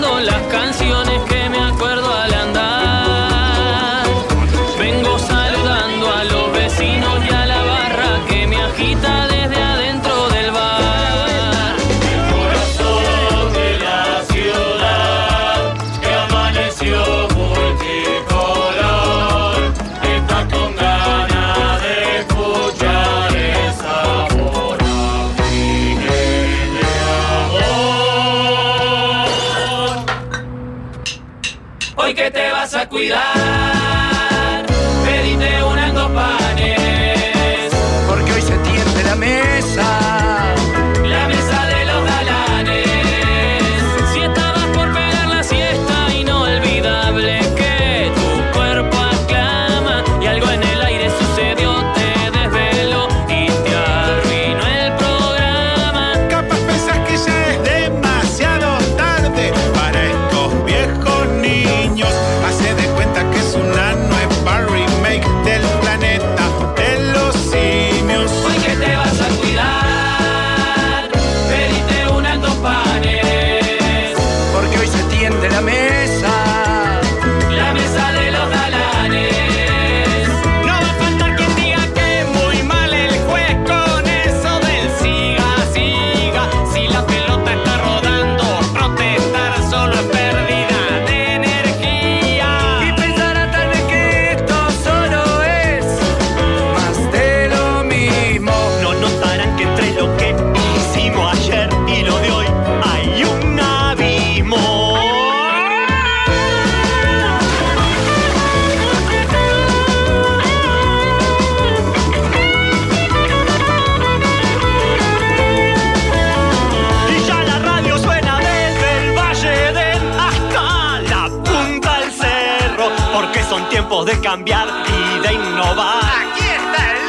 son las canciones que me acuerdo al andar. Vengo saludando a los vecinos y a la barra que me agita desde adentro del bar. Corazón de la ciudad que amaneció multicolor, está con ganas de escuchar el sabor a Miguel de amor. Hoy que te vas a cuidar, pedite unas dos panes. Porque hoy se tiende la mesa. La mesa de los galanes. Si estabas por pegar la siesta, inolvidable que tu cuerpo aclama. Y algo en el aire sucedió, te desveló y te arruinó el programa. Capaz pensás que ya es demasiado tarde para estos viejos niños. Hace de cuenta que es una nueva remake del planeta de los simios. Hoy que te vas a cuidar, pedite unas dos panes. Porque hoy se tiende la mesa. La mesa de los galanes. No va a faltar quien diga que muy mal el juez con eso del siga, siga. Si la pelota está rodando, protestar solo es pérdida Y de energía. pensará tal vez que esto solo es más de lo mismo. No notarán que entre lo que hicimos ayer y lo de hoy hay un abismo. ¡Ah! Y ya la radio suena desde el Valle del hasta la punta del cerro, porque son tiempos de cambiar y de innovar.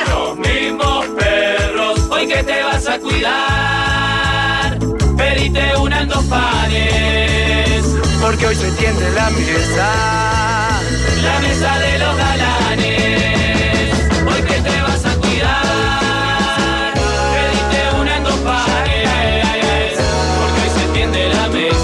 Los mismos perros Hoy que te vas a cuidar, pedite unas dos panes. Porque hoy se tiende la mesa. La mesa de los galanes, hoy que te vas a cuidar, pediste una en dos pares, porque hoy se tiende la mesa.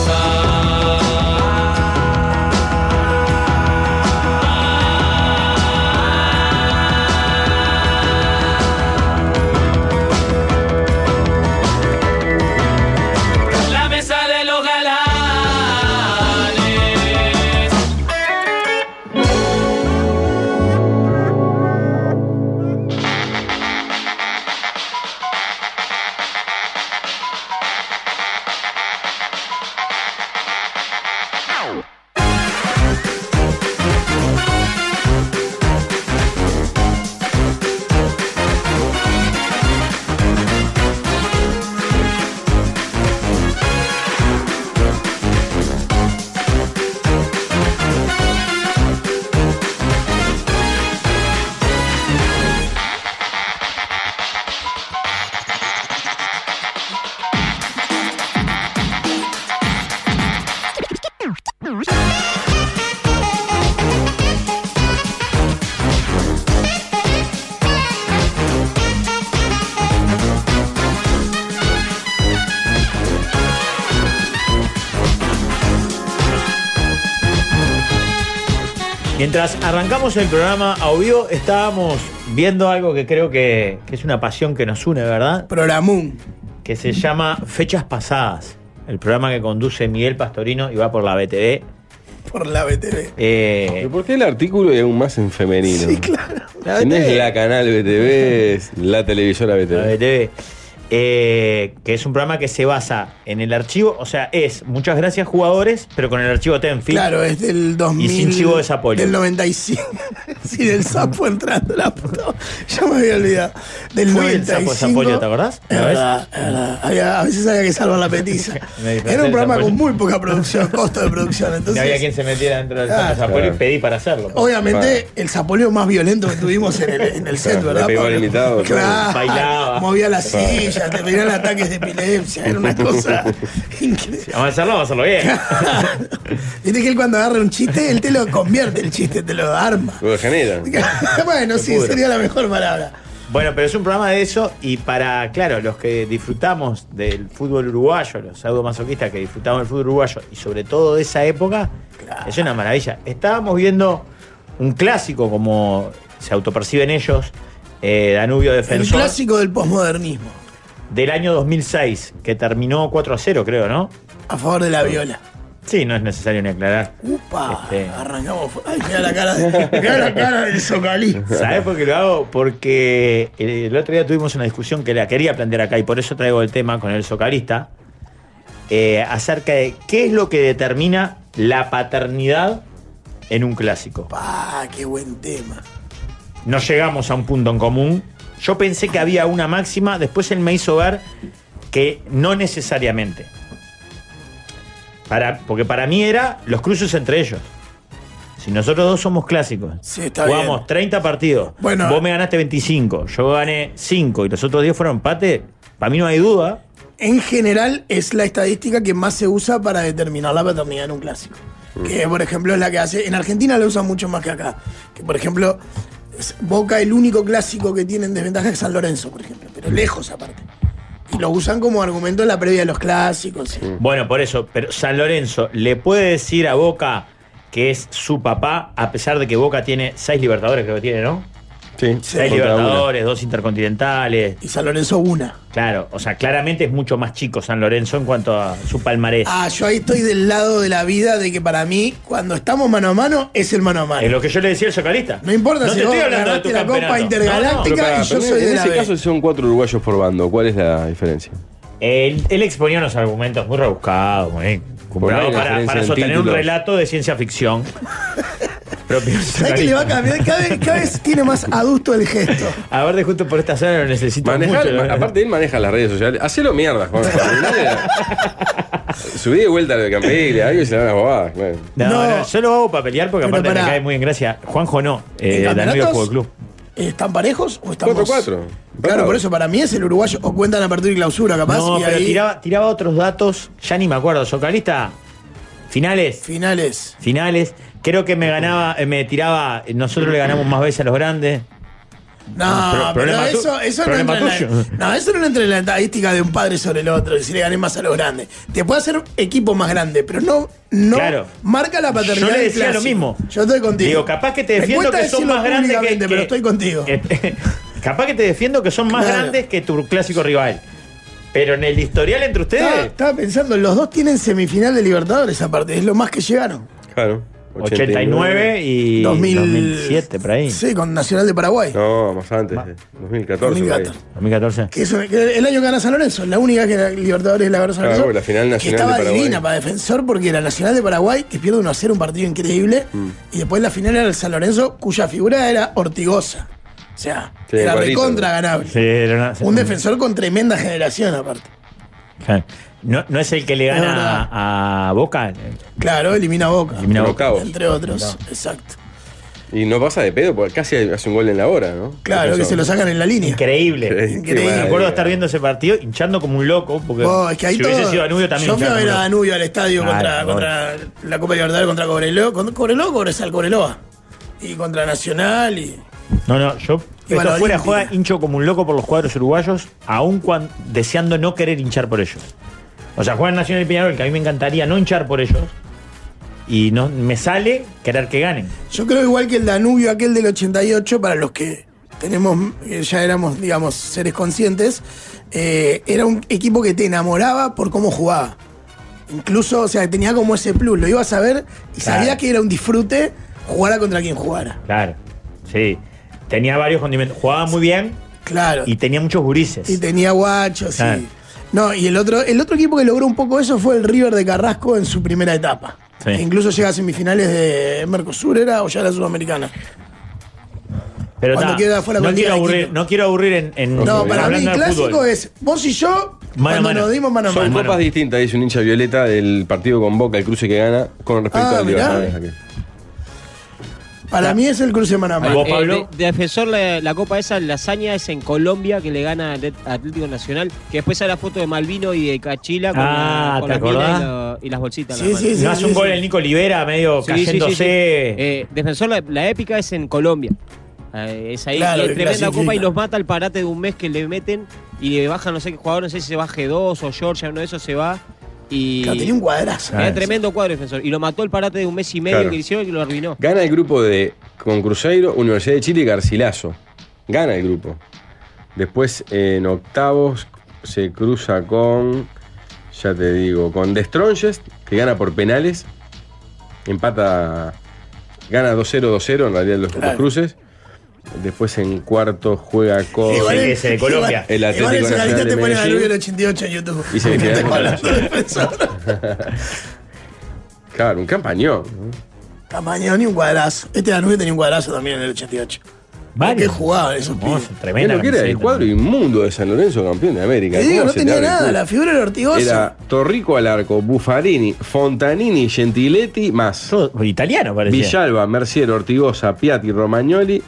La mesa de los galanes. Mientras arrancamos el programa a vivo, estábamos viendo algo que creo que, que es una pasión que nos une, ¿verdad? Programún. Que se llama Fechas Pasadas, el programa que conduce Miguel Pastorino y va por la BTV. Por la BTV. Eh, ¿Pero por qué el artículo es aún más en femenino? Sí, claro. Si no es la canal BTV, es la televisora la BTV. BTV. eh, que es un programa que se basa en el archivo, o sea, es muchas gracias jugadores, pero con el archivo Tenfield. Claro, es del 2000. sin chivo de Zapollo. Del 95. sí, del sapo entrando la puta. Ya me había olvidado. Del Fue 95. el sapo de Zapollo, ¿te acordás? Es ¿Una vez? verdad, es verdad. Había- a veces había que salvar la petiza. Me disfracé Era de un programa Zapollo. con muy poca producción, costo de producción. no Entonces, había quien se metiera dentro del Ah, sapo Zapollo claro. y pedí para hacerlo. pues. Obviamente, el zapoleo más violento que tuvimos en el, en el set, Claro, ¿verdad? le pegó al Pablo? invitado, Claro, claro. Bailaba. Movía las sillas, te venían ataques de epilepsia, era una cosa increíble. Vamos a hacerlo, vamos a hacerlo bien. Viste que él cuando agarra un chiste, él te lo convierte el chiste, te lo arma. Lo genera. bueno, sí, pudre. sería la mejor palabra. Bueno, pero es un programa de eso y para, claro, los que disfrutamos del fútbol uruguayo, los pseudomasoquistas que disfrutamos del fútbol uruguayo y sobre todo de esa época, es una maravilla. Estábamos viendo un clásico como se autoperciben ellos, eh, Danubio El Defensor, clásico del posmodernismo. del año 2006, que terminó 4 a 0, creo, ¿no? A favor de la viola. Sí, no es necesario ni aclarar. Upa, Este. arrancamos. fu- Ay, mira la cara, de- mirá la cara del Socalí. ¿Sabes por qué lo hago? Porque el, el otro día tuvimos una discusión que la quería plantear acá y por eso traigo el tema con el socarista eh, acerca de qué es lo que determina la paternidad en un clásico. Pa, qué buen tema. No llegamos a un punto en común. Yo pensé que había una máxima, después él me hizo ver que no necesariamente. Para, porque para mí era los cruces entre ellos. Si nosotros dos somos clásicos, Sí, está jugamos bien. 30 partidos, Bueno. vos me ganaste 25, yo gané 5 y los otros 10 fueron empate, para mí no hay duda. En general es la estadística que más se usa para determinar la paternidad en un clásico. Que por ejemplo es la que hace. En Argentina la usan mucho más que acá. Que por ejemplo, es Boca el único clásico que tiene en desventaja es San Lorenzo, por ejemplo. Pero lejos aparte. Y lo usan como argumento en la previa de los clásicos. sí. Bueno, por eso, pero San Lorenzo le puede decir a Boca que es su papá, a pesar de que Boca tiene 6 libertadores, creo que tiene, ¿no? Sí, Seis contra una. Libertadores, dos Intercontinentales. Y San Lorenzo una. Claro, o sea, claramente es mucho más chico San Lorenzo en cuanto a su palmarés. Ah, yo ahí estoy del lado de la vida de que para mí, cuando estamos mano a mano, es el mano a Es mano. lo que yo le decía al socalista. No importa no si te vos estoy hablando de tu ganaste la Copa campeonato. No, no. Intergaláctica. Pero pará, y yo pero soy en de la ese B. caso son cuatro uruguayos por bando. ¿Cuál es la diferencia? Él, él exponía unos argumentos muy rebuscados, muy comprados ahí la para, diferencia para en sostener un títulos. relato de ciencia ficción. propio del ¿Sabés que le va a socalista. cambiar? Cada vez, cada vez tiene más adusto el gesto. A ver, de justo por esta zona lo necesito Manejar, mucho. ¿eh? ma- la- aparte, él maneja las redes sociales. Hacelo mierda, Juan. Subí de vuelta al Campiglia, algo y se le van a bobadas. claro. No, no, No. yo lo hago para pelear porque Pero aparte me pará. cae muy en gracia. Juanjo no, eh, ¿En Danubio campeonatos? Fútbol Club. ¿Están parejos o estamos...? 4-4. Claro, por eso para mí es el uruguayo. O cuentan apertura y clausura, capaz. No, y pero ahí tiraba, tiraba otros datos, ya ni me acuerdo. Socalista, finales. finales. finales. Creo que me ganaba, eh, me tiraba, eh, nosotros le ganamos más veces a los grandes. No, Pero- pero, problema tu- eso, eso no problema entra en la, tuyo. no, eso no entra en la estadística de un padre sobre el otro, de si le gané más a los grandes. Te puede hacer equipo más grande, pero no, no Claro. marca la paternidad. Yo le del decía clásico. lo mismo. Yo estoy contigo. Digo, capaz que te Me defiendo cuesta que son decirlo más grandes que, públicamente, que- pero estoy contigo. Eh, capaz que te defiendo que son más Claro. grandes que tu clásico rival. Pero en el historial entre Estaba, ustedes, estaba pensando, los dos tienen semifinal de Libertadores aparte, es lo más que llegaron. Claro. 89 y 2000 2007 por ahí. Sí, con Nacional de Paraguay. No, más antes. eh, 2014. por ahí. 2014. 2014. Que es un- que el año que gana San Lorenzo, la única que la Libertadores la ganó San Claro, Lorenzo. Ah, la final que nacional de estaba Paraguay. divina para defensor porque era Nacional de Paraguay, que pierde 1 a 0 un partido increíble. Mm. Y después la final era el San Lorenzo, cuya figura era Ortigosa. O sea, Sí, era igualito. recontra ganable. Sí, era una- Un defensor con tremenda generación aparte. Claro. No, no es el que le Es gana verdad. a, a Boca. Claro, elimina a Boca. Elimina a Boca. Knockout. Entre otros, exacto. Y no pasa de pedo, porque casi hace un gol en la hora, ¿no? Claro, que se lo sacan en la línea. Increíble. Increíble. Me acuerdo de estar viendo ese partido hinchando como un loco. Porque Oh, es que ahí si hubiese todo- sido Danubio también. Yo fui a hinchaba ver a como un loco. Danubio al estadio Claro, contra, bueno. contra la Copa Libertadores contra Cobreloa, contra Cobreloa, Cobresal, Cobreloa. Y contra Nacional y. No, no, yo Igual, esto fuera Olímpica. juega hincho como un loco por los cuadros uruguayos, aun cuan- deseando no querer hinchar por ellos. O sea, juegan Nacional y Peñarol, que a mí me encantaría no hinchar por ellos. Y no me sale querer que ganen. Yo creo igual que el Danubio aquel del 88, para los que tenemos, eh, ya éramos, digamos, seres conscientes, eh, era un equipo que te enamoraba por cómo jugaba. Incluso, o sea, tenía como ese plus, lo ibas a ver y Claro. sabías que era un disfrute jugara contra quien jugara. Claro. Sí. Tenía varios condimentos. Jugaba muy bien Claro. y tenía muchos gurises. Y tenía guachos, sí. Claro. No, y el otro, el otro equipo que logró un poco eso fue el River de Carrasco en su primera etapa. Sí. E incluso llega a semifinales de Mercosur, era o ya era Sudamericana. Pero cuando ta, queda fuera no, con quiero Liga de aburrir, Quito. no quiero aburrir en. en- No, para mí hablando de clásico fútbol. es vos y yo Mano a cuando mano. nos dimos mano a Son mano. Mano. copas distintas, dice un hincha violeta del partido con Boca, el cruce que gana con respecto Ah, al mirá. Libertadores. aquel. Para mí es el cruce mano a Ahí mano. vos, Pablo. Eh, de, defensor, la, la copa esa, la hazaña es en Colombia, que le gana al Atlético Nacional, que después sale la foto de Malvino y de Cachila con, Ah, la- con ¿te las minas acordás? y, lo- y las bolsitas. en Sí, la mano. sí, sí. no hace un gol el Nico Olivera medio Eh, Sí, sí, sí, sí. cayéndose. Eh, defensor, la, la épica es en Colombia. Eh, es ahí y Claro, es que tremenda clasifica. copa y los mata al parate de un mes que le meten y le bajan, no sé qué jugador, no sé si se va G2 o Georgia, uno de esos se va. Y Claro, tenía un cuadrazo. Era tremendo cuadro defensor. Y lo mató el parate de un mes y medio Claro. que le hicieron y que lo arruinó. Gana el grupo de con Cruzeiro, Universidad de Chile y Garcilaso. Gana el grupo. Después eh, en octavos se cruza con, ya te digo, con The Strongest, que gana por penales. Empata, gana 2-0, 2-0 en realidad los, los Claro. cruces. Después en cuarto juega con... Sí, Igual sí, ese de igual- Colombia. El Atlético igual ese Nacional garita de te pone la Medellín. lluvia del 88 en YouTube. Y se queda Te con la hablando de defensor. Claro, un campañón. ¿no? Tamaño ni un cuadrazo. Este Danubio tenía un cuadrazo también en el 88. Varios. Qué jugaba esos Hermoso, pibes. ¿Qué es tremenda lo que era el camiseta. cuadro inmundo de San Lorenzo, campeón de América? Te digo, ¿Cómo no se te tenía abre el nada. culo? La figura era Era Ortigosa. Torrico al arco, Buffarini, Fontanini, Gentiletti, más. Todo- italiano parecía. Villalba, Mercier, Ortigosa, Piatti, Romagnoli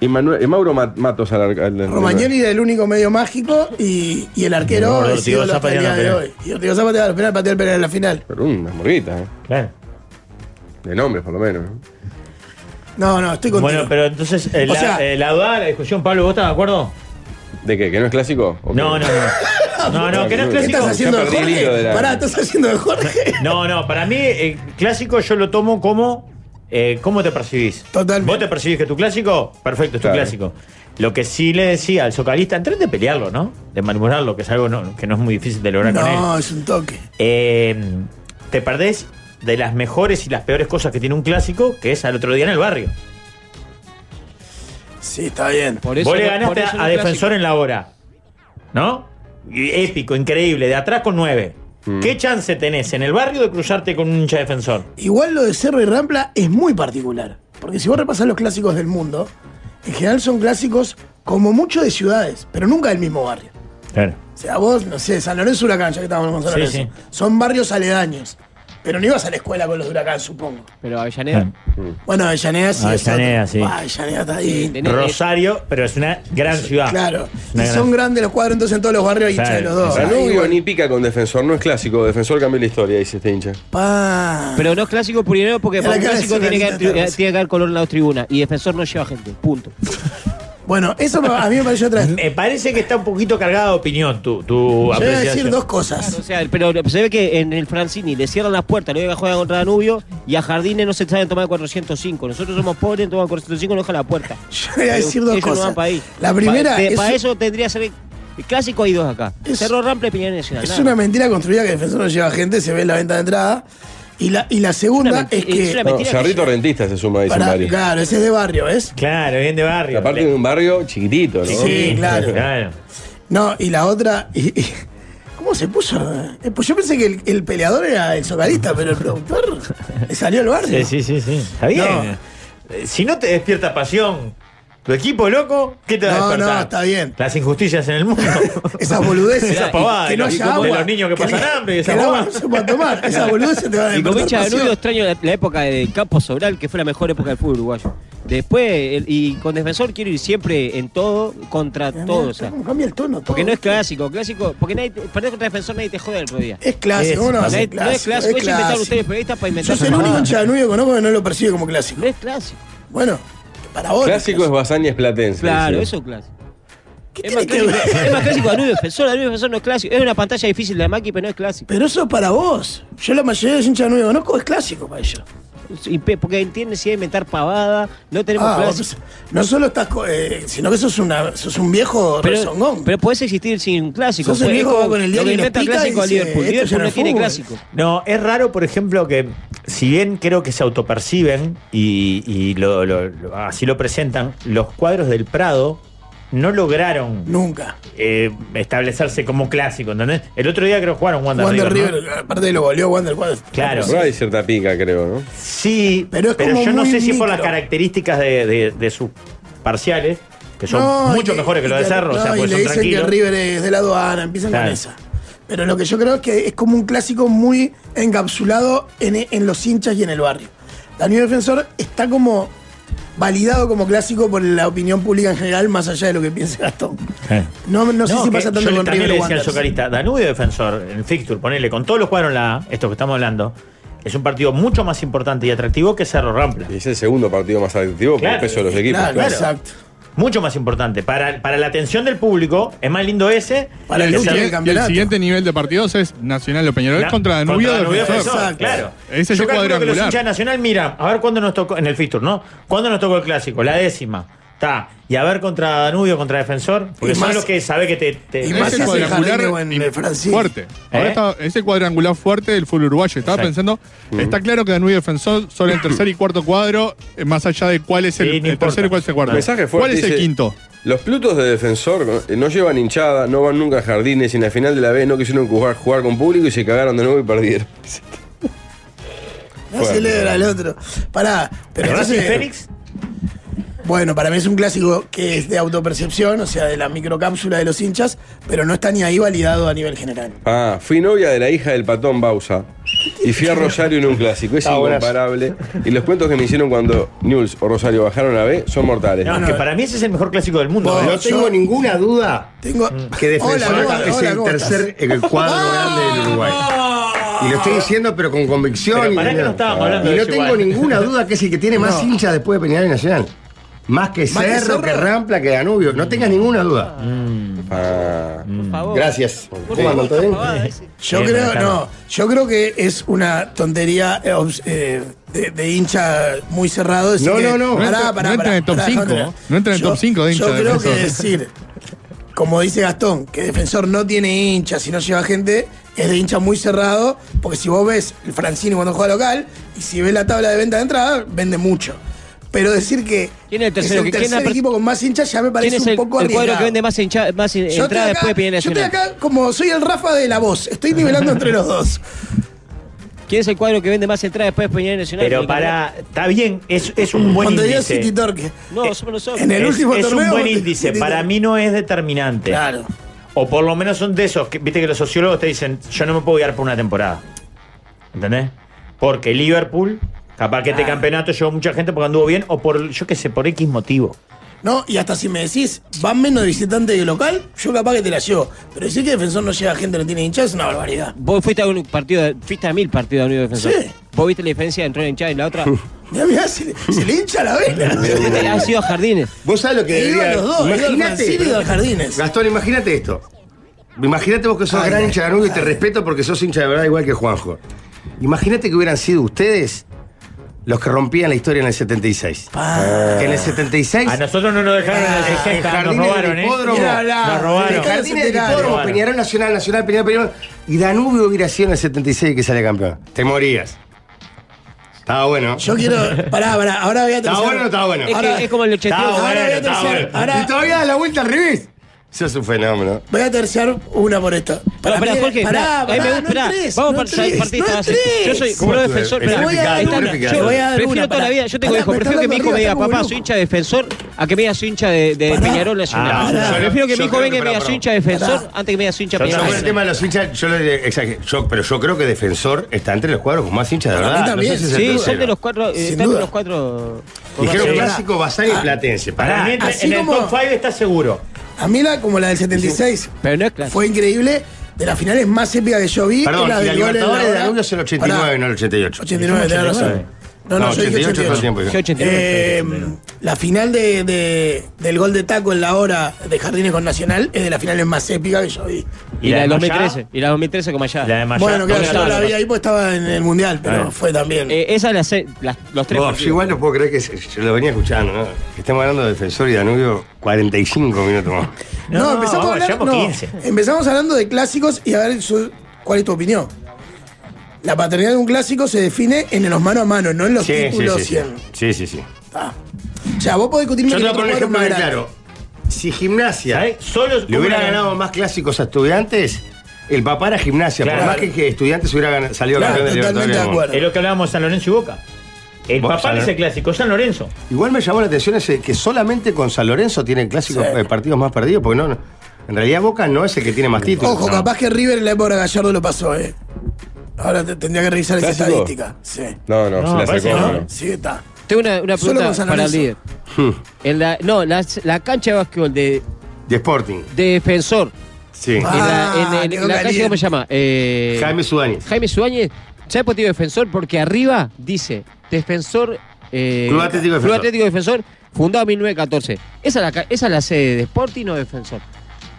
y, Manuel- y Mauro Mat- Matos al arco. al- al- Romagnoli era el único medio mágico y, y el arquero No, es Ortigosa ídolo hasta el día pateaba de penal. hoy. Y Ortigosa pateaba los penales, pateó el penal en la final. Pero una morguita, ¿eh? Claro. de nombre por lo menos. ¿no? No, no, estoy contigo. Bueno, pero entonces, eh, O la, sea- eh, la duda, la discusión, Pablo, ¿vos estás de acuerdo? ¿De qué? ¿Que no es clásico? ¿O No, qué? no, no. No, no, que no es ¿Qué estás ya clásico. haciendo de perdí el hilo Jorge? de la- Pará, ¿estás haciendo de Jorge? No, no, para mí, eh, clásico yo lo tomo como. eh, ¿Cómo te percibís? Totalmente. ¿Vos te percibís que es tu clásico? Perfecto, es tu Claro. clásico. Lo que sí le decía al socalista, traten de pelearlo, ¿no? De malhumorarlo, que es algo no- que no es muy difícil de lograr con él. No, es un toque. Eh, te perdés de las mejores y las peores cosas que tiene un clásico, que es al otro día en el barrio. Sí, está bien. Por eso, Vos le por ganaste eso no a, a es clásico. Defensor en la hora. ¿No? Y Épico, increíble, de atrás con nueve. ¿Qué chance tenés en el barrio de cruzarte con un hincha defensor? Igual lo de Cerro y Rampla es muy particular. Porque si vos repasás los clásicos del mundo, en general son clásicos como mucho de ciudades, pero nunca del mismo barrio. Claro. O sea, vos, no sé, San Lorenzo Huracán, ya que estábamos con San Sí, Lorenzo. sí. Son barrios aledaños. Pero no ibas a la escuela con los de Huracán, supongo. Pero Avellaneda. Bueno, Avellaneda sí. es Avellaneda, otro. sí. Ah, Avellaneda está ahí. Tenés- Rosario, pero es una gran Ah, ciudad. Claro. Es una Y gran- son grandes los cuadros, entonces en todos los barrios hay hinchas de los dos. Claro. Ahí, Danubio bueno. ni pica con defensor, no es clásico. Defensor cambió la historia, dice este hincha. Pa. Pero no es clásico primero porque Mira para un la cara clásico de tiene que, haber, Solari, está tiene que haber color en la tribuna. Y defensor no lleva gente. Punto. Bueno, eso a mí me pareció otra. Yo Eh, Me parece que está un poquito cargada de opinión tu, tu voy a decir apreciación. dos cosas. O sea, pero se ve que en el Francini le cierran las puertas, luego juega contra Danubio y a Jardines no se saben tomar 405. Nosotros somos pobres, toman 405 y nos dejan la puerta. Yo voy a decir dos Ellos no cosas. van para ahí. La primera Pa- te- es, para eso tendría que ser. El clásico hay dos acá. Es- Cerro Rampla y Piñera Nacional. es nada una más. mentira construida que Defensor no lleva gente, se ve en la venta de entrada. Y la, y la una segunda menti- es que. es una No, mentira que Cerrito llega. Rentista se suma, dicen Pará, varios. claro, ese es de barrio, ¿ves? Claro, bien de barrio. Aparte de un barrio chiquitito, ¿no? Sí, claro. Claro. No, y la otra. y- y- ¿Cómo se puso? Eh, Pues yo pensé que el, el peleador era el socalista, pero el productor le salió al barrio. Sí, sí, sí, sí. Está bien. Eh, Si no te despierta pasión, tu equipo loco, ¿qué te va a No, no, despertar? está bien. Las injusticias en el mundo. Esas boludeces. Esas pavadas que no de los- haya de agua. los niños que pasan hambre, Que esas el agua pavadas. no se puede tomar. Esas boludeces te van a Y como hincha despertar de pasión. Danubio extraño la, la época de Campo Sobral, que fue la mejor época del fútbol uruguayo. Después, el- y con defensor quiero ir siempre en todo, contra Mirá, todo. mirá o sea. cómo cambia el tono. Porque todo. no es clásico, clásico, porque nadie te- perdés contra defensor nadie te jode el otro día. Es clásico, Es- ¿cómo Eh, no, va a Nadie- ser no es clásico, eso inventaron ustedes periodistas para inventar. Yo soy el único mamadas. hincha de Danubio que conozco que no lo percibe como clásico. No es clásico. Bueno, para vos. Clásico es Bazaña es Platense. Claro, decía. eso es clásico. ¿Qué Es más tiene que clásico, ver? es más clásico Danubio Defensor, Danubio Defensor no es clásico. Es una pantalla difícil de la Maki, pero no es clásico. Pero eso es para vos. Yo la mayoría de los hinchas de Danubio que conozco es clásico para ellos. Y pe- Porque entienden si hay inventar pavada, no tenemos Ah, clásico. vos no solo estás, co- eh, sino que sos, una, sos un viejo Pero, rezongón. pero podés existir sin un clásico. Sos el Fue- viejo es como que con el lo diario que le inventa pica y clásico a dice, Liverpool. "Esto ya Liverpool no no es tiene fútbol". clásico. No, es raro, por ejemplo, que si bien creo que se autoperciben y, y lo- lo- lo- así lo presentan, los cuadros del Prado no lograron Nunca. eh, establecerse como clásico, ¿entendés? El otro día creo que jugaron Wanda, Wander River, ¿no? River, aparte lo goleó Wander Wander. Claro. Pero hay cierta pica, creo, ¿no? Sí, Pero pero, es como yo no muy sé si por las micro. características de, de- de sus parciales, que son No, y mucho que- mejores que y los de Cerro, o sea, no, y le porque son dicen que tranquilos. River es de la aduana, empiezan Claro. con esa. Pero lo que yo creo es que es como un clásico muy encapsulado en, en los hinchas y en el barrio. Daniel Defensor está como validado como clásico por la opinión pública en general, más allá de lo que piense Gastón. Eh. No, no, sé si que pasa tanto yo con también River le o decía al Wanderers. socarista, Danubio defensor, en fixture, ponele, con todos los cuadros en la A, esto que estamos hablando, es un partido mucho más importante y atractivo que Cerro Rampla. Y es el segundo partido más atractivo Claro. por el peso de los equipos. Claro, claro. exacto. Mucho más importante. Para, para la atención del público, es más lindo ese. Para el que último Cerro- del Y el campeonato. siguiente nivel de partidos es Nacional o Peñarol Na- contra Danubio Defensor. Defensor, Claro. Ese es Yo el calculo que los cuadrangular. hinchas de Nacional mira, a ver cuándo nos tocó, en el fixture, ¿no? ¿Cuándo nos tocó el clásico? La décima. Está. Y a ver contra Danubio, contra Defensor. Porque Y son más- los que sabe que te. te- y Es más el ese cuadrangular jardín de buen- im- de Francis. fuerte. Ahora ¿Eh? está, es el cuadrangular fuerte del fútbol uruguayo. Estaba Exacto. pensando, está claro que Danubio Defensor son el tercer y cuarto cuadro, eh, más allá de cuál es el, Sí, no el importa. tercero y cuál es el cuarto. El mensaje fuerte ¿Cuál es el dice, quinto? Los plutos de defensor eh, no llevan hinchada, no van nunca a jardines y en la final de la B no quisieron jugar, jugar con público y se cagaron de nuevo y perdieron. No celebra el otro. Pará, pero ¿Racing entonces- Fénix? Bueno, para mí es un clásico que es de autopercepción, o sea, de la microcápsula de los hinchas, pero no está ni ahí validado a nivel general. Ah, fui novia de la hija del patón Bausa y fui a Rosario en un clásico. Es incomparable. Y los cuentos que me hicieron cuando News o Rosario bajaron a B son mortales. No, es que para mí ese es el mejor clásico del mundo. Vos- ¿eh? No tengo yo- ninguna duda Tengo que Defensor Hola, hola, es hola, el ¿cómo estás? tercer el cuadro grande del Uruguay. Y lo estoy diciendo, pero con convicción. Pero y, pará que no estábamos hablando y de no eso tengo igual. ninguna duda que es el que tiene más hinchas después de Peñarol y Nacional. Más que Más que Cerro, Cerro. que Rampla, que Danubio. No tengas ninguna duda. Ah, Por favor. Gracias. ¿Cómo andan? ¿Todo bien? Gracias. Yo Eh, Bien, creo, Marcano. no, yo creo que es una tontería eh, obs- eh, de, de hincha muy cerrado. decir No, que- no, no. Pará, No entra- pará, no entra en el pará, top pará, cinco, ¿eh? déjame terminar. no entra en el Yo- top cinco de hincha Yo de creo que Defensor. decir, como dice Gastón, que Defensor no tiene hincha si no lleva gente, es de hincha muy cerrado, porque si vos ves el Francini cuando juega local, y si ves la tabla de venta de entrada, vende mucho. Pero decir que ¿Quién es el tercero? es el ¿Quién es la tercer per- equipo con más hinchas ya me ¿Quién parece es un el, poco el cuadro que arriesgado. vende más, hincha- más en- Yo estoy entrada acá- después de Peñarol Yo estoy Nacional? acá como soy el Rafa de la voz. Estoy nivelando entre los dos. ¿Quién es el cuadro que vende más entradas después de Peñarol Nacional? Pero Que- para. Está bien, es, es un buen Cuando dio índice. City Torque. No, somos nosotros. en el Es- último es un torneo, buen City índice. Torque. Para mí no es determinante. Claro. O por lo menos son de esos, que, viste que los sociólogos te dicen, yo no me puedo guiar por una temporada. ¿Entendés? Porque Liverpool, capaz que este campeonato llevó mucha gente porque anduvo bien, o por, yo qué sé, por X motivo. No, y hasta si me decís, van menos de visitante que local, yo capaz que te la llevo. Pero decir que defensor no llega gente, no tiene hinchas, es una barbaridad. Vos fuiste a un partido, de- fuiste a mil partidos de Unión Defensor. Sí. Vos viste la diferencia entre una hinchada y la otra. Mirá, mirá, se le, se le hincha la vena. ha sido jardines. Vos sabés lo que Que iban debería. los dos, iba al Francini y iba al Imagínate. Jardines. Gastón, imagínate esto. Imagínate vos que sos Ay, gran ay, hincha de Danubio y te respeto porque sos hincha de verdad igual que Juanjo. Imagínate que hubieran sido ustedes los que rompían la historia en el 76. Que en el 76 Ah, A nosotros no nos dejaron en el en Cesta, nos Jardines robaron, del ¿eh? Hipódromo. Mirá, mirá, Nos en robaron. Ricardo, Jardines del Nos Hipódromo, robaron. Peñarol Nacional, Nacional, Peñarol, Peñarol. Y Danubio hubiera sido en el 76 que sale campeón. Te morías. Estaba bueno. Yo quiero. Pará, pará, ahora voy a tercer. Estaba bueno o no estaba bueno. Es, Ahora- que, es como el 82. Ahora voy a Estaba terciar. bueno. Ahora Y todavía da la vuelta al revés. Eso es un fenómeno. voy a terciar una por esto. Pará, pará, mí- Jorge, pará, pará, a mí me pará, gusta, no pará. entres, Vamos no por entres, partido. no Yo entres. soy ¿Cómo pro estuve? defensor, Es pero voy a dar una, te voy a dar prefiero toda una, la pará. vida, yo tengo Pará, hijos, me prefiero que estás mi hijo dando me diga, arriba, papá, tengo soy hincha de defensor, a que me diga soy hincha de, de Pará. Peñarol Nacional. Ah, yo- prefiero que mi yo hijo creo venga y que me diga pará, soy hincha de defensor antes que me diga soy hincha de Yo Peñarol. con el tema de los hinchas, yo lo diré, exacto, yo- pero yo creo que Defensor está entre los cuadros con más hinchas de Para verdad. mí también. No sé si es el Sí, tercero. son de los cuatro, eh, Sin están de duda. los cuatro. Dijeron Sí. clásico Basari Ah. y Platense. Para Pará. mí entre- así en el como- top 5 está seguro. A mí la, como la del 76, Pero no es clásico. fue increíble. De las finales más épicas que yo vi, Perdón, es la y la del gol en la Libertadores de hora- Danubio es el 89, Pará, no el 88. 89, tenés razón. No, no, yo dije 88 todo el 88. tiempo. Fue 89. Eh, la final de, de- del gol de taco en la hora de Jardines con Nacional es de las finales más épicas que yo vi. Eh, Y la del de Mayá? 2013. Y la del 2013 como allá. La de Mayá. bueno, claro, no, yo no, no la no. vi ahí porque estaba en el Mundial, pero Ah. fue también. Eh, esas las, se- las- los tres. Vos, partidos. yo igual no puedo creer que se- yo lo venía escuchando, ¿no? Que Estamos hablando de Defensor y Danubio 45 minutos más. no, No, empezamos, vamos, a hablar, llevamos no, 15. empezamos hablando de clásicos y a ver su- cuál es tu opinión. La paternidad de un clásico se define en los mano a mano, no en los Sí, sí, títulos sí, y sí. en- Sí, sí, sí. Ah. O sea, vos podés discutirme Yo te que voy a otro poner un cuadro ejemplo más muy grande. ¿Eh? claro. Si Gimnasia ¿Sabés? Solo le hubiera ganado más clásicos a Estudiantes, el papá era Gimnasia. Claro. Por más que, que Estudiantes hubiera gana- salido Claro, campeón de totalmente Libertadores. de acuerdo. Es lo que hablábamos San Lorenzo y Boca. El Bueno, papá San de ese Lorenzo. clásico, San Lorenzo. Igual me llamó la atención ese que solamente con San Lorenzo tiene clásicos Sí. eh, partidos más perdidos, porque no, no- en realidad Boca no es el que tiene más títulos. Ojo, No. capaz que River en la época de Gallardo lo pasó, eh. Ahora te- tendría que revisar esa ¿Clásico? estadística. Sí. No, no, No, se la parece sacó. que no. ¿No? Sí, está. Tengo una, una Solo pregunta con San para el líder. Lorenzo. En la, no, la, la cancha de básquetbol de, De Sporting. de defensor. Sí. Ah, en la, en- en- quedó Ah, en la calle, ¿cómo caliente. se llama? Eh, Jaime Suárez. Jaime Suáñez ¿Sabes por qué digo defensor? Porque arriba dice defensor. eh, Club Atlético Defensor. Club Atlético Defensor, fundado en 1914. Esa es la, ca- esa es la sede de Sporting o Defensor.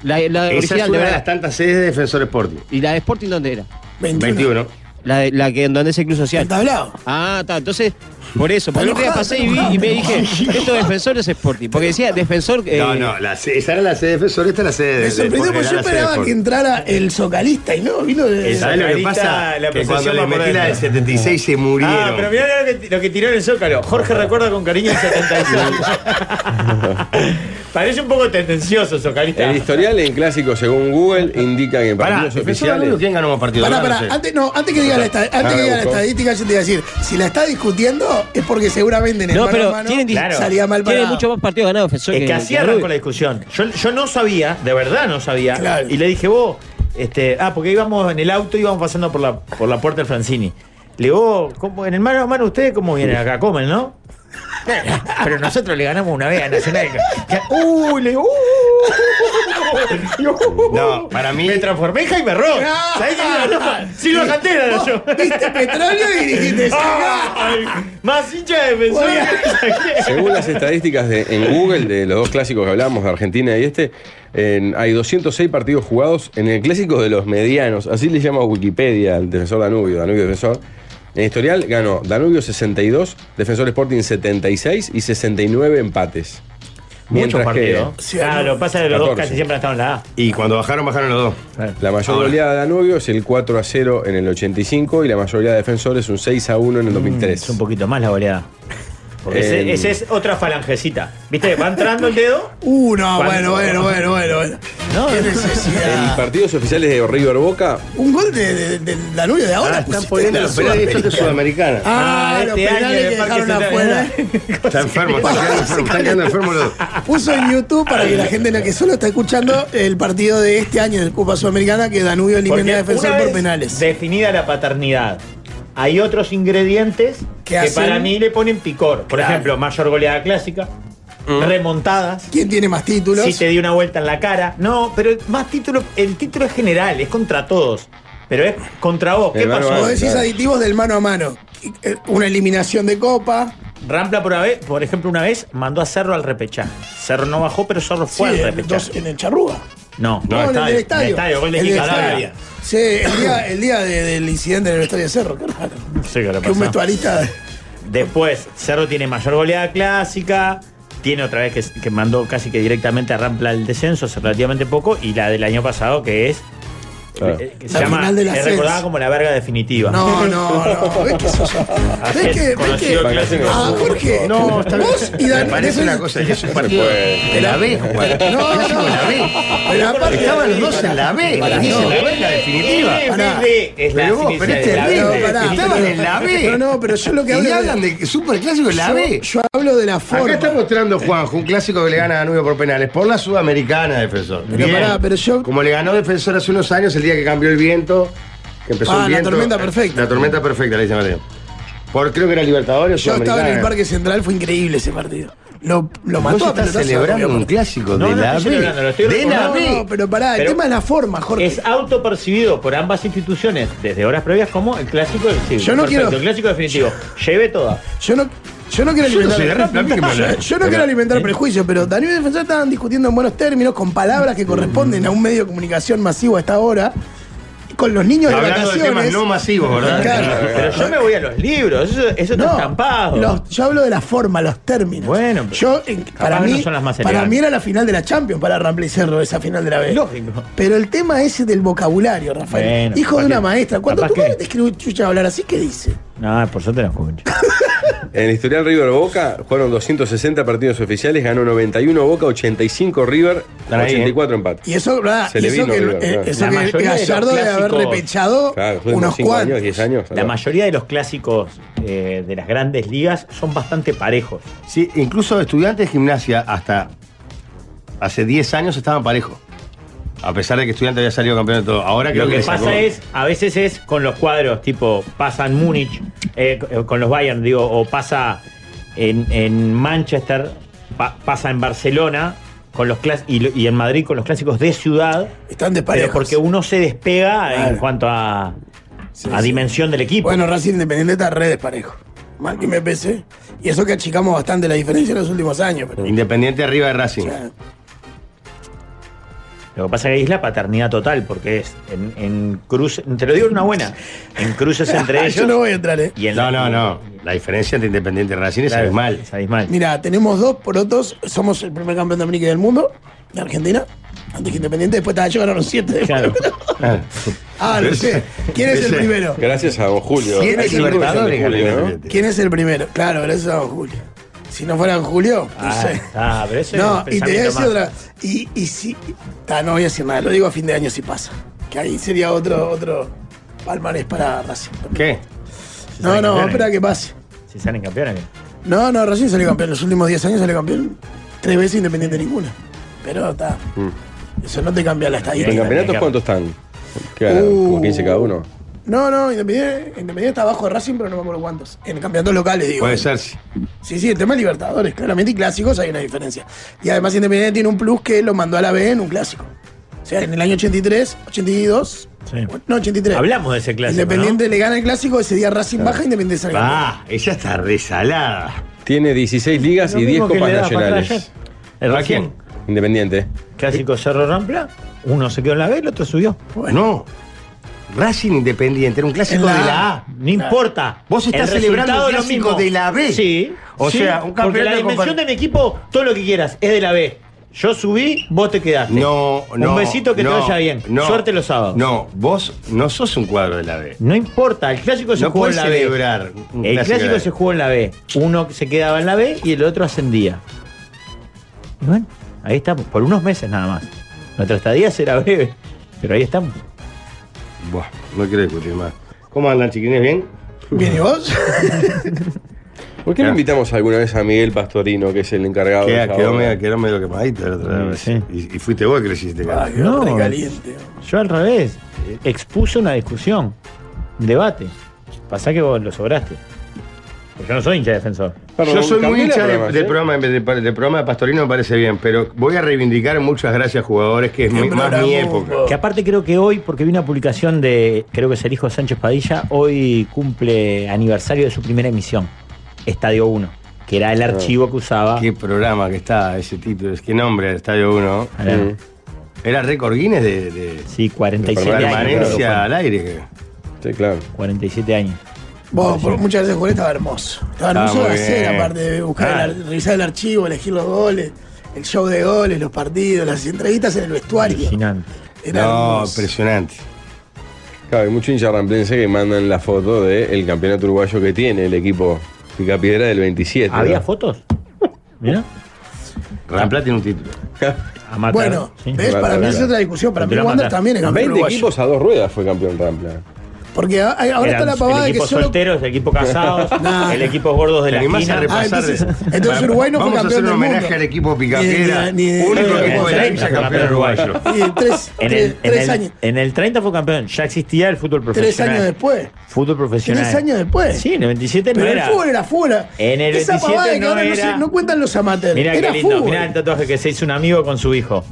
La, la Esa es original de una de verdad. las tantas sedes de Defensor Sporting. ¿Y la de Sporting dónde era? 21. La, de- la que en donde es el Club Social. Ah, está. Entonces, por eso. Porque el otro día pasé y vi y me dije, esto es defensor es Sporting. Porque decía defensor. eh, No, no, la se- esa era la sede de Defensor, esta es la sede de Me sorprendió de- porque yo era la sede de esperaba Sporting. que entrara el socalista y no, vino de. ¿Sabes lo que pasa? Que cuando le metí la del 76 se murieron. Ah, pero mirá lo que, lo que tiró en el Zócalo. Jorge recuerda con cariño el 76. Parece un poco tendencioso, Zócalista. El historial en clásico, según Google, indica que en partidos oficiales. ¿Quién ganó más partidos? Pará, pará, antes, no, antes que diga la, esta- antes que diga la estadística, yo te iba a decir, si la está discutiendo es porque seguramente en el No, mano a pero mano tienen dis- Claro. salía mal tienen parado. mucho más partidos ganados, defensor. Es que, así arrancó la discusión. Yo, yo no sabía, de verdad no sabía. Claro. Y le dije, vos, este, ah, porque íbamos en el auto, íbamos pasando por la, por la puerta del Francini. Le digo, vos, ¿cómo- en el mano a mano ustedes cómo vienen acá, comen, ¿no? Pero nosotros le ganamos una vez a Nacional. Uy, le digo, No, para mí. Me transformé en Jaime Ross. Ah. ¿Sabés quién era? No, Silva Cantera era yo. Vos viste petróleo y dijiste, "Ah". Ay, Más hincha de defensor. Según las estadísticas de, en Google de los dos clásicos que hablamos, de Argentina y este, en- hay 206 partidos jugados en el clásico de los medianos. Así le llama Wikipedia al defensor Danubio, Danubio Defensor. En historial ganó Danubio 62, Defensor Sporting 76 y 69 empates. Muchos partidos. que- Claro, pasa que los dos 14. casi siempre han estado en la A. Y cuando bajaron, bajaron los dos. La mayor Ahora. goleada de Danubio es el 4 a 0 en el 85 y la mayoría de Defensor es un 6 a 1 en el 2003. Mm, es un poquito más la goleada. Porque ese- esa es otra falangecita. ¿Viste? Va entrando el dedo. Uh, no, Cuando- bueno, bueno, bueno, bueno, bueno. Qué necesidad. Ah. En partidos oficiales de River Boca, Un gol de, de, del Danubio de Ah, ahora. pusiste en la Sudamericana. Ah, los penales que dejaron afuera. Está enfermo, está quedando enfermo, están quedando enfermos los dos. Puso en YouTube para que la gente en la que solo está escuchando el partido de este año del Copa Sudamericana que Danubio elimina Porque a Defensor una por vez penales. Definida la paternidad. Hay otros ingredientes que hacen? para mí le ponen picor. Por Claro. ejemplo, mayor goleada clásica, Mm. remontadas. ¿Quién tiene más títulos? Si te di una vuelta en la cara. No, pero más título, el título es general, es contra todos. Pero es contra vos. ¿Qué pasó? Vos decís aditivos del mano a mano. Eh, Una eliminación de Copa. Rampla, por, ave- por ejemplo, una vez mandó a Cerro al repechaje. Cerro no bajó, pero Cerro fue Sí, al en, repechaje. dos- en el Charrúa. No, No, en el estadio. En el estadio, gol de En el Kika estadio. Arabia. Sí, el día, el día de- del incidente en el Estadio Cerro, qué raro. No sé qué le Que un pasó. vestuarista. Después, Cerro tiene mayor goleada clásica. Tiene otra vez que, que mandó casi que directamente a Rampla el descenso hace relativamente poco. Y la del año pasado, que es. eh, que se La llama. final del es ascenso. recordada como la verga definitiva. No, no, no. ¿Ves que sos Así ¿Ves es, que, ves conocido que... clásico. Ah, Jorge. No, está bien. Vos y Dan. Me parece una cosa que es un partido de la B, Juan. No, no, Clásico de la B. Pero aparte- Estaban los dos en la B. Pará, Y es no. en la B la definitiva. Es Pará. B, es la Pero vos, definitiva pero este de es la B. B. Pará, Estaban pero- en la B. No, no, pero yo lo que Y hablo. hablan de superclásico en la Yo- B. Yo hablo de la forma. Acá está mostrando Juanjo un clásico que le gana a Danubio por penales, por la Sudamericana, defensor. Pero Bien. pará, pero yo- Como le ganó defensor hace unos años, el día que cambió el viento, que empezó Ah, el la viento. tormenta perfecta. La tormenta perfecta, le dicen Mateo. Por creo que era Libertadores o Yo estaba en el Sudamericana. Parque Central, fue increíble ese partido. Lo, lo Vos mató a estás pelotazo, celebrando pero- un clásico No, de no la estoy B. celebrando, lo estoy de la recordando. B. No, no, pero pará, el Pero- tema es la forma, Jorge. Es autopercibido por ambas instituciones desde horas previas como el clásico del siglo. Yo no Perfecto, quiero- El clásico definitivo. Lleve toda. Yo no, yo no quiero Yo no alimentar, soy de Rampla, a mí que me habla. Yo- yo no quiero alimentar prejuicios, pero Danilo y Defensor estaban discutiendo en buenos términos, con palabras que corresponden a un medio de comunicación masivo a esta hora, con los niños de Hablando de vacaciones. temas no masivos, ¿verdad? Claro. Pero yo me voy a los libros. Eso, eso No, está estampado. los- yo hablo de la forma, los términos. Bueno, yo, en- para, que mí, no son las más para elegantes. mí era la final de la Champions para Rampla y Cerro, esa final de la B. Lógico. Pero el tema ese del vocabulario, Rafael. Bueno, Hijo capaz de una que- maestra. Cuando capaz tu que- padre te escribe un chucha a hablar así, ¿qué dice? No, por suerte no fue mucho. En el historial River Boca jugaron 260 partidos oficiales, ganó 91 Boca, 85 River, Están ahí, eh. 84 empates. Y eso, ¿verdad? Se y le eso vino que, River, eh, claro. eso La que mayoría de los Gallardo debe haber clásicos- repechado Claro, fue unos 5 cuantos. años, 10 años. La mayoría de los clásicos eh, de las grandes ligas son bastante parejos. Sí, incluso estudiantes de gimnasia hasta hace 10 años estaban parejos. A pesar de que estudiante había salido campeón de todo. Ahora creo Lo que le sacó- pasa es, a veces es con los cuadros, tipo, pasan Múnich, eh, con los Bayern, digo, o pasa en, en Manchester, pa- pasa en Barcelona, con los clas- y, lo- y en Madrid con los clásicos de ciudad, Están de pero porque uno se despega en Claro. cuanto a, a dimensión del equipo. Bueno, Racing Independiente está re desparejo. Mal que me pese. Y eso que achicamos bastante la diferencia en los últimos años. Pero Independiente arriba de Racing. Lo que pasa es que es la paternidad total, porque es en, en cruces, te lo digo en una buena, en cruces entre ellos. Yo no voy a entrar, ¿eh? no, no, no. La diferencia entre Independiente y Racing es Claro, abismal. Es abismal. Mira, tenemos dos porotos. Somos el primer campeón de América y del mundo, de Argentina. Antes que Independiente, después te llegaron siete. de vuelta. Ah, no sé. ¿Quién es el primero? Gracias a vos, Julio. ¿Quién es Gracias el a vos, Libertadores, Julio, ¿no? ¿Quién es el primero? Claro, gracias a don Julio. Si no fuera don Julio, no Ah, sé. ah, pero ese No, es un y te voy a decir pensamiento otra. Y, y si. Ta, no voy a decir nada, lo digo a fin de año si pasa. Que ahí sería otro, otro palmarés para Racing. ¿Qué? No, salen no, campeones. espera que pase. Si salen campeones. No, no, Racing salió campeón. Los últimos 10 años salió campeón tres veces independiente de ninguna. Pero está. Mm. Eso no te cambia la estadística. ¿En campeonatos cuántos están? ¿Qué ganaron? ¿Como Uh. 15 cada uno? No, no, Independiente, Independiente está abajo de Racing, pero no me acuerdo cuántos. En campeonatos locales, digo. Puede ser. sí. Sí, sí, el tema de Libertadores, claramente, y clásicos hay una diferencia. Y además Independiente tiene un plus que lo mandó a la B en un clásico. O sea, en el año 83, 82, no, 83. Hablamos de ese clásico. Independiente le gana el clásico, ese día Racing baja, Independiente sale campeón. Ah, ella está resalada. Tiene 16 ligas Lo y 10 mismo que copas le daba para atrás nacionales. ¿A quién? Independiente. Eh, Eh. Clásico Cerro Rampla, uno se quedó en la B, el otro subió. No. Racing Independiente era un clásico En la de A. la A. Ah, No importa. Ah, Vos estás El celebrando resultado el es lo clásico mismo. de la B. Sí. O sí, sea, un Porque campeonato la dimensión compar- de mi equipo, todo lo que quieras, es de la B. Yo subí, vos te quedaste. No, no. Un besito que no, te vaya bien. no. Suerte los sábados. No, vos no sos un cuadro de la B. No importa, el clásico se No jugó en puedes la celebrar. B. un El de la clásico B. se jugó en la B. Uno se quedaba en la B y el otro ascendía. Y bueno, ahí estamos, por unos meses nada más. Nuestra estadía será breve, pero ahí estamos. Buah, no quiero discutir más. ¿Cómo andan, chiquines? ¿Bien? ¿Viene vos? ¿Por Ah. qué no invitamos alguna vez a Miguel Pastorino, que es el encargado de Queda- esa quedó, obra? medio, quedó medio quemadito la otra vez. Y, y fuiste vos que le hiciste quedar. No, recaliente. yo al revés. Expuse una discusión, un debate. Pasa que vos lo sobraste. Porque yo no soy hincha defensor. Yo soy muy hincha de, de programa, de, de programa de Pastorino, me parece bien, pero voy a reivindicar muchas gracias, jugadores, que es mi- más mi época. Que aparte creo que hoy, porque vi una publicación de, creo que es el hijo de Sánchez Padilla, hoy cumple aniversario de su primera emisión, Estadio 1, que era el archivo que usaba. Ah. Qué programa que está ese título, es qué nombre, Estadio 1. Era- Mm, Era récord Guinness de, de- Sí, de 47 años. permanencia creo que fue. al aire. creo. Sí, claro. 47 años. Vos, por- muchas veces jugué, estaba hermoso. Estaba Estaba hermoso de muy hacer, bien. aparte de buscar, Ah. el ar- revisar el archivo, elegir los goles, el show de goles, los partidos, las entrevistas en el vestuario. Fascinante. Era no, hermoso. impresionante. Claro, hay muchos hinchas ramplenses que mandan la foto del campeonato uruguayo que tiene el equipo Picapiedra del 27. ¿no? ¿Había fotos? Mira. Rampla tiene un título. Amateur, Bueno, sí. ¿ves? Claro, Para mí claro. es otra discusión. Para mí Te la Wander mataste. también es campeón 20 uruguayo. equipos a dos ruedas fue campeón Rampla. Porque a- a- ahora Eran está la pavada el de que equipo solo. solteros, el equipo casados, Nah. el equipo gordos de ¿Te la animás a esquina. repasar? Ah, entonces, de- entonces Para- Uruguay no fue Vamos a hacer campeón un del homenaje mundo. al equipo Ni- Picapiedra, ni- ni- único ni- equipo de la ni- hincha ni- campeón ni- uruguayo. Y tres, En tres- el, en, tres el, años. en el 30 fue campeón, ya existía el fútbol profesional. Tres años después. Fútbol profesional. Tres años después. Sí, en el 27 Pero no el era. fútbol era fútbol. En el Esa 27 pavada de que no ahora no, era- se- no cuentan los amateurs. Mirá era qué lindo, fútbol. mirá el tatuaje que se hizo un amigo con su hijo.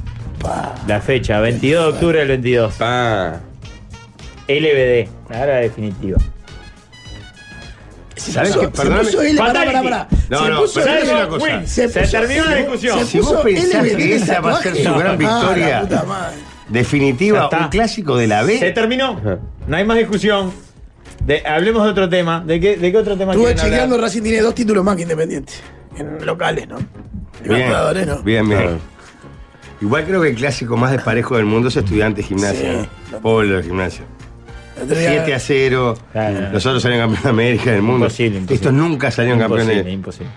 La fecha, 22 de octubre del 22. Ah, LBD, la hora definitiva. Se ¿Sabés puso- qué? se Perdóname. puso L, pará, Fatality. pará, pará. No, se no, puso pero L- ¿sabés una cosa? Win, Se, Se puso- terminó la se- discusión. se Si vos puso pensás LBD que esa va a ser tatuaje. su gran Ah, victoria. la puta madre. Definitiva, Ya está. un clásico de la Se B. terminó. No hay más discusión. De- hablemos de otro tema. ¿De qué, de qué otro tema Estuve quieren hablar? chequeando, Racing tiene dos títulos más que Independiente. En locales, ¿no? Bien, Libertadores, ¿eh? ¿no? bien, bien. Igual creo que el clásico más desparejo del mundo es estudiantes gimnasia. Sí. ¿no? Pueblo de gimnasia. El otro día- 7 a 0. Claro. Nosotros salieron campeón de América del mundo. Imposible, imposible. Estos nunca salieron campeones. Imposible, imposible.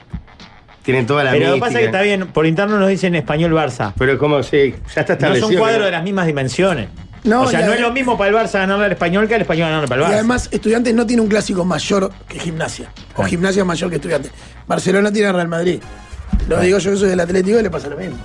Tienen toda la Pero lo que mística. pasa es que está bien, por interno nos dicen español Barça. Pero como sí, ya está No establecido. son cuadros de que- las mismas dimensiones. No, o sea, y no adem- es lo mismo para el Barça ganarle al español que al español ganarle para Y el Barça. además, Estudiantes no tiene un clásico mayor que Gimnasia. O Gimnasia mayor que Estudiantes. Barcelona tiene a Real Madrid. Lo digo yo que soy del Atlético y le pasa lo mismo.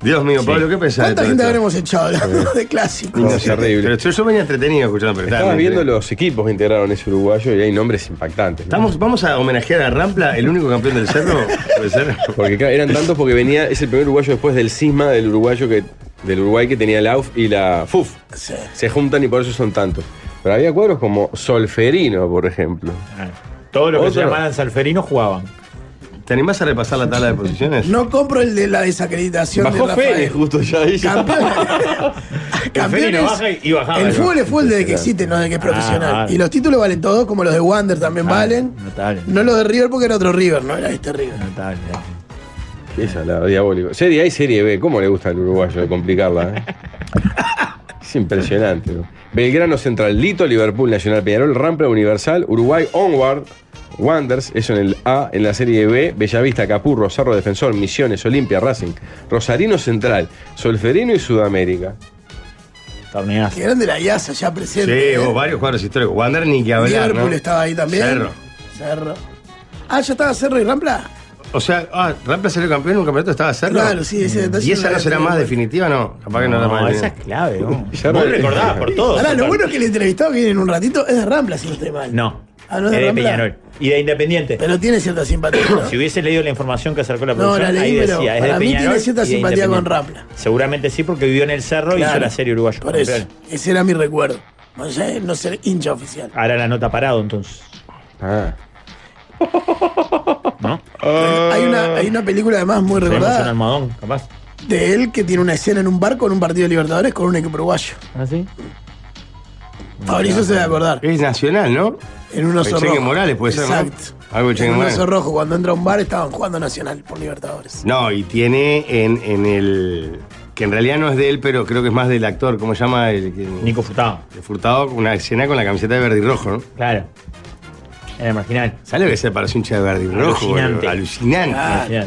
Dios mío, Pablo, ¿qué pensás? de ¿Cuánta todo gente esto? habremos echado hablando de clásicos? No, es terrible. Pero yo, yo venía entretenido escuchando, pero estaba Estaba muy viendo entretenido. los equipos que integraron ese uruguayo y hay nombres impactantes. ¿no? Estamos, vamos a homenajear a Rampla, el único campeón del cerro. ¿Puede ser? Porque claro, eran tantos porque venía, es el primer uruguayo después del cisma del uruguayo que del Uruguay que tenía la UF y la FUF. Se juntan y por eso son tantos. Pero había cuadros como Solferino, por ejemplo. Todos los que se Otro. llamaban Salferino jugaban. ¿Te animás a repasar la tabla de posiciones? No compro el de la desacreditación de Bajó Rafael. Félix justo ya ahí. Campeón. Campeones, el fútbol es fútbol desde que existe, no Ah, desde que es profesional. vale. Y los títulos valen todos, como los de Wander también valen. Notable. No los de River porque era otro River, no era este River. Notable. Qué salado, diabólico. Serie A y Serie B, ¿cómo le gusta al uruguayo de complicarla? eh? es impresionante. ¿no? Belgrano Central, Lito, Liverpool, Nacional Peñarol, Rampla Universal, Uruguay Onward, Wanders, eso en el A, en la Serie B, Bellavista, Capurro, Cerro Defensor, Misiones, Olimpia, Racing, Rosarino Central, Solferino y Sudamérica. Que eran de la IASA ya presente. Sí, vos, varios cuadros históricos. Wander ni que hablar, eh, Liverpool ¿no? estaba ahí también. Cerro. Cerro. Ah, ya estaba Cerro y Rampla. O sea, ah, Rampla salió campeón en un campeonato, estaba cerca. Claro, sí, ese detalle ¿Y esa no no lo será había más tenido. definitiva? No, capaz que no, era Ah, No, más esa es clave, ¿no? Vos recordabas por todo. Ahora, lo bueno es que el entrevistado que viene en un ratito es de Rampla, si no estoy mal. No. Ah, no es de es de Rambla. Peñarol. Y de Independiente. Pero tiene cierta simpatía. ¿no? Si hubiese leído la información que acercó la No, producción, la leí, ahí pero decía, es de para mí Peñarol tiene cierta y de simpatía con Independiente. Rampla. Seguramente sí, porque vivió en el cerro y Claro. hizo la serie uruguaya. Por eso. Ese era mi recuerdo. No sé, no ser hincha oficial. Ahora la nota parado, entonces. Ah. Ah. Hay una, hay una película además muy Tenemos un recordada almohadón, capaz. de él que tiene una escena en un barco en un partido de Libertadores con un equipo uruguayo. ¿Ah, sí? Fabricio se debe acordar. Es nacional, ¿no? En un oso El Cheque rojo. Morales puede ser, ¿no? Exacto. Algo de Cheque En un oso Morales. rojo, cuando entra a un bar estaban jugando Nacional por Libertadores. No, y tiene en, en el. que en realidad no es de él, pero creo que es más del actor, ¿cómo se llama? El, el- Nico Furtado. el Furtado, una escena con la camiseta de verde y rojo, ¿no? Claro. En el marginal. ¿Sabes lo que se parece un hincha de verde y rojo? boludo? Alucinante. Alucinante.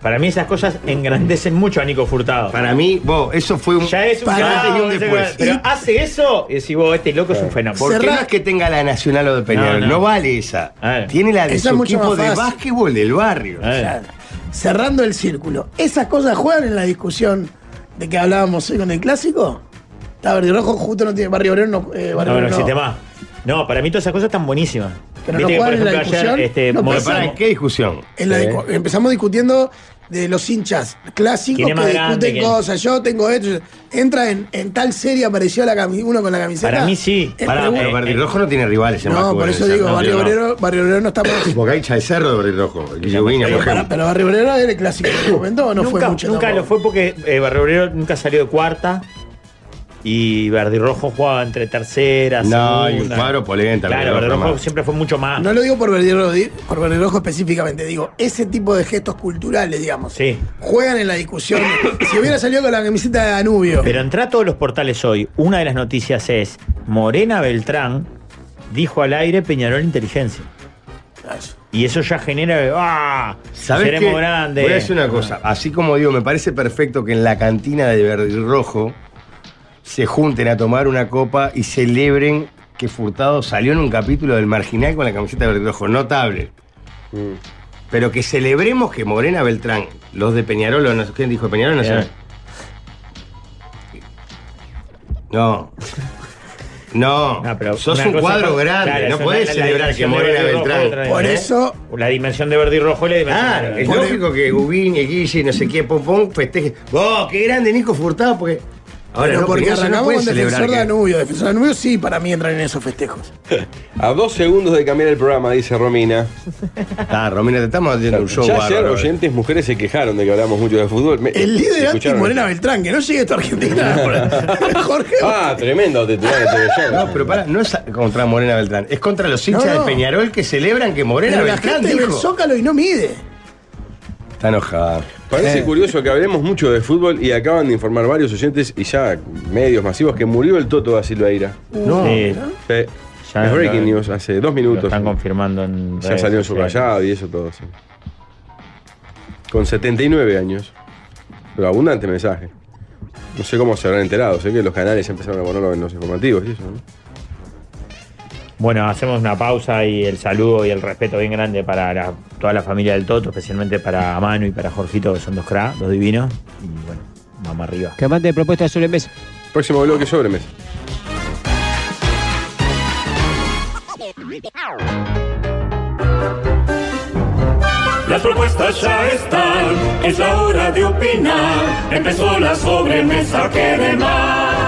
Para mí esas cosas engrandecen mucho a Nico Furtado. Para mí, vos, eso fue un. Ya es un Para- grande, y un ese después. grande. Pero hace eso y decís vos, este loco es un fenómeno. Porque no es que tenga la nacional o de Peñarol, No, no, no. vale esa. Tiene la de Esa es su mucho más equipo de fácil. básquetbol del barrio. Claro. Cerrando el círculo. ¿Esas cosas juegan en la discusión de que hablábamos hoy con el clásico? Está verde y rojo, justo no tiene barrio obrero, no, eh, barrio No, no, Obrero no. existe más. No, para mí todas esas cosas están buenísimas. Pero Viste no que, juegan por en la ejemplo, ayer, discusión, este, no Moreno- ¿Para qué discusión? Eh, En la discu- empezamos discutiendo de los hinchas ¿Quién clásicos es que más discuten grande? ¿Quién? cosas. Yo tengo esto. yo- Entra en, en tal serie apareció la cami- uno con la camiseta. Para mí sí. Es Pará, pregunta- pero Verde y eh. Rojo no tiene rivales en no, básquetbol por en eso esa- digo, no, barrio, no. obrero, barrio obrero no está por Porque hay hincha de cerro de Verde y Rojo. El Guilloviña, por ejemplo. Pero barrio obrero era el clásico en ese momento o no nunca, fue mucho. nunca tampoco? lo fue porque eh, Barrio Obrero nunca salió de cuarta y Verde y Rojo jugaba entre tercera, No, y segunda. Cuadro Polenta. Claro, Verde Verde Rojo Rojo más. siempre fue mucho más. No lo digo por verde, y rojo, di- por verde y rojo específicamente, digo, ese tipo de gestos culturales, digamos, Sí. juegan en la discusión. si hubiera salido con la camiseta de Danubio, Pero entra a todos los portales hoy. Una de las noticias es Morena Beltrán dijo al aire Peñarol Inteligencia. Y eso ya genera. ¡Ah! ¿Sabés Seremos qué? grandes. Voy a decir una cosa. Ah. Así como digo, me parece perfecto que en la cantina de Verde y Rojo se junten a tomar una copa y celebren que Furtado salió en un capítulo del Marginal con la camiseta de Verde y Rojo. Notable. Pero que celebremos que Morena Beltrán, los de Peñarol, o no sé quién dijo Peñarol, no sé. No. No, sos Una un cosa cuadro pa- grande, claro, no eso, podés la- la celebrar que dimensión de Morena verde y rojo otra Beltrán. vez, ¿eh? La dimensión de verde y rojo y la dimensión de Claro, verde y Ah, es rojo. lógico que Gubiñe, Guille, no sé qué, Pom Pom festeje. ¡Oh, qué grande Nico Furtado! Porque. Ahora Pero no, porque porque no, arrancamos puede con celebrar. Defensor que- Danubio. Defensor Danubio sí, para mí entran en esos festejos. A dos segundos de cambiar el programa, dice Romina. Ah, Romina, te estamos haciendo un show Ya ayer bárbaro. eh. oyentes mujeres se quejaron de que hablamos mucho de fútbol. Me- El líder anti escucharon- Morena Beltrán, que no llegue esto a Argentina. Jorge. Ah, tremendo. te- te- te- te- No, pero pará, no es contra Morena Beltrán, es contra los hinchas No, no. de Peñarol que celebran que Morena Pero la Beltrán gente ve el dijo. Zócalo y no mide. Está enojada. Parece Eh. curioso que hablemos mucho de fútbol y acaban de informar varios oyentes y ya medios masivos que murió el Toto da Silveira. No. Sí. Sí. Ya es lo- breaking news hace dos Lo minutos. están confirmando en. Ya redes salió en su sociales. callado y eso todo. sí. Con 79 años. Pero abundante mensaje. No sé cómo se habrán enterado. Sé que los canales empezaron a ponerlo en los informativos y eso, ¿no? Bueno, hacemos una pausa y el saludo y el respeto bien grande para la- toda la familia del Toto, especialmente para Manu y para Jorgito, que son dos cra, dos divinos. Y bueno, vamos arriba. Que mande propuestas sobre mesa. Próximo bloque sobre mesa. La las propuestas ya están, es la hora de opinar. Empezó la sobremesa que de más.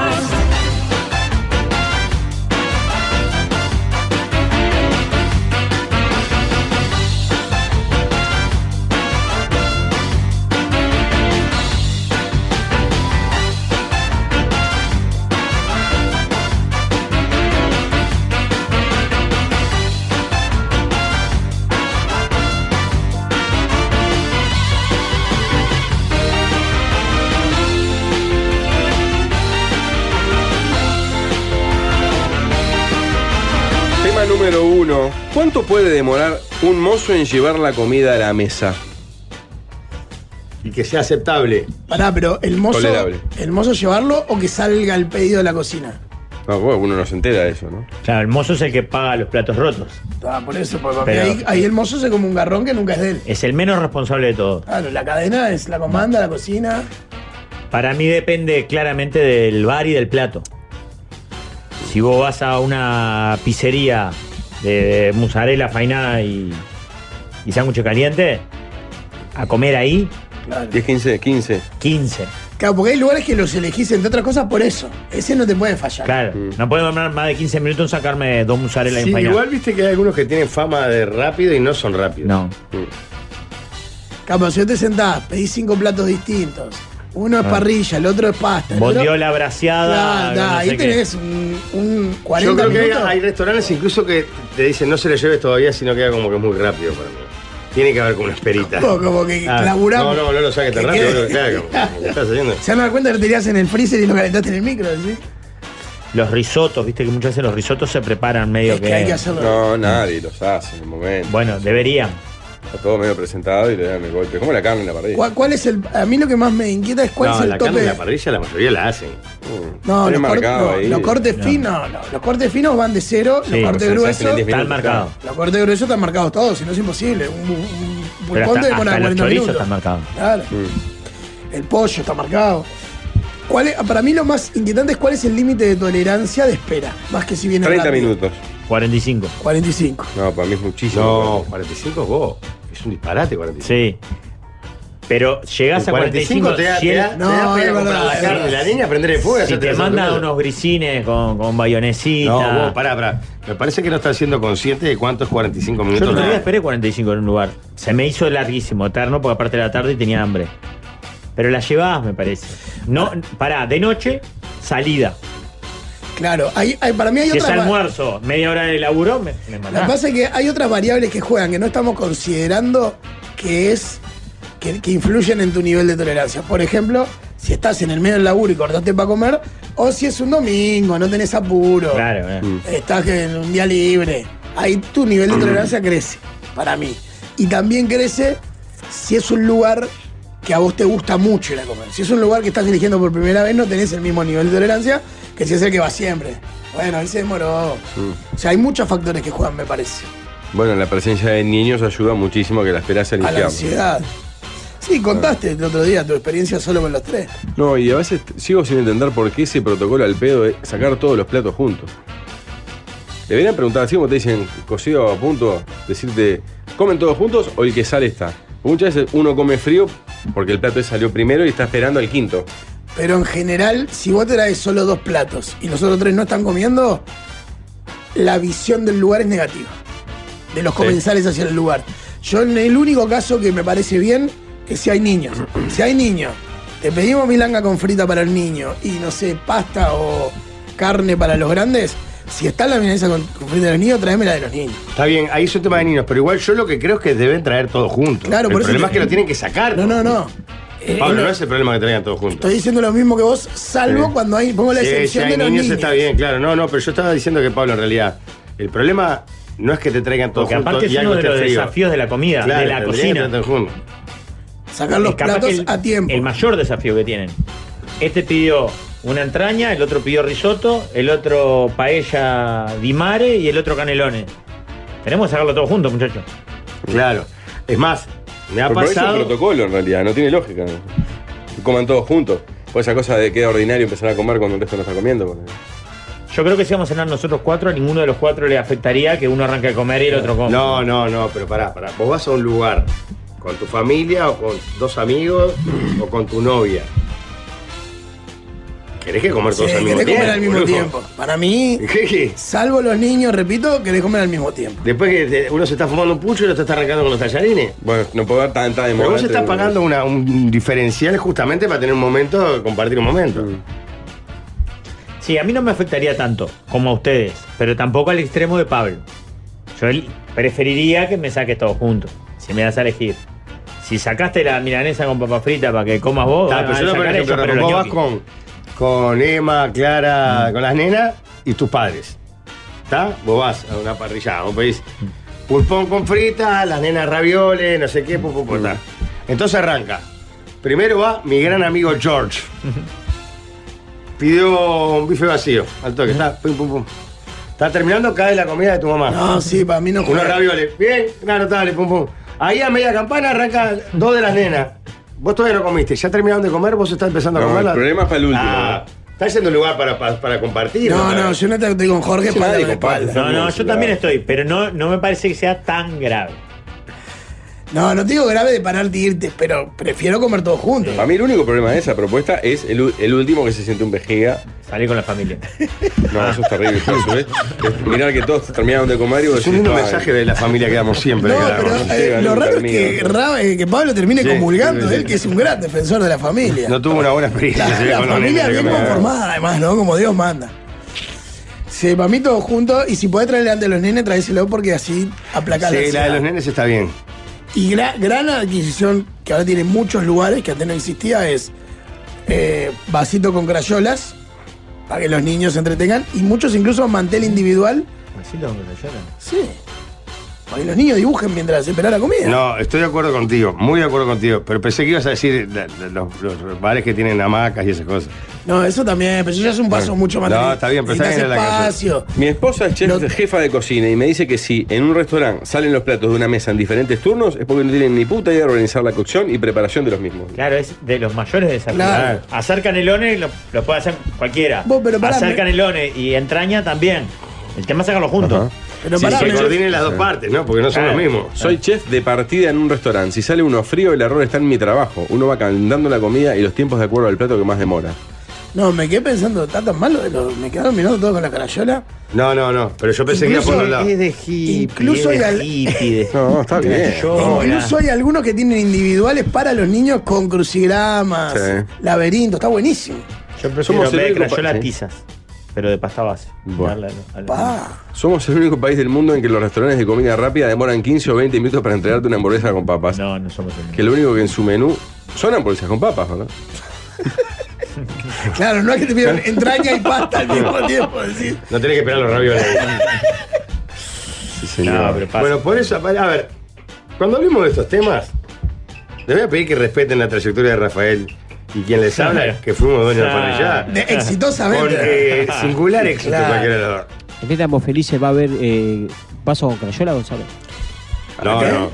Tema número uno. ¿Cuánto puede demorar un mozo en llevar la comida a la mesa? Y que sea aceptable. Pará, pero el mozo. Tolerable. ¿El mozo llevarlo o que salga el pedido de la cocina? No, Ah, bueno, uno no se entera de eso, ¿no? Claro, el mozo es el que paga los platos rotos. Ah, por eso, porque Pero- ahí, ahí el mozo se come un garrón que nunca es de él. Es el menos responsable de todo. Claro, la cadena es la comanda, la cocina. Para mí depende claramente del bar y del plato. Si vos vas a una pizzería de mozzarella, fainada y, y sándwich caliente, a comer ahí. 10, 15, 15. 15. Claro, porque hay lugares que los elegís, entre otras cosas, por eso. Ese no te puede fallar. Claro, no puedo demorar más de 15 minutos en sacarme dos mozzarella Sí, en fainada. igual viste que hay algunos que tienen fama de rápido y no son rápidos. No. Capo, si vos te sentás, pedís cinco platos distintos. Uno es Ah. parrilla, el otro es pasta. el Bondiola otro- braseada. Claro, da, no ahí sé qué. tenés un, un 40 Yo creo que minutos. hay, hay restaurantes incluso que te dicen no se lo lleves todavía, sino queda como que es muy rápido para mí. Tiene que haber como unas peritas. Como- como que Ah, laburamos. No, no, no lo saques tan Que rápido. quede- boludo, claro, como- como estás haciendo. Se van a dar cuenta que lo tenías en el freezer y lo calentaste en el micro, ¿sí? Los risotos, viste que muchas veces los risotos se preparan medio que. No, nadie los hace en el momento. Bueno, deberían. Está todo medio presentado y le dan el golpe. Es como la carne en la parrilla. ¿Cuál, cuál es el, a mí lo que más me inquieta es cuál Ah, No, es el la tope. carne en la parrilla la mayoría la hacen. Mm. No, los, cort- no, los cortes No. finos, no, los cortes finos van de cero, Sí, los o sea, cortes se gruesos. hacen en 10 minutos, Están marcados. Los cortes gruesos están marcados todos, si no es imposible. Un, bu- un Pero pulpón hasta, te demora hasta los 40 chorizos minutos. están marcados. Claro. El pollo está marcado. ¿Cuál es- para mí lo más inquietante es cuál es el límite de tolerancia de espera, más que si viene 30 rápido. minutos. 45. 45. No, para mí es muchísimo. No, 45 vos. Es un disparate 45. Sí. Pero llegás a 45, te da, si te él- da- te da pega comprar la carne de la niña, prender el fuego y Si hacerte te la manda salmonela. unos grisines con, con bayonesita. No, vos, pará, pará. Me parece que no estás siendo consciente de cuántos 45 Yo el minutos. otro día nada. esperé 45 en un lugar. Se me hizo larguísimo, eterno, porque aparte de la tarde y tenía hambre. Pero la llevabas, me parece. No, Ah. pará, de noche, salida. Claro, hay, hay- para mí hay Si es otra va- almuerzo, media hora de laburo, me, Lo me que mandás. pasa es que hay otras variables que juegan que no estamos considerando que es que, que influyen en tu nivel de tolerancia. Por ejemplo, si estás en el medio del laburo y cortaste para comer, o si es un domingo, no tenés apuro, Claro, eh. Mm. estás en un día libre. Ahí tu nivel de tolerancia crece, para mí. Y también crece si es un lugar que a vos te gusta mucho ir a comer. Si es un lugar que estás eligiendo por primera vez, no tenés el mismo nivel de tolerancia que si es el que va siempre. Bueno, él se demoró. O sea, hay muchos factores que juegan, me parece. Bueno, la presencia de niños ayuda muchísimo a que la espera sea A la ligeramente. ansiedad. Sí, contaste el otro día tu experiencia solo con los tres. No, y a veces t- sigo sin entender por qué ese protocolo al pedo de sacar todos los platos juntos. Deberían preguntar así como te dicen, cocido a punto, decirte, ¿comen todos juntos o el que sale está? Muchas veces uno come frío porque el plato ese salió primero y está esperando al quinto. Pero en general, si vos traes solo dos platos y los otros tres no están comiendo, la visión del lugar es negativa. De los Sí. comensales hacia el lugar. Yo en el único caso que me parece bien es si hay niños. Si hay niños, te pedimos milanga con frita para el niño y no sé, pasta o carne para los grandes. Si está la milanesa con, con frita de los niños, tráeme la de los niños. Está bien, ahí es un tema de niños, pero igual yo lo que creo es que deben traer todos juntos. Claro, el por eso problema te- es que lo tienen que sacar. No, no, no. Eh, Pablo, no- no es el problema que traigan todos juntos. Estoy diciendo lo mismo que vos, salvo Sí. cuando hay, pongo la Sí, excepción si hay de los niños, niños. está bien, claro. No, no, pero yo estaba diciendo que Pablo, en realidad, el problema no es que te traigan todos Porque juntos. aparte es y algo uno de esté los frío. desafíos de la comida, Claro, de tendrían la que cocina. estar todos juntos. Sacar los Es capaz platos que el- a tiempo. El mayor desafío que tienen. Este pidió una entraña, el otro pidió risotto, el otro paella di mare y el otro canelones. Tenemos que sacarlo todo juntos, muchachos. Claro. Es más, me ha Pero por eso pasado. es un protocolo en realidad, no tiene lógica. Que coman todos juntos. O esa cosa de que es ordinario empezar a comer cuando el resto no está comiendo. porque- Yo creo que si vamos a cenar nosotros cuatro, a ninguno de los cuatro le afectaría que uno arranque a comer y el otro coma. No, no, no, pero pará, pará. Vos vas a un lugar con tu familia o con dos amigos o con tu novia. ¿Querés que comer todos Sí, al mismo querés tiempo? comer al mismo boludo? tiempo. Para mí, salvo los niños, repito, querés comer al mismo tiempo. Después que te- uno se está fumando un pucho y otro está arrancando con los tallarines. Bueno, no puedo dar tanta Pero demora. vos estás pagando una- un diferencial justamente para tener un momento, compartir un momento. Sí, a mí no me afectaría tanto como a ustedes, pero tampoco al extremo de Pablo. Yo el- preferiría que me saques todos juntos, si me das a elegir. Si sacaste la milanesa con papa frita para que comas vos, Está, bueno, Ah, pero yo, van a por eh, sacar ejemplo, ellos, pero Mm. Ramón, vos los vas ñoquis. con, con Emma, Clara, con las nenas y tus padres. ¿Está? Vos vas a una parrillada, vos pedís pulpón con frita, las nenas ravioles, no sé qué, pum, pum, pum, ta. Entonces arranca. Primero va mi gran amigo George. Pidió un bife vacío, al toque, está, pum, pum, pum. Está terminando, cae la comida de tu mamá. No, sí, para mí no Unos juega. ravioles. Bien, claro, dale, pum, pum. Ahí a media campana arranca dos de las nenas. Vos todavía no comiste, ya terminaron de comer, vos estás empezando a No, comer. el la- problema es para el último. Ah, estás yendo a un lugar para, para, para compartir. No, para- no, yo no te estoy con Jorge eh. Sí, espalda nadie con comparte. espalda. No, no, yo también estoy, pero no, no me parece que sea tan grave. No, no te digo grave de pararte y irte, pero prefiero comer todos juntos. Para mí el único problema de esa propuesta es el, u- el último que se siente un vejiga. Salir con la familia. No, eso es terrible. por eso, ¿ves? Es Mirar que todos terminaron de comer y vos Es un decís, lindo "Ah, mensaje de la familia que damos siempre. No, que pero, damos. eh, Lo raro es Pernido. que, Ra- eh, que Pablo termine Sí, comulgando, sí, sí. él que es un gran defensor de la familia. No tuvo una buena experiencia. La, sí, la con los familia nenes, bien digamos. conformada, además, ¿no? Como Dios manda. Sí, para mí todos juntos. Y si podés traerle antes a los nenes, traéselo porque así aplacás Sí, la de ansiedad. los nenes está bien. Y gra- gran adquisición que ahora tiene muchos lugares que antes no existía es eh, vasito con crayolas para que los niños se entretengan y muchos incluso mantel individual ¿Así lo lloran? Sí. para que los niños dibujen mientras esperan la comida. No, estoy de acuerdo contigo, muy de acuerdo contigo. Pero pensé que ibas a decir la- la- los, los bares que tienen hamacas y esas cosas. No, eso también, pero eso ya es un paso Bueno, mucho más no, lejos. está bien, pero está Necesitas bien en la canción. espacio. Mi esposa es chef, jefa de cocina y me dice que si en un restaurante salen los platos de una mesa en diferentes turnos es porque no tienen ni puta idea de organizar la cocción y preparación de los mismos. Claro, es de los mayores desafíos. Claro. Hacer canelones lo, lo puede hacer cualquiera. Vos, pero pará, hacer me- canelones y entraña también. El tema es sacarlo Pero juntos. Ah. Sí, pará, que me- coordinen las dos partes, ¿no? Porque no son Claro. los mismos. Soy chef de partida en un restaurante. Si sale uno frío, el error está en mi trabajo. Uno va calentando la comida y los tiempos de acuerdo al plato que más demora. No, me quedé pensando, está tan malo, de lo- me quedaron mirando todo con la crayola. No, no, no. Pero yo pensé Incluso que iba por otro lado. es de hippie, Incluso es de hay al- No, está bien. Oh, Incluso hay algunos que tienen individuales para los niños con crucigramas, Sí. laberinto, está buenísimo. Yo prefiero Somos en vez de el único crayolas pa- sí. tizas, pero de pasta base. Darle a- a- Somos el único país del mundo en que los restaurantes de comida rápida demoran 15 o 20 minutos para entregarte una hamburguesa con papas. No, no somos el único. Que lo único que en su menú son hamburguesas con papas, ¿verdad? Claro, no es que te pidan entraña y pasta al mismo tiempo. decís. No tenés que esperar los ravioles. No, pero pasa. Bueno, por eso, a ver, cuando hablemos de estos temas, les voy a pedir que respeten la trayectoria de Rafael y quien les habla, que fuimos dueños de la parrillada. De- exitosamente. Con eh, singular éxito Claro. cualquiera de los dos. En vez de Ambos Felices va a haber eh, vaso con crayola, Gonzalo. No, no.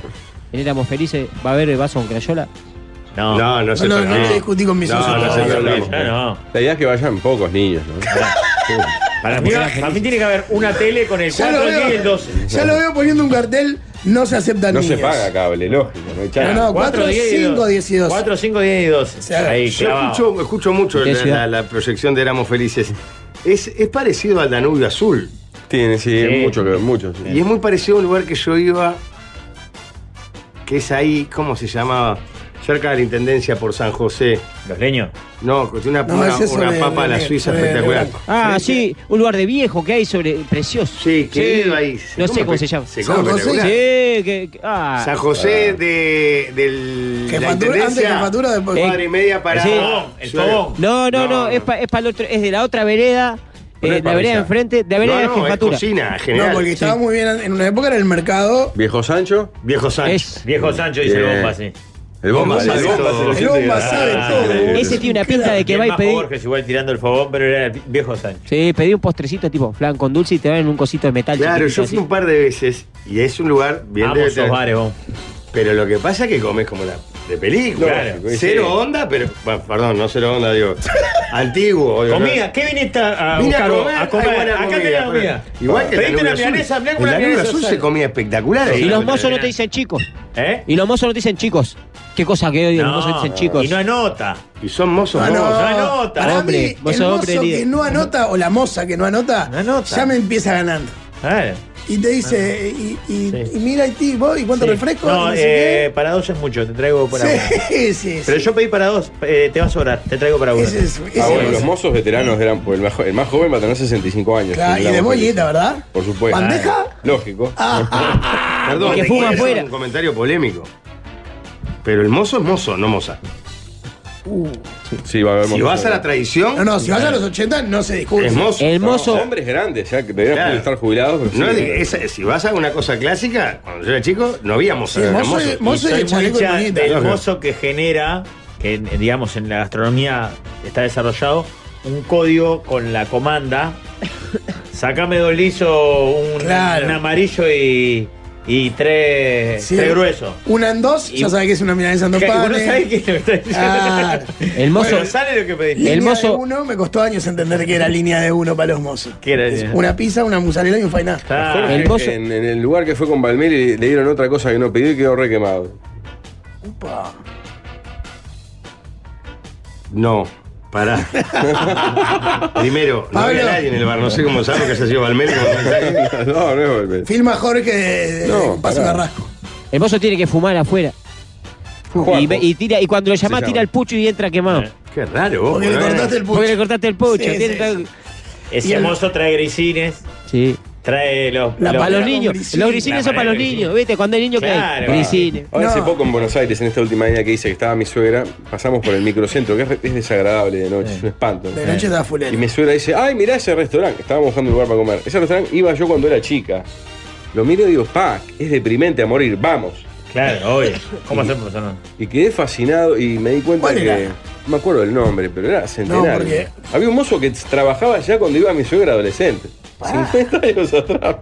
En el Ambos Felices va a haber eh, vaso con crayola. No, no, no se No, no, termina. no discutí con mis No, socios. no, No, se no, termina. no, La idea es que vayan pocos niños, ¿no? Para mí, para mí tiene que haber una tele con el Ya lo 4 aquí y el veo, 12. ya lo veo poniendo un cartel, no se aceptan No niños. se paga cable, lógico. No, hay No, chance. no, 4, 5, 10 y 12. 4, 5, 10 y 12. Ahí, Yo clavado. escucho, escucho mucho ¿Qué la, ciudad? la- la proyección de Éramos Felices. Es, es parecido al Danubio Azul. Tiene, sí, mucho que ver, mucho. sí. Y es muy parecido a un lugar que yo iba, que es ahí, ¿cómo se llamaba? Cerca de la Intendencia por San José. ¿Los leños? No, tiene una, No, una- es eso una de- papa a la de- Suiza de- espectacular. Ah, sí, un lugar de viejo que hay sobre. Precioso. Sí, que iba ahí. Se No come sé cómo espe- se llama. se come San José. Sí, espectacular. que. que- ah. San José de, del, la Intendencia. Cuadra y media para... Sí. Suena. No, no, no, es para el otro, es de la otra vereda, Pero eh, es la pa' vereda allá. de enfrente, de la vereda No, de no, es jefatura. cocina, en No, porque estaba muy bien en una época era el mercado. ¿Viejo Sancho? Viejo Sancho. Viejo Sancho dice Bien. el bomba, sí. El bomba, El Ah, el bomba, bomba, se el lo siente bomba que- sabe Ah, todo. increíble. Ese tiene una pinta de que el va y más pedí- Borges igual tirando el fogón, pero era el viejo Sancho. Sí, pedí un postrecito tipo flan con dulce y te dan un cosito de metal. Claro, chiquitito yo fui un par de veces y es un lugar bien Amo de esos bares, Pero lo que pasa es que comes como la De película. Claro. Cero onda, pero. bueno, perdón, no cero onda, digo. Antiguo, obvio. ¿no? Comida, ¿qué viniste a, a Vine a buscar? comer, a comer. hay buena Acá comida, tenés la pero- comida. Igual que en la Pediste una Nube Azul. milanesa blanca, En una la Nube milanesa Azul azul. se comía espectacular. ¿eh? Sí, Y ahí. los mozos no te dicen chicos. ¿Eh? Y los mozos no te dicen chicos. Qué cosa que hoy los mozos dicen chicos. Y no anota. Y son mozos, Ah, mozos. anota. Para Hombre, mí, vos el sos mozo hombre, que líder. no anota o la moza que no anota, anota. ya me empieza ganando. Eh, Y te Ah. dice, y, y- y mira, y, ti, vos, ¿y cuánto Sí. refresco? No, Y sé qué. eh, para dos es mucho, te traigo para uno. Sí, sí, Pero yo pedí para dos, eh, te va a sobrar, te traigo para uno. Ese es- ese Ah, bueno, es- los mozos veteranos eran. pues, El más, jo- el más joven va a tener 65 años. Claro, y de Tendríamos bollita, ¿verdad? que- Por supuesto. ¿Bandeja? Ah, Lógico. Perdón, que te fuma quiero hacer afuera. un comentario polémico. Pero el mozo es mozo, no moza. Sí, va a haber Si mozos. vas a la tradición. No, no, si vas a los 80 no se discute. Es mozo. El mozo- No, hombres grandes, ya que deberían Claro. estar jubilados. Pero No, sí. de- esa- si vas a una cosa clásica, cuando yo era chico, no había mozo. Pues Sí, era mozo mozo. es- mozo Soy es el muy chaleco hincha de Bonita. del mozo que genera, que en- digamos en la gastronomía está desarrollado, un código con la comanda. Sácame dos lisos, un, Claro. un amarillo y, y tres, Sí. tres gruesos. Una en dos, ya Y- sabes que es una milanesa en dos Que uno panes. sabe que me está diciendo. Ah, Claro. El mozo. Bueno, sale lo que pediste. Línea El mozo- de uno me costó años entender que era línea de uno para los mozos. ¿Qué era? Es una pizza, una mozzarella y un fainá. Claro. Jorge, el mozo- Ah, en, en el lugar que fue con Palmieri le dieron otra cosa que no pidió y quedó re quemado. No, pará. Primero, no había Pablo. nadie en el bar. No sé cómo sabe que se ha sido Valmeri. no, no es Palmieri. Filma Jorge de, de- No, con Paso pará. Carrasco. El mozo tiene que fumar afuera. Juaco. Y, ve- y tira, y cuando lo Se llama, llama. tira el pucho y entra quemado. Qué raro. vos, Porque le ¿no? cortaste el pucho. Porque le cortaste el pucho. Sí, tiene sí, tal- sí. Ese Y el- mozo trae grisines, Sí. trae los. La los- Para los Los niños. grisines. Los grisines son La para los grisines. niños. ¿Viste? Cuando hay niños que hay. Claro. Grisines. Ahora hace No. poco en Buenos Aires, en esta última idea que hice que estaba mi suegra, pasamos por el microcentro, que es, re- es desagradable de noche, es un espanto. De noche da Y fulero. mi suegra dice, ay, mirá ese restaurante. Estábamos buscando un lugar para comer. Ese restaurante iba yo cuando era chica. Lo miro y digo, pa, es deprimente a morir, vamos. Claro, obvio. ¿Cómo hacemos eso? No? Y quedé fascinado y me di cuenta ¿Cuál que. era? No me acuerdo del nombre, pero era centenario. porque- Había un mozo que trabajaba ya cuando iba mi suegra adolescente. 50 años atrás.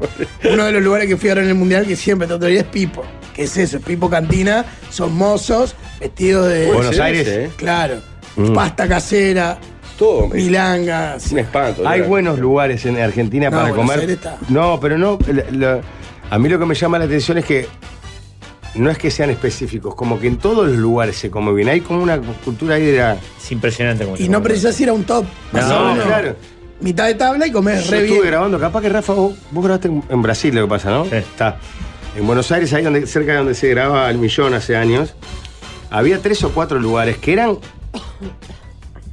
Uno de los lugares que fui ahora en el mundial que siempre te autoría es Pipo. ¿Qué es eso? Es Pipo Cantina, son mozos, vestidos de. Buenos Puede ser Aires. ese, ¿eh? Claro. Mm. Pasta casera, Todo. es milangas. Un espanto. Hay era. buenos lugares en Argentina No, para Buenos comer. Aires está. No, pero no. la- la- a mí lo que me llama la atención es que no es que sean específicos, como que en todos los lugares se come bien. Hay como una cultura ahí de la. Es impresionante como Y no precisas ir a un top. Pasá uno, claro. Mitad de tabla y comes Yo re estuve bien. grabando, capaz que Rafa, vos, vos grabaste en, en Brasil lo que pasa, ¿no? Sí. Está. En Buenos Aires, ahí donde, cerca de donde se graba El Millón hace años, había tres o cuatro lugares que eran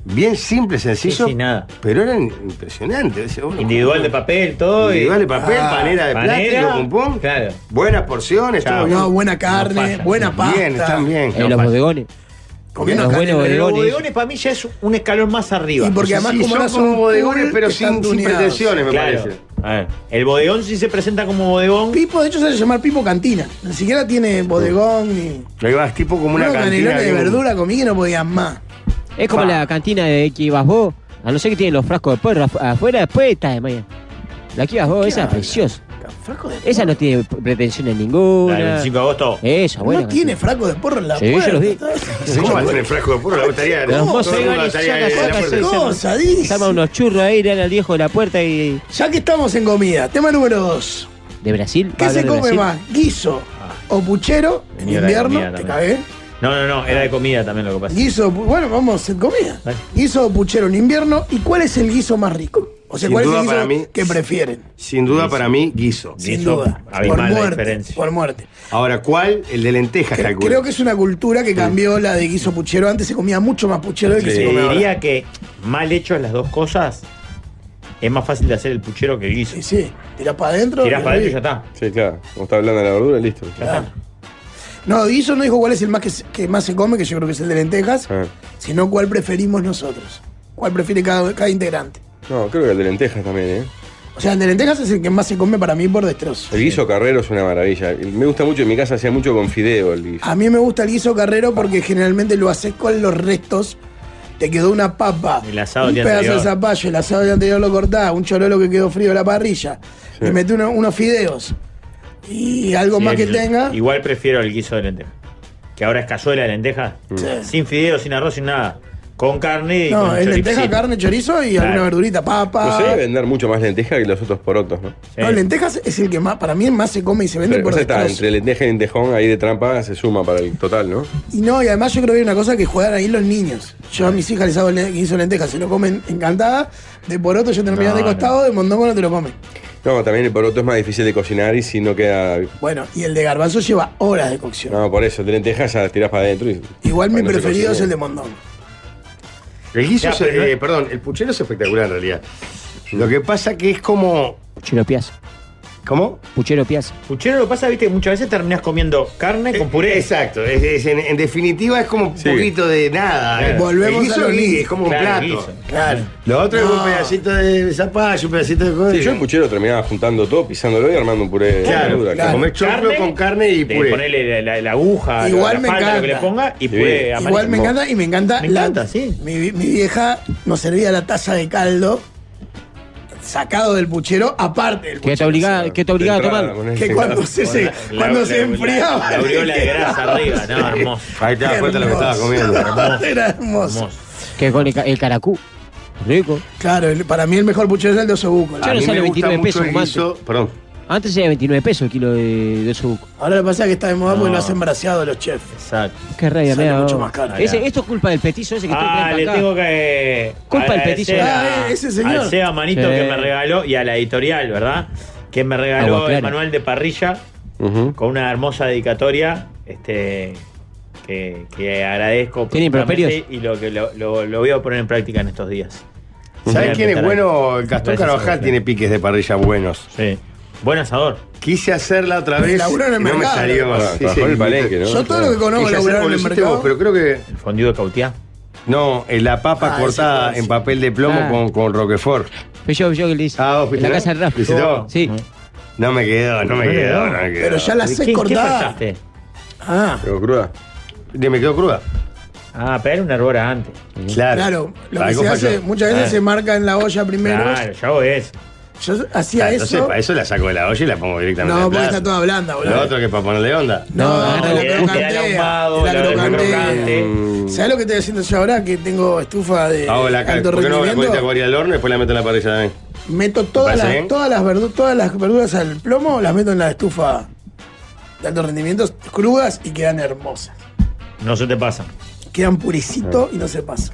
bien simples, sencillos, sí, nada. pero eran impresionantes. Decía, bueno, Individual de papel, todo. y- Individual de papel, panera de panera, plástico, pum pum. claro. Buenas porciones, Chao. todo bien. No, buena No carne, falla. buena pasta. Bien, están bien. En los bodegones. Comiendo Los carne buenos de Pero bodegones. los bodegones para mí ya es un escalón más arriba. Y porque además Sí, como son no son como bodegones, cool, pero están sin, sin tuneados. pretensiones, me Claro. parece. A ver, el bodegón sí se presenta como bodegón. Pipo, de hecho, se hace llamar Pipo Cantina. Ni siquiera tiene bodegón ni. Ahí vas tipo como una Unos cantina. canelones de bien- verdura comí que no podían más. Es como Pa. la cantina de que ibas vos. A no ser que tienen los frascos de puerro afu- afuera, después está de mañana. La que ibas vos, esa es preciosa. Frasco de Esa no tiene pretensiones La del ninguna. 25 de agosto. Esa, No buena. tiene frasco de porro en la Sí, yo puerta. los vi. ¿Cómo hacen el frasco de puro? La gustaría. Los mozos todo el mundo iban y estaría sacan en la cosas, puerta. se- se- Cosa, cantina. dice. Salva unos churros ahí, le dan al viejo de la puerta y. Ya que estamos en comida, tema número dos. ¿De Brasil? ¿Va ¿Qué a se hablar de come Brasil? más? ¿Guiso o puchero en Venía la comida invierno? ¿Te también. cagué? No, no, no, era de comida también lo que pasa. Guiso, pu- bueno, vamos en comida. Dale. Guiso o puchero en invierno. ¿Y cuál es el guiso más rico? O sea, Sin ¿cuál es duda el para mí- guiso que prefieren? Sin duda para mí, guiso. Sin Guiso, duda. Por abismal la muerte. diferencia. Por muerte. Ahora, ¿cuál? El de lentejas, Cre- calculo. Creo que es una cultura que cambió la de guiso puchero. Antes se comía mucho más puchero del que Te se come ahora. diría que mal hechos las dos cosas, es más fácil de hacer el puchero que el guiso. Sí, sí. Tirás para adentro. Tirás para adentro y ya está. Sí, claro. Como está hablando de la verdura, listo. No, guiso no dijo cuál es el más que, se- que más se come, que yo creo que es el de lentejas, Ah. sino cuál preferimos nosotros. Cuál prefiere cada, cada integrante. No, creo que el de lentejas también, ¿eh? O sea, el de lentejas es el que más se come para mí por destrozo. El guiso carrero es una maravilla. Y Me gusta mucho, en mi casa hacía mucho con fideo el guiso. A mí me gusta el guiso carrero porque generalmente lo haces con los restos. Te quedó una papa, El asado un del día pedazo de anterior. zapallo, el asado del día anterior lo cortás, un chorolo que quedó frío de la parrilla, le metés uno- unos fideos y algo Sí, más que el- tenga. Igual prefiero el guiso de lenteja. que ahora es cazuela de lentejas, sin fideo, sin arroz, sin nada. Con carne y Mm. No, con es choripsito. lenteja, carne, chorizo y Claro. Pues alguna verdurita, papa. No se debe vender mucho más lenteja que los otros porotos, ¿no? No, lentejas es el que más, para mí, más se come y se vende Pero por pasa que está, destrozo. entre lenteja y lentejón, ahí de trampa se suma para el total, ¿no? Y no, y además yo creo que hay una cosa que juegan ahí los niños. Yo a mis hijas les hago le- guiso de lentejas, se lo comen encantada. De poroto yo te lo No, miras de no. costado, de mondongo no te lo comen. No, también el poroto es más difícil de cocinar y si no queda. Bueno, y el de garbanzo lleva horas de cocción. No, por eso, de lentejas ya tirás para adentro y. Igual mi Bueno, se preferido es cocina. el de mondongo. El guiso, Ya, es- pero- eh, perdón, el puchero es espectacular en realidad. Lo que pasa que es como. Puchero piaza. ¿Cómo? Puchero piaza. Puchero lo pasa, viste, que muchas veces terminás comiendo carne Eh, con puré. Exacto, es, es en, en definitiva es como un poquito de nada. Claro. El Volvemos guiso a lo es- mismo. es como un Claro, plato. guiso. Claro. Lo otro es un No. pedacito de zapallo, un pedacito de Sí, yo el puchero terminaba juntando todo, pisándolo y armando un puré de Claro, verdura. claro. Comés Carne, de ponerle la, la- la aguja, Igual la, me la falda, lo que le encanta. ponga y puré amarillo. Igual me encanta y me encanta. Me la- encanta, sí. Mi, vi- mi vieja nos servía la taza de caldo sacado del puchero, aparte del Que te puchero. obligaba, Ah, que te obligaba a Entrada, tomar. con el- Que cuando se- se- La- cuando la- se la- enfriaba, la aureola de grasa arriba, no, hermoso. Ahí te das cuenta de lo que estaba comiendo. Hermoso. Era hermoso. Que con el, ca- el caracú. Rico. Claro, el- para mí el mejor puchero es el de osobuco. Ya no sale 29 pesos como antes. Perdón. Antes era 29 pesos el kilo de, de osobuco. Ahora lo que pasa es que está de moda porque No. lo hacen braseado los chefs. Exacto. Qué raya, Sale mira, mucho vos. más caro. Ese- esto es culpa del petizo ese que Ah, estoy le tengo que. Culpa del petiso. agradecer Ah, a- ese señor. Al Seba Manito Sí. que me regaló y a la editorial, ¿verdad? Que me regaló Agua Clara. el manual de parrilla con una hermosa dedicatoria. Este. Que, que agradezco ¿Tiene profundamente improperios? y lo que lo, lo- lo voy a poner en práctica en estos días. Voy a ¿Sabes quién es empezar a- bueno? El Gastón Gracias a Carvajal vos. tiene piques de parrilla buenos. Sí. Buen asador. Quise hacerla otra vez. Laburó en el y no me mercado. salió. Ah, trabajó en el palenque, ¿no? Yo todo lo que conozco Quise laburó hacer en el como lo hiciste mercado. vos, pero creo que. El fondido de cautiá. No, eh, la papa Ah, cortada ese en papel de plomo Ah. con, con Roquefort. Fui yo, yo que le hice. Ah, vos En fuiste, la ¿no? casa del Rafa. ¿Fuiste vos? Sí. No me quedó, no me No le quedó, quedó. no me quedó. Pero ya la ¿De sé qué- cortada. ¿Qué fallaste? Ah. ¿Quedó cruda? Me quedó cruda. Ah, pero era una hervora antes. Claro. Claro, lo que se hace, muchas veces se marca en la olla primero. Claro, yo hago eso. Yo hacía Ah, Entonces, eso. para eso la saco de la olla y la pongo directamente. No, en porque plato. está toda blanda, Lo boludo. otro eh, que es para ponerle onda. No, no, le gusta el ahumado, la lo del crocantea. crocante. Mm, ¿Sabes lo que estoy haciendo yo ahora? Que tengo estufa de Hago la ca- alto ¿Por qué no hago la colita rendimiento. guarida al horno y después la meto en la parrilla también? Meto todas parece las, bien? todas, las verdu- todas las verduras al plomo, las meto en la estufa de alto rendimiento, crudas y quedan hermosas. No se te pasa. Quedan purecito y no se pasa.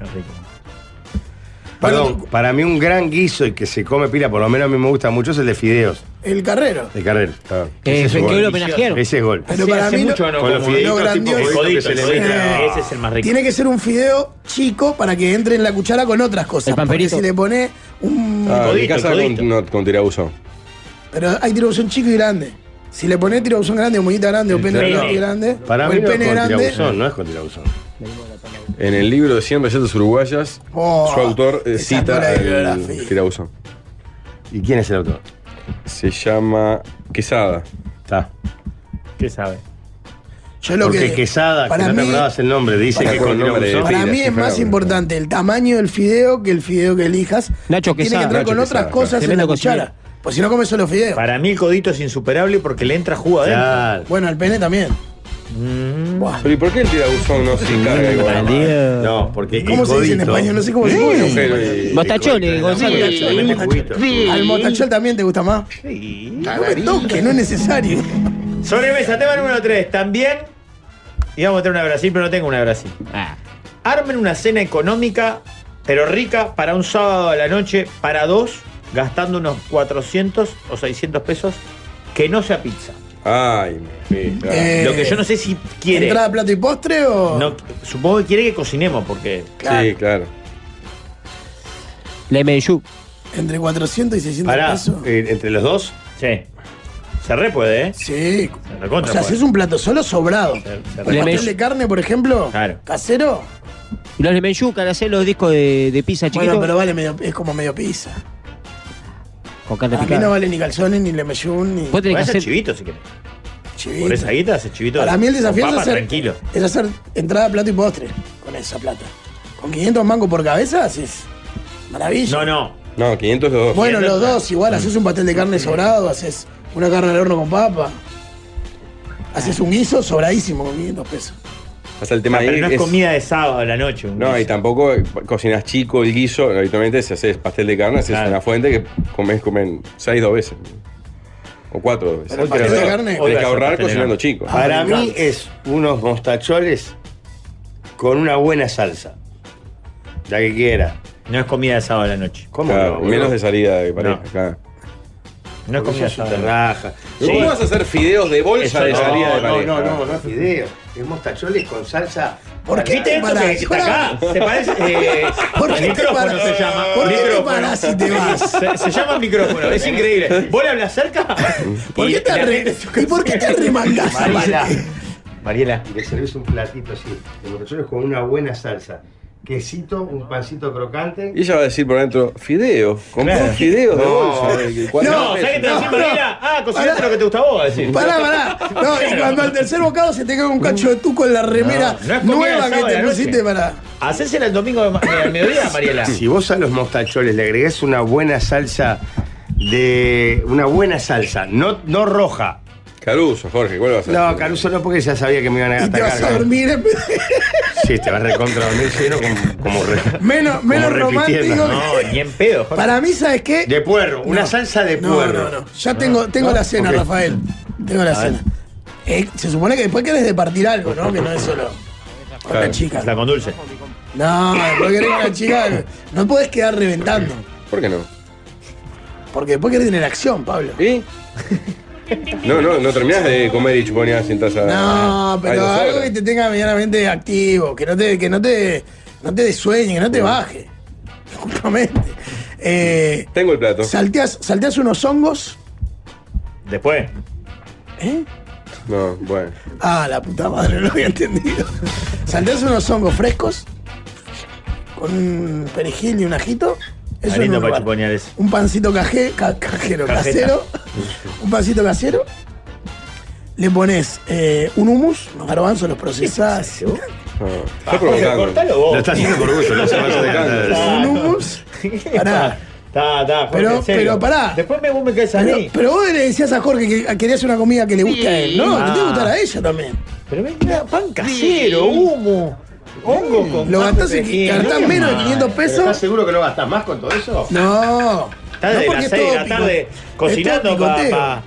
Perdón, para mí un gran guiso y que se come pila, por lo menos a mí me gusta mucho, es el de fideos, El carrero. de carrera. Eh, es ¿en qué gol. lo homenajearon? Ese es gol. Pero para mí lo- con los lo fideitos tipo grandioso- codito que se le mete. Eh, Ese es el más rico. Tiene que ser un fideo chico para que entre en la cuchara con otras cosas. El pamperito. Porque si le pone un Ah, en mi codito, casa codito. con, no, con tirabuzo. Pero hay tirabuzón chico y grande. Si le ponés tirabuzón grande o muñita grande o pene pene. grande, Para o mí el no es pene con grande, tirabuzón, no es con tirabuzón. En el libro de 100 recetas uruguayas, Oh, su autor eh, no la cita biografía. el tirabuzón. ¿Y quién es el autor? Se llama Quesada. Está. ¿Qué sabe? yo lo Porque que. Quesada, que para no te mí- acordabas el nombre, dice Para que con con el nombre de tirabuzón. Para mí es más importante el tamaño del fideo que el fideo que elijas. Nacho Tiene Quesada. que entrar Nacho con otras Quesada, cosas en tremendo la cuchara. Pues si no comes solo fideos. Para mí el codito es insuperable porque le entra jugo adentro. Bueno, el pene también. Buah. Pero ¿y por qué el tirabuzón no se encarga igual? No, porque ¿Cómo se dice en español? No sé cómo se Sí. dice. Pero, eh, Mostachole, Gonzalo. Al mostachol también te gusta más. Sí. No me toques, no es necesario. Sobremesa, tema número 3. También íbamos a tener una de Brasil, pero no tengo una de Brasil. Ah. Armen una cena económica, pero rica, para un sábado a la noche, para dos, gastando unos 400 o 600 pesos, que no sea pizza. Ay, mi hija. Eh, Lo que yo no sé si quiere. ¿Entrada, plato y postre o.? No, supongo que quiere que cocinemos, porque. Sí, claro. Le Medellú. Entre 400 y 600 pesos. Eh, ¿Entre los dos? Sí. Se re puede, ¿eh? Sí. Se O recontra sea, puede. haces un plato solo sobrado. pues. se Un re- pastel de carne, por ejemplo, Claro. casero. Los le Menchucan hacer los discos de, de pizza chiquitos. Bueno, pero vale medio, es como medio pizza. Con carne Para mí no picada. vale ni calzones, ni lemellón, ni. Vos tenés que Puede hacer hacer. chivito si querés. Chivito. Por esa guita haces chivito. Para mí el desafío con es papa, hacer- tranquilo. Es hacer entrada, plato y postre con esa plata. Con 500 mangos por cabeza haces. Maravilla. No, no. No, 500 los dos. Bueno, los dos, Mm. igual, haces un pastel de carne sobrado, haces una carne al horno con papa. Haces un guiso sobradísimo con 500 pesos. Pasa el tema Ah, pero ahí no es comida de sábado a la noche. un No, y tampoco cocinas chico el guiso. Habitualmente si haces pastel de carne, haces Claro. una fuente que comes, comen seis dos veces. O cuatro dos veces. Pero el pastel de carne- Tienes que ahorrar cocinando chico. Ah, Para mí es unos mostacholes con una buena salsa. La que quiera. No es comida de sábado a la noche. ¿Cómo Claro, no, menos boludo? de salida de pareja, No. claro. No es comida de Eso sábado. te raja. ¿Cómo Sí. vas a hacer fideos de bolsa Eso de no, salida de no, pareja? No, no, no, es fideo. Es mostacholes con salsa. ¿Por qué te Para- parás? para- Se parece. eh, ¿Por qué te micrófono parás? se llama. ¿Por qué te micrófono. parás y te vas? Se, se llama micrófono, es increíble. ¿Vos le hablas cerca? ¿Por Y qué te la arre- gente- ¿Y por qué te arremangas? Mariela. Mariela. Y le servís un platito así, de mostacholes con una buena salsa. Quesito, un pancito crocante. Y ella va a decir por dentro, fideos, compré Claro. fideos de No. bolsa. de cuatro No, pesos. ¿sabes qué te decía, Mariela? Ah, cocinaste lo que te gusta a vos, decir. Pará, pará. No, y cuando al tercer bocado se te cae un cacho de tuco en la remera No, no es comida nueva de que sábado a te la noche. pusiste para. Hacésela el domingo de ma- eh, al mediodía, Mariela. Si vos a los mostacholes le agregás una buena salsa de. una buena salsa, no, no roja. Caruso, Jorge, ¿cuál vas a No, Caruso no, porque ya sabía que me iban a Y te vas a atacar. ¿no? dormir en- Sí, te vas recontra a dormir lleno como, como re- menos, como menos romántico. repitiendo. que- ni en pedo. Para mí, ¿sabes qué? De puerro, una salsa de No, puerro. no, no. Ya tengo, tengo ¿No? la cena, Ok. Rafael. Tengo la A ver. cena. Eh, se supone que después querés departir algo, ¿no? Que no es solo. Con la chica. La con dulce. No, después querés una chica. No podés quedar reventando. ¿Por qué no? Porque después querés tener acción, Pablo. ¿Y? No, no, no terminás de comer y chuponear sin taza. No, Hay pero dos algo horas. que te tenga medianamente activo, que no te, que no te, no te desueñe, que no te baje. Justamente. Eh, Tengo el plato. salteas, salteas unos hongos. Después. ¿Eh? No, bueno. Ah, la puta madre, no lo había entendido. Salteas unos hongos frescos con un perejil y un ajito. Eso Está en lindo un para lugar. chuponear eso. Un pancito caje- ca- cajero, Cajeta. casero. Un pancito casero. Le pones eh, un hummus, unos garbanzos, los procesás. Ah, Está provocando. Lo está haciendo por orgullo, lo está Ah, Un haciendo. hummus. Pará. Está, está, Jorge, Pero- en serio. pero pará. Después me, vos me caes a Pero, mí. pero vos le decías a Jorge que querías una comida que le guste a él. No, Ah. te tiene que gustar a ella también. Pero me queda pan casero, humo. Hongo con Lo pan gastás de en perejil, gastás no es menos de mal. 500 ¿Pero ¿Estás pesos. seguro que no gastas más con todo eso? No. Está desde no porque las es 6 de todo la pico- tarde es cocinando todo para. picoteo. Ah,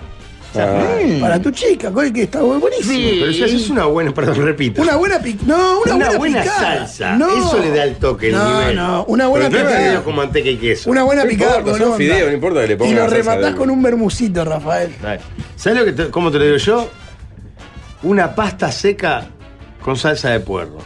Mm, Para tu chica, coi, que está buenísimo. Pero si haces una buena, perdón, repito. Una buena pic- No, una, Una buena, buena picada. salsa. No. Eso le da el toque, el no, nivel. No, una buena Pero no es picada. fideos con manteca y queso. Una buena No picada importa, con son onda. fideos, no importa que le Y pongan lo la salsa rematás de- con un bermucito, Rafael. ¿Sabes lo que te- cómo te lo digo yo? Una pasta seca con salsa de puerro.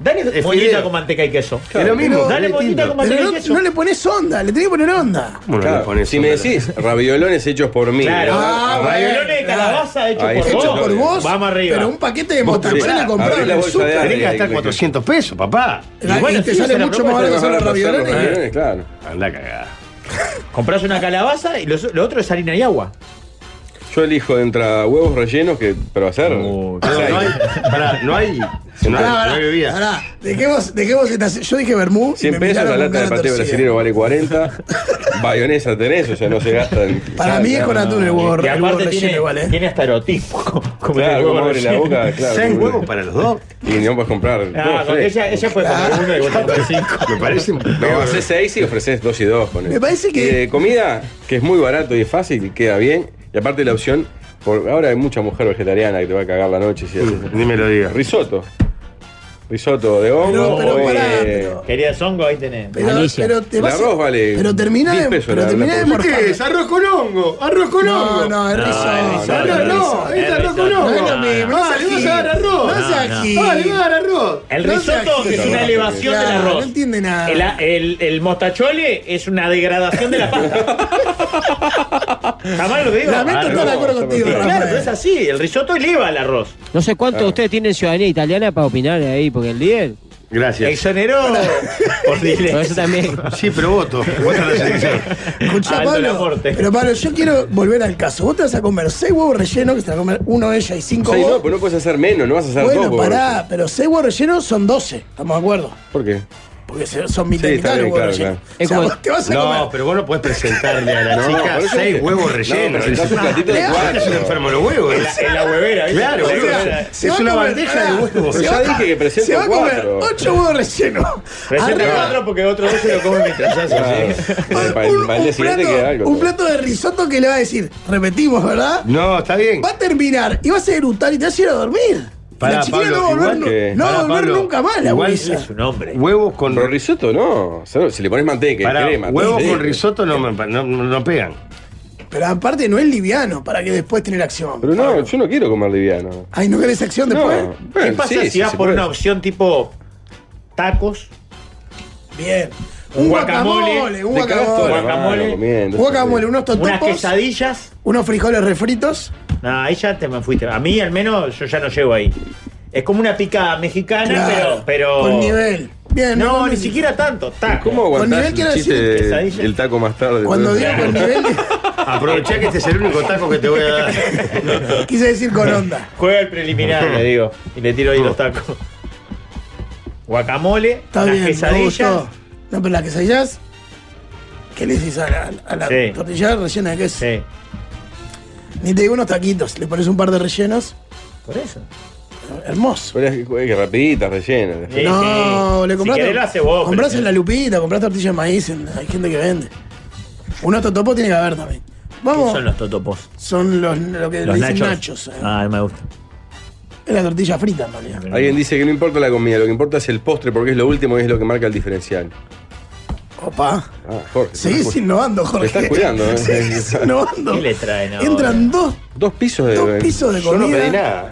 Dale Es mollita fideo. con manteca y queso. Es lo mismo, Dale es mollita distinto. con manteca Pero y no, queso. no le pones onda, le tenés que poner onda. ¿Cómo no Claro, le pones si me onda? decís raviolones hechos por mí. Claro. ¿verdad? Ah, Ravioles de bueno, calabaza hecho Ahí por está. vos. Hecho por vos, Vamos arriba. pero un paquete de Vos te mostachola parás, comprado abrí en la el bolsa de súper. arroz. Tenés que gastar 400 pesos, papá. Y bueno, te sí, sale se la mucho propuesta, más barato Vas a hacer los hacer los ravioles. ravioles, claro. Anda a cagar. Comprás una calabaza y lo, lo otro es harina y agua. Yo elijo entre huevos rellenos que. Pero hacer. No, Oh, no hay. Pará, no hay. No hay, Pará, no pará, hay bebida. pará. Dejemos, dejemos esta. Yo dije Bermú. y 100 me pesos la miraron con lata de cara paté torcida. brasileño vale 40. Bayonesa tenés, o sea, no se gasta. en- Para mí es con atún el huevo, Y el huevo aparte relleno tiene, igual, ¿eh? tiene hasta erotismo. Como el Claro, huevo como abre la relleno. boca, claro. ¿Seis como- huevos para los dos? Y no puedes comprar. Ah, dos, porque tres. ella, ella fue comprar uno y vos compraste cinco. Me Este parece un. No, haces seis y ofreces dos y dos. Con Eh, Me parece que- De comida, que es muy barato y es fácil y queda bien. Y aparte la opción. Por, ahora hay mucha mujer vegetariana que te va a cagar la noche. Si haces- Ni me lo digas. Risotto. Risotto de hongo. Pero, pero eh, pará, pero- Querías hongo, ahí tenés. Pero, Alicia. pero te El vas. arroz vale Pero termina 10 de. pesos Pero la- termina la de porción. morfar. ¿Qué es? ¿Arroz con hongo? ¿Arroz con hongo? No, no, es risotto. risotto, No, es no, risotto, es es arroz con risotto. hongo. No, Es lo no, mismo. Ah, le vas a dar arroz. No seas No, no. gil. Ah, le voy a dar arroz. El No sea risotto gil. es una elevación del Claro, arroz. No entiende nada. El, el, el mostachole es una degradación de la pasta. Jamás lo que digo. Lamento Ah, estar de no. acuerdo contigo, Claro, pero es Rafael. así. El risotto eleva el arroz. No sé cuántos de ustedes tienen ciudadanía italiana para opinar ahí, porque el líder. Gracias. Exoneró por Pero eso también. Sí, pero voto. Vota la selección. Escuchá, Alto el Pablo. aporte. Pero Pablo, yo quiero volver al caso. Vos te vas a comer seis huevos rellenos, que te vas a comer uno ella y cinco seis no, vos. pues no puedes hacer menos, no vas a hacer Bueno, dos. pará, pero seis huevos rellenos son 12, estamos de acuerdo. ¿Por qué? Porque se- son Sí, está militares, bien, huevos claro, rellenos. claro. O sea, vos te vas a comer. No, pero vos no podés presentarle a la No, chica por eso seis es que- huevos no, rellenos. "Ah, presentás un platito de cuatro. Es un enfermo de los huevos. En la- en la huevera, ¿viste? Claro, O sea, boludo. se va es a una comer- bandeja de huevos. Pero ya dije que presento Se va a comer cuatro. ocho huevos rellenos. Presenta Arriba- cuatro porque otro dos se lo come mientras hace así. Para el para el día siguiente queda algo. Ah, Un plato de risotto que le va a decir, repetimos, ¿verdad? No, está bien. Va a terminar y vas a eructar y te vas a ir a dormir. Pará, la chiquilla Pablo, no va a volver, igual nu- que- no va a Pará, volver Pablo, nunca más la igual gurisa. es un hombre. Huevos con. Pero risotto no. O sea, si le pones manteca, Pará, crema. huevos todo. con risotto no, me- no, no- no pegan. Pero aparte no es liviano para que después tener acción. Pero no, yo no quiero comer liviano. Ay, ¿no querés acción No, después? bueno, ¿Qué pasa sí, si sí, vas se por puede. una opción tipo tacos? Bien. Un Un guacamole, guacamole. un De cada guacamole. forma, Guacamole. lo comiendo, Un guacamole, unos totopos. Unas quesadillas. Unos frijoles refritos. No, ahí ya te me fuiste. A mí al menos yo ya no llego ahí. Es como una pica mexicana, Claro, Ah, pero, pero. Con nivel. Bien, no, con ni nivel. siquiera tanto. Taco. ¿Cómo aguantás el chiste quesadilla? del taco más tarde? Cuando digo con nivel, Aprovechá que este es el único taco que te voy a dar. quise decir con onda. Juega el preliminar, le digo. Y le tiro ahí los tacos. Guacamole, Está las bien, me quesadillas. gustó. No, pero las quesadillas, ¿qué le decís a la, a la Sí. tortilla rellena de queso? Sí. Ni te digo unos taquitos, le pones un par de rellenos. Por eso. Hermoso. Pero es que, es que rapiditas, rellenas. no, le compras. querés lo hace vos, Compras pero- en la lupita, compras tortilla de maíz, en- hay gente que vende. Unos totopos tiene que haber también. Vamos. ¿Qué son los totopos? Son los, lo que Los le dicen nachos. nachos. eh. Ah, me gusta. Es la tortilla frita, en realidad. Alguien dice que no importa la comida, lo que importa es el postre porque es lo último y es lo que marca el diferencial. Opa. Ah, Jorge. Seguís te estás cu- innovando, Te Jorge. estás cuidando, ¿eh? Seguís innovando. ¿Qué le traen ahora? Entran dos. Dos pisos de Dos pisos de Yo no comida. pedí nada.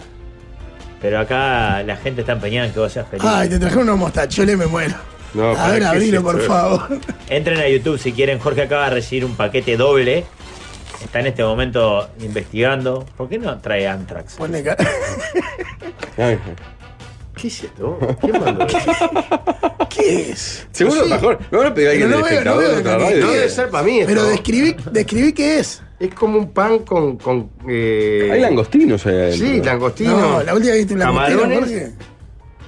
Pero acá la gente está empeñada en que vos seas feliz. Ay, te trajeron unos mostacholes, me muero. No, a ver, abrilo, por favor. Entren a YouTube si quieren. Jorge acaba de recibir un paquete doble. Está en este momento investigando. ¿Por qué no trae Antrax? Ponle cara. Ay, ¿Qué es esto? ¿Qué mandó eso? ¿Qué es? Seguro, Sí. mejor. Me van a pedir a alguien del Pero no veo, no espectador veo de otra la radio. No debe ser para mí esto. Pero describí, describí qué es. Es como un pan con. con eh, Hay langostinos ahí adentro. Sí, langostino. No, la última que viste la Camarones. Jorge.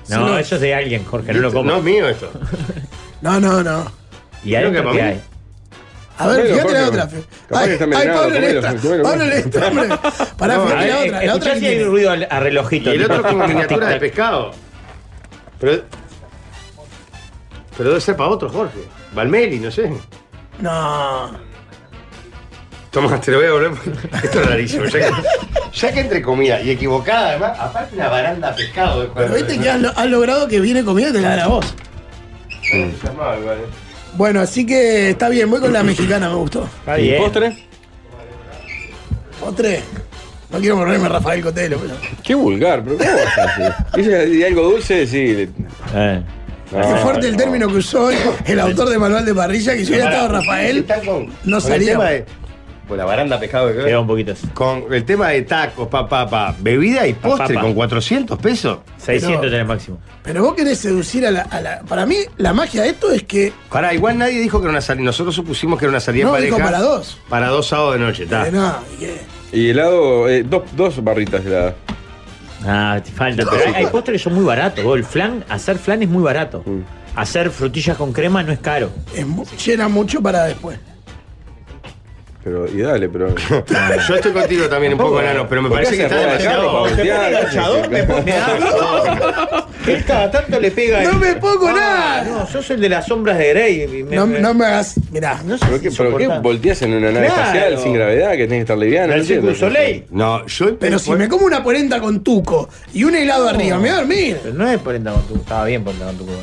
No, Sí, eso es de alguien, Jorge. No lo Esto No comas. es mío esto. No, no, no. ¿Y creo que adentro para qué mí. hay? A ver, Comelo, fíjate la Jorge. otra. Capaz Fe. que está ay, envenenado, Pablo comelo, Lesta. comelo. Pablo Lesta, hombre. Pará, No, fíjate A la ver, otra. La otra Eh, escuchá que si hay tiene. un ruido al- a relojito. Y el tipo, otro es como tic, tic, miniatura de tac. pescado. Pero, pero debe ser para otro, Jorge. Valmeli, no sé. No. Tomás, te lo voy a volver. Esto es rarísimo. Ya que, ya que entre comida y equivocada, además, aparte una baranda de pescado. eh, de Pero cuadro. viste que has, lo- has logrado que viene comida y te la dan a vos. Se armaba igual, ¿eh? Bueno, así que está bien. Voy con la mexicana, me gustó. Está ¿Y bien. postre? Otra. No quiero ponerme Rafael Cotelo, pero. Qué vulgar, pero ¿cómo vas a decir? Dice, ¿Y algo dulce? Sí. Eh. No, Qué fuerte el no. término que usó el autor de Manual de Parrilla, que si hubiera estado Rafael, Están con- no con el salía. tema de- Con la baranda de pescado. de- Queda un poquito así. Con el tema de tacos, papá, pa, pa, bebida y Pa, postre pa, pa. con 400 pesos. 600 en el máximo. Pero vos querés seducir a la, a la- Para mí, la magia de esto es que. Pará, igual nadie dijo que era una salida. Nosotros supusimos que era una salida en No, pareja. dijo para dos. Para dos sábados de noche, está. Que no, y que- Y helado, eh, dos, dos barritas de helado. Ah, te falta. Pero hay, hay postres que son muy baratos. vos. El flan, hacer flan es muy barato. Mm. Hacer frutillas con crema no es caro. es mu- llena mucho para después. Pero, y dale, pero. Yo estoy contigo también un poco enano, pero me ¿Por qué parece que se está roba demasiado. la ropa? Voltear, Él cada tanto le pega. Ah, No me pongo nada. No, sos el de las sombras de Grey. Me- No, me- no me hagas. Mirá, no sé ¿Pero qué, si pero qué soportás. volteas en una nave Claro. espacial sin gravedad? Que tenés que estar liviana. El entiendo. Cirque du Soleil. No, yo. pero si me como una polenta con tuco y un helado arriba, me voy a dormir. Pero no es polenta con tu. Estaba bien polenta con tu. cubo.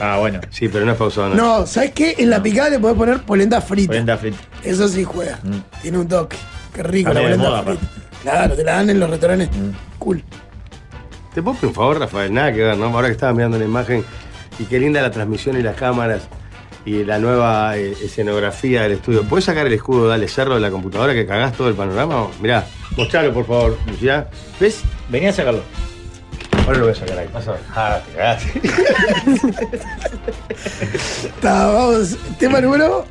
Ah, bueno. Sí, pero no es pausado. No. No, ¿sabes qué? En la picada le podés poner polenta frita. Polenta frita. Eso sí juega. Tiene un toque. Qué rico Sale la de polenta moda, frita. Claro, te la dan en los restaurantes. Cool. Te puedo pedir un favor, Rafael, nada que ver, ¿no? Ahora que estaba mirando la imagen y qué linda la transmisión y las cámaras y la nueva eh, escenografía del estudio. ¿Puedes sacar el escudo, dale cerro de la computadora que cagás todo el panorama? Mirá, mostralo por favor, Lucía. ¿Ves? Vení a sacarlo. Ahora lo voy a sacar ahí. Vas a ver. Ah, te cagaste. Está, vamos. Tema número.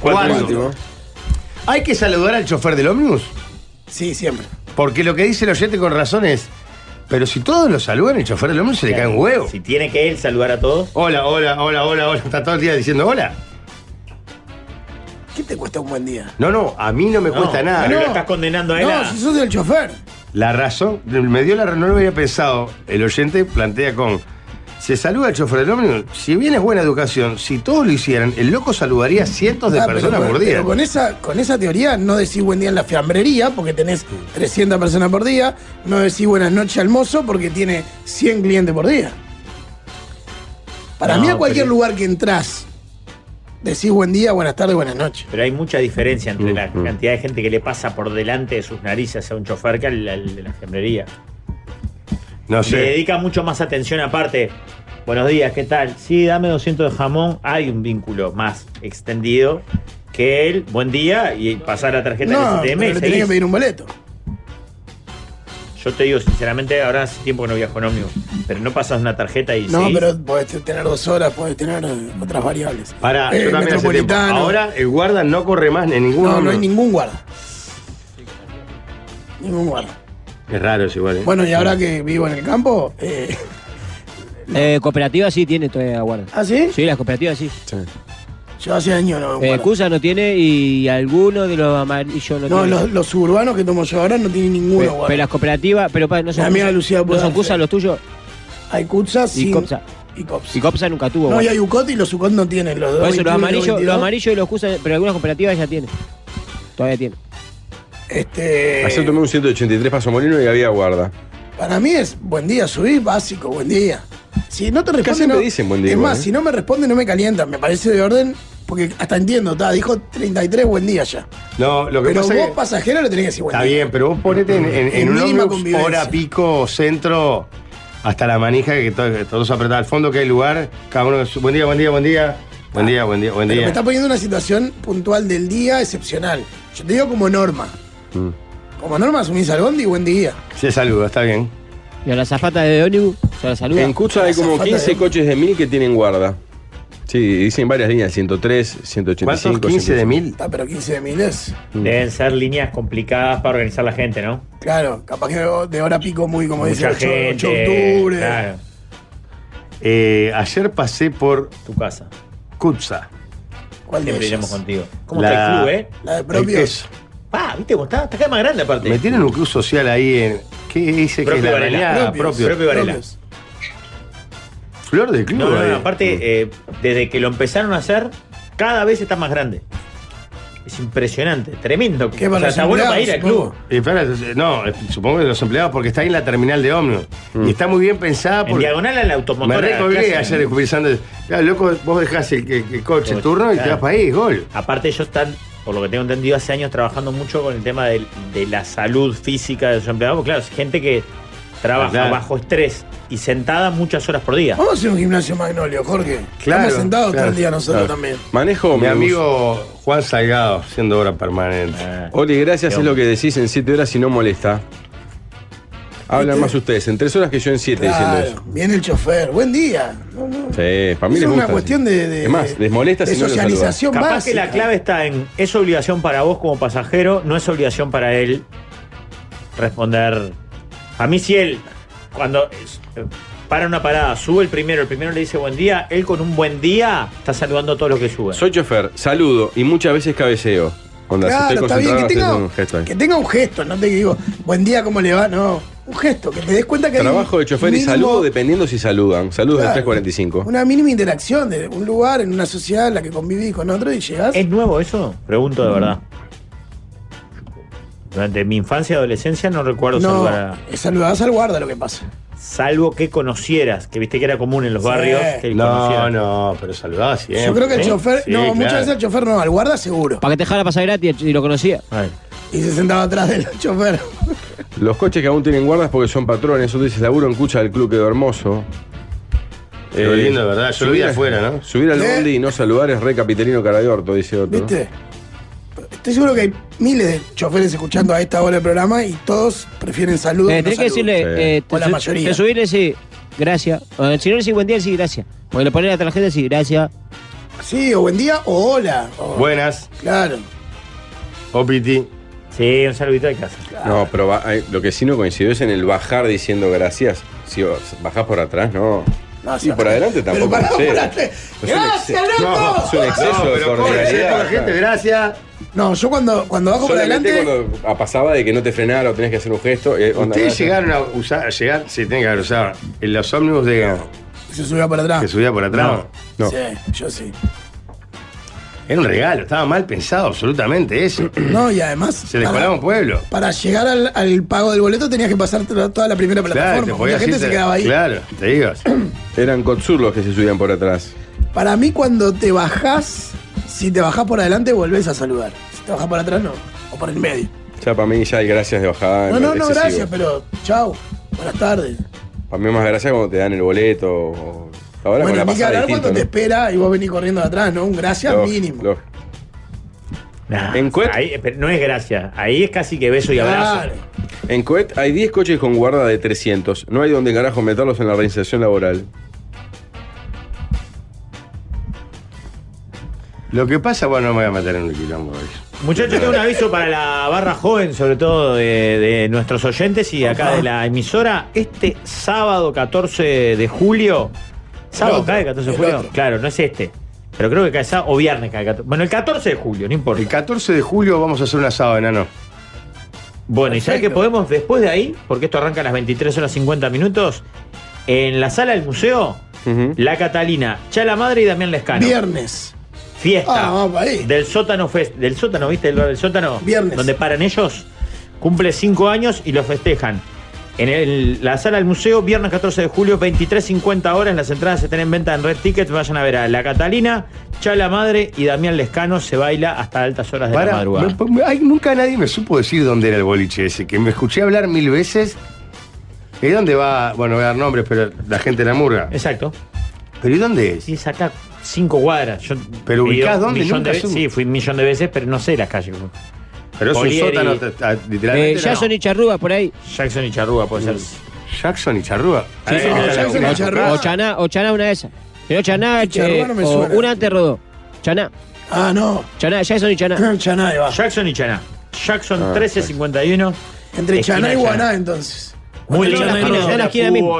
Cuatro. Hay que saludar al chofer del ómnibus, Sí, siempre. porque lo que dice el oyente con razón es. Pero si todos lo saludan, el chofer del hombre se le cae un huevo. Si tiene que él saludar a todos. Hola, hola, hola, hola, hola. Está todo el día diciendo hola. ¿Qué te cuesta un buen día? No, no, a mí no me cuesta nada. pero lo estás condenando a él No, si sos el chofer. La razón, me dio la razón, no lo había pensado. El oyente plantea con. Se saluda al chofer del ómnibus. Si bien es buena educación, si todos lo hicieran, el loco saludaría a cientos de Ah, pero personas con- por día. Pero con esa, con esa teoría no decís buen día en la fiambrería porque tenés 300 personas por día, no decís buenas noches al mozo porque tiene 100 clientes por día. Para No, mí a cualquier pero- lugar que entras, decís buen día, buenas tardes, buenas noches. Pero hay mucha diferencia entre la cantidad de gente que le pasa por delante de sus narices a un chofer que al, al de la fiambrería. No sé. Le Eh, dedica mucho más atención aparte. Buenos días, ¿qué tal? Sí, dame 200 de jamón. Hay un vínculo más extendido que el buen día y pasar la tarjeta No, en STM pero y le tenés que seguís. pedir un boleto. Yo te digo, sinceramente, ahora hace tiempo que no viajo en ómnibus, pero no pasas una tarjeta y No, seguís. pero podés tener dos horas, podés tener eh, otras variables. Pará, Eh, yo también hace tiempo. metropolitano. Ahora el guarda no corre más en ningún No, no hay ómnibus. ningún guarda. Ningún guarda. Es raro es igual. ¿eh? Bueno, y ahora que vivo en el campo, eh, Eh, cooperativa sí tiene todavía guarda. ¿Ah, sí? Sí, las cooperativas sí. yo hace años no me Eh, guardo. Cusa no tiene y alguno de los amarillos no, No, tiene. los, los suburbanos que tomo yo ahora no tienen ninguno pero, guarda. pero las cooperativas, pero pa, no son. Mi amiga Lucía ¿No puede son hacer. Cusa los tuyos? Hay Cutsas Y sin- Copsa. y Cops. Y Copsa nunca tuvo. No, y guarda. hay Ucot y los Ucot no tienen. Los, Por eso, los 21 y amarillos, los 22. amarillos y los Cusa, pero algunas cooperativas ya tienen. Todavía tienen. Este, Ayer tomé un 183 paso molino y había guarda. Para mí es buen día, subí, básico, buen día. Si no te responden. me no- dicen buen día Es igual, más, ¿eh? si no me responden, no me calientan. Me parece de orden, porque hasta entiendo, ta, dijo 33, buen día ya. No, lo que Pero vos, pasa es que- pasajero, le tenés que decir buen Está día. bien, pero vos ponete en, en- en En un mínima ómnibus convivencia. hora pico, centro, hasta la manija que to- que todos apretás al fondo, que hay lugar, cada uno, su- buen día, buen día, buen día, buen día, buen día, buen Pero me día. está poniendo una situación puntual del día excepcional. Yo te digo como norma. Mm. Como norma asumís al bondi, buen día. Se saluda, está bien. Y a la zafata de ónibus, se la saluda. En Cucha hay como 15 coches de mil que tienen guarda. Sí, dicen varias líneas, 103, 185. ¿Cuántos? 15 de mil. Ah, pero 15 de miles. Deben ser líneas complicadas para organizar la gente, ¿no? Claro, capaz que de hora pico muy, como dice, Mucha 8, gente. de octubre. Claro. Eh, ayer pasé por. Tu casa. Kutsa. ¿Cuál de Siempre iremos ellas? contigo. ¿Cómo La- está el club, eh? La de propios. Eso. Pa, ¿viste cómo está? Está acá más grande aparte. Me tienen un club social ahí en. ¿Qué dice que es Propio la Varela. Ah, arañada? Propios, propio Varela. Propios. Flor de club. No, no, ahí. no, aparte, eh, desde que lo empezaron a hacer, cada vez está más grande. Es impresionante, tremendo. ¿Qué, o para sea, los está bueno para ir al empleados, club. Eh, espera, eh, no, eh, supongo que los empleados, porque está ahí en la terminal de ómnibus. Y está muy bien pensada. En porque- diagonal a la Me automotora. recobré clásica. ayer descubriendo. Claro, loco, vos dejás el, el- el coche, el turno y te Claro. vas para ahí, gol. Aparte, ellos están, por lo que tengo entendido, hace años trabajando mucho con el tema del- de, la salud física de sus empleados. Porque, Claro, es gente que trabaja Claro. bajo estrés y sentada muchas horas por día. Oh. Vamos a hacer un gimnasio Magnolio, Jorge. Claro, Estamos sentados todo claro, el día nosotros claro. también. Manejo Mi ómnibus. amigo Juan Salgado, siendo hora permanente. Ah, Eh, Oli, gracias, es lo que decís en 7 horas y no molesta. Hablan más ustedes, en 3 horas que yo en 7 Claro, diciendo viene el chofer, buen día. No, eso. no. Sí, para mí Es les una gusta. cuestión de- de- es más, les molesta de si no lo saludan. socialización. Capaz básica. que la clave está en es obligación para vos como pasajero, no es obligación para él responder. A mí si él cuando es- eh, para una parada, sube el primero, el primero le dice buen día, él con un buen día está saludando a todos los que suben. Soy chofer, saludo y muchas veces cabeceo. Onda, Claro, si estoy está bien, concentrado, que haces tenga- un gesto ahí. Que tenga un gesto, no te digo, buen día, ¿cómo le va? No, un gesto, que te des cuenta que hay Trabajo un de chofer y mínimo- saludo dependiendo si saludan. Saludos Claro. en 3.45. Una mínima interacción de un lugar, en una sociedad en la que convivís con otro y llegás. ¿Es nuevo eso? Pregunto de verdad. Durante mi infancia y adolescencia no recuerdo no, saludar a- saludás al guarda lo que pasa. Salvo que conocieras, que viste que era común en los Sí. barrios. Que No, conocieras. no, pero saludaba siempre. Yo creo que el ¿eh? chofer, Sí, no, muchas claro. veces el chofer no, al guarda seguro. Para que te dejara pasar gratis y lo conocía. Y se sentaba atrás del chofer. Los coches que aún tienen guardas porque son patrones. Tú dices laburo en cucha del club quedó hermoso. Eh, Qué lindo, de verdad. Yo lo vi subir a- afuera, ¿no? Subir al ¿Eh? bondi y no saludar es re capitelino cara de orto, dice otro. ¿no? ¿Viste? Estoy seguro que hay miles de choferes escuchando a esta hora el programa y todos prefieren saludos. Eh, no tenés que saludos. decirle. eh, o la su- mayoría. Te subirle sí, gracias. Eh, si no le decís buen día, sí, gracias. Porque le pones la tarjeta, sí, gracias. Sí, o buen día o hola. o- Buenas, Claro. Opiti. Sí, un saludito de casa. No, pero va- ay, lo que sí no coincidió es en el bajar diciendo gracias. Si vas- bajás por atrás, no. No, y por adelante tampoco. pará, no sé. parate. Es un Gracias, exce- loco. No, es un exceso No, de pero ¿cómo le decís a cordialidad. la gente gracias? No, yo cuando, cuando bajo por Solamente adelante. cuando ah, pasaba de que no te frenara o tenías que hacer un gesto. eh, onda, Ustedes gracias. llegaron a usar, a llegar, se tienen que haber usado, en los ómnibus de Gano, Se subía para atrás. que subía por atrás. No. Sí, yo sí. Era un regalo, estaba mal pensado absolutamente eso. No, y además. Se descolaba un pueblo. Para llegar al, al pago del boleto tenías que pasar toda toda la primera plataforma. porque te la podías gente ir- se quedaba ahí. Claro, te digo. Eran Kotsur los que se subían por atrás. Para mí, cuando te bajás, si te bajás por adelante, volvés a saludar. Si te bajás por atrás, no. O por el medio. Ya para mí ya hay gracias de bajada. No, me no, parece no, Ah, excesivo. gracias, pero chao. Buenas tardes. Para mí es más gracias cuando te dan el boleto. o- Ahora bueno, con la ni que pasada hablar cuando distinto, te ¿no? espera y vos venís corriendo de atrás, ¿no? Un gracias Lógico, mínimo. lógico. En no es gracia. Ahí es casi que beso y abrazo. En Coet hay 10 coches con guarda de 300. No hay donde carajo meterlos en la reinserción laboral. Lo que pasa, bueno, no me voy a meter en un quilombo hoy. Muchachos, tengo un aviso para la barra joven, sobre todo de, de nuestros oyentes y de acá de la emisora. Este sábado 14 de julio. El ¿Sábado otro, cae 14 de el julio? otro. Claro, no es este. Pero creo que cae sábado o viernes cae 14. Bueno, el 14 de julio, no importa. El 14 de julio vamos a hacer un asado, enano. Bueno, y sabes que podemos después de ahí, porque esto arranca a las 23 horas 50 minutos, en la sala del museo, la Catalina, Chala Madre y Damián Lescano. Viernes. Fiesta. Ah, vamos ahí. Del sótano fest, del sótano, ¿viste? El lugar del sótano. Viernes. Donde paran ellos. Cumple 5 años y lo festejan. En el- la sala del museo, viernes 14 de julio, 23.50 horas. Las entradas se tienen en venta en Red Ticket. Vayan a ver a La Catalina, Chala Madre y Damián Lescano. Se baila hasta altas horas de Para, la madrugada. me- me- ay, nunca nadie me supo decir dónde era el boliche ese, que me escuché hablar mil veces. ¿Y dónde va? Bueno, voy a dar nombres, pero la gente de la murga. Exacto. ¿Pero y dónde es? Sí, es acá, cinco cuadras. Yo Pero he ido ubicás un dónde, millón nunca de ve- supe. Sí, fui un millón de veces, pero no sé las calles. Pero es un Polieri. sótano, t- t- literalmente. Eh, Jackson y Charrúa, por ahí. Jackson y Charrúa, puede ser. Mm. Jackson y Charrúa. Ah, Sí, Ahí sí, está sí, la- Jackson la- y Charrúa. O Chaná, o Chaná una de esas. Pero Chaná, Charrúa no me eh, o suena. una antes rodó. Chaná. Ah, no. Chaná, Jason y Chaná. Chaná, ahí va. Jackson y Chaná. Jackson Ah, 1351. Entre esquina Chaná y Chaná. Guaná, entonces. Muy Entre linda Chaná y pizza. Guaná. En la esquina mismo.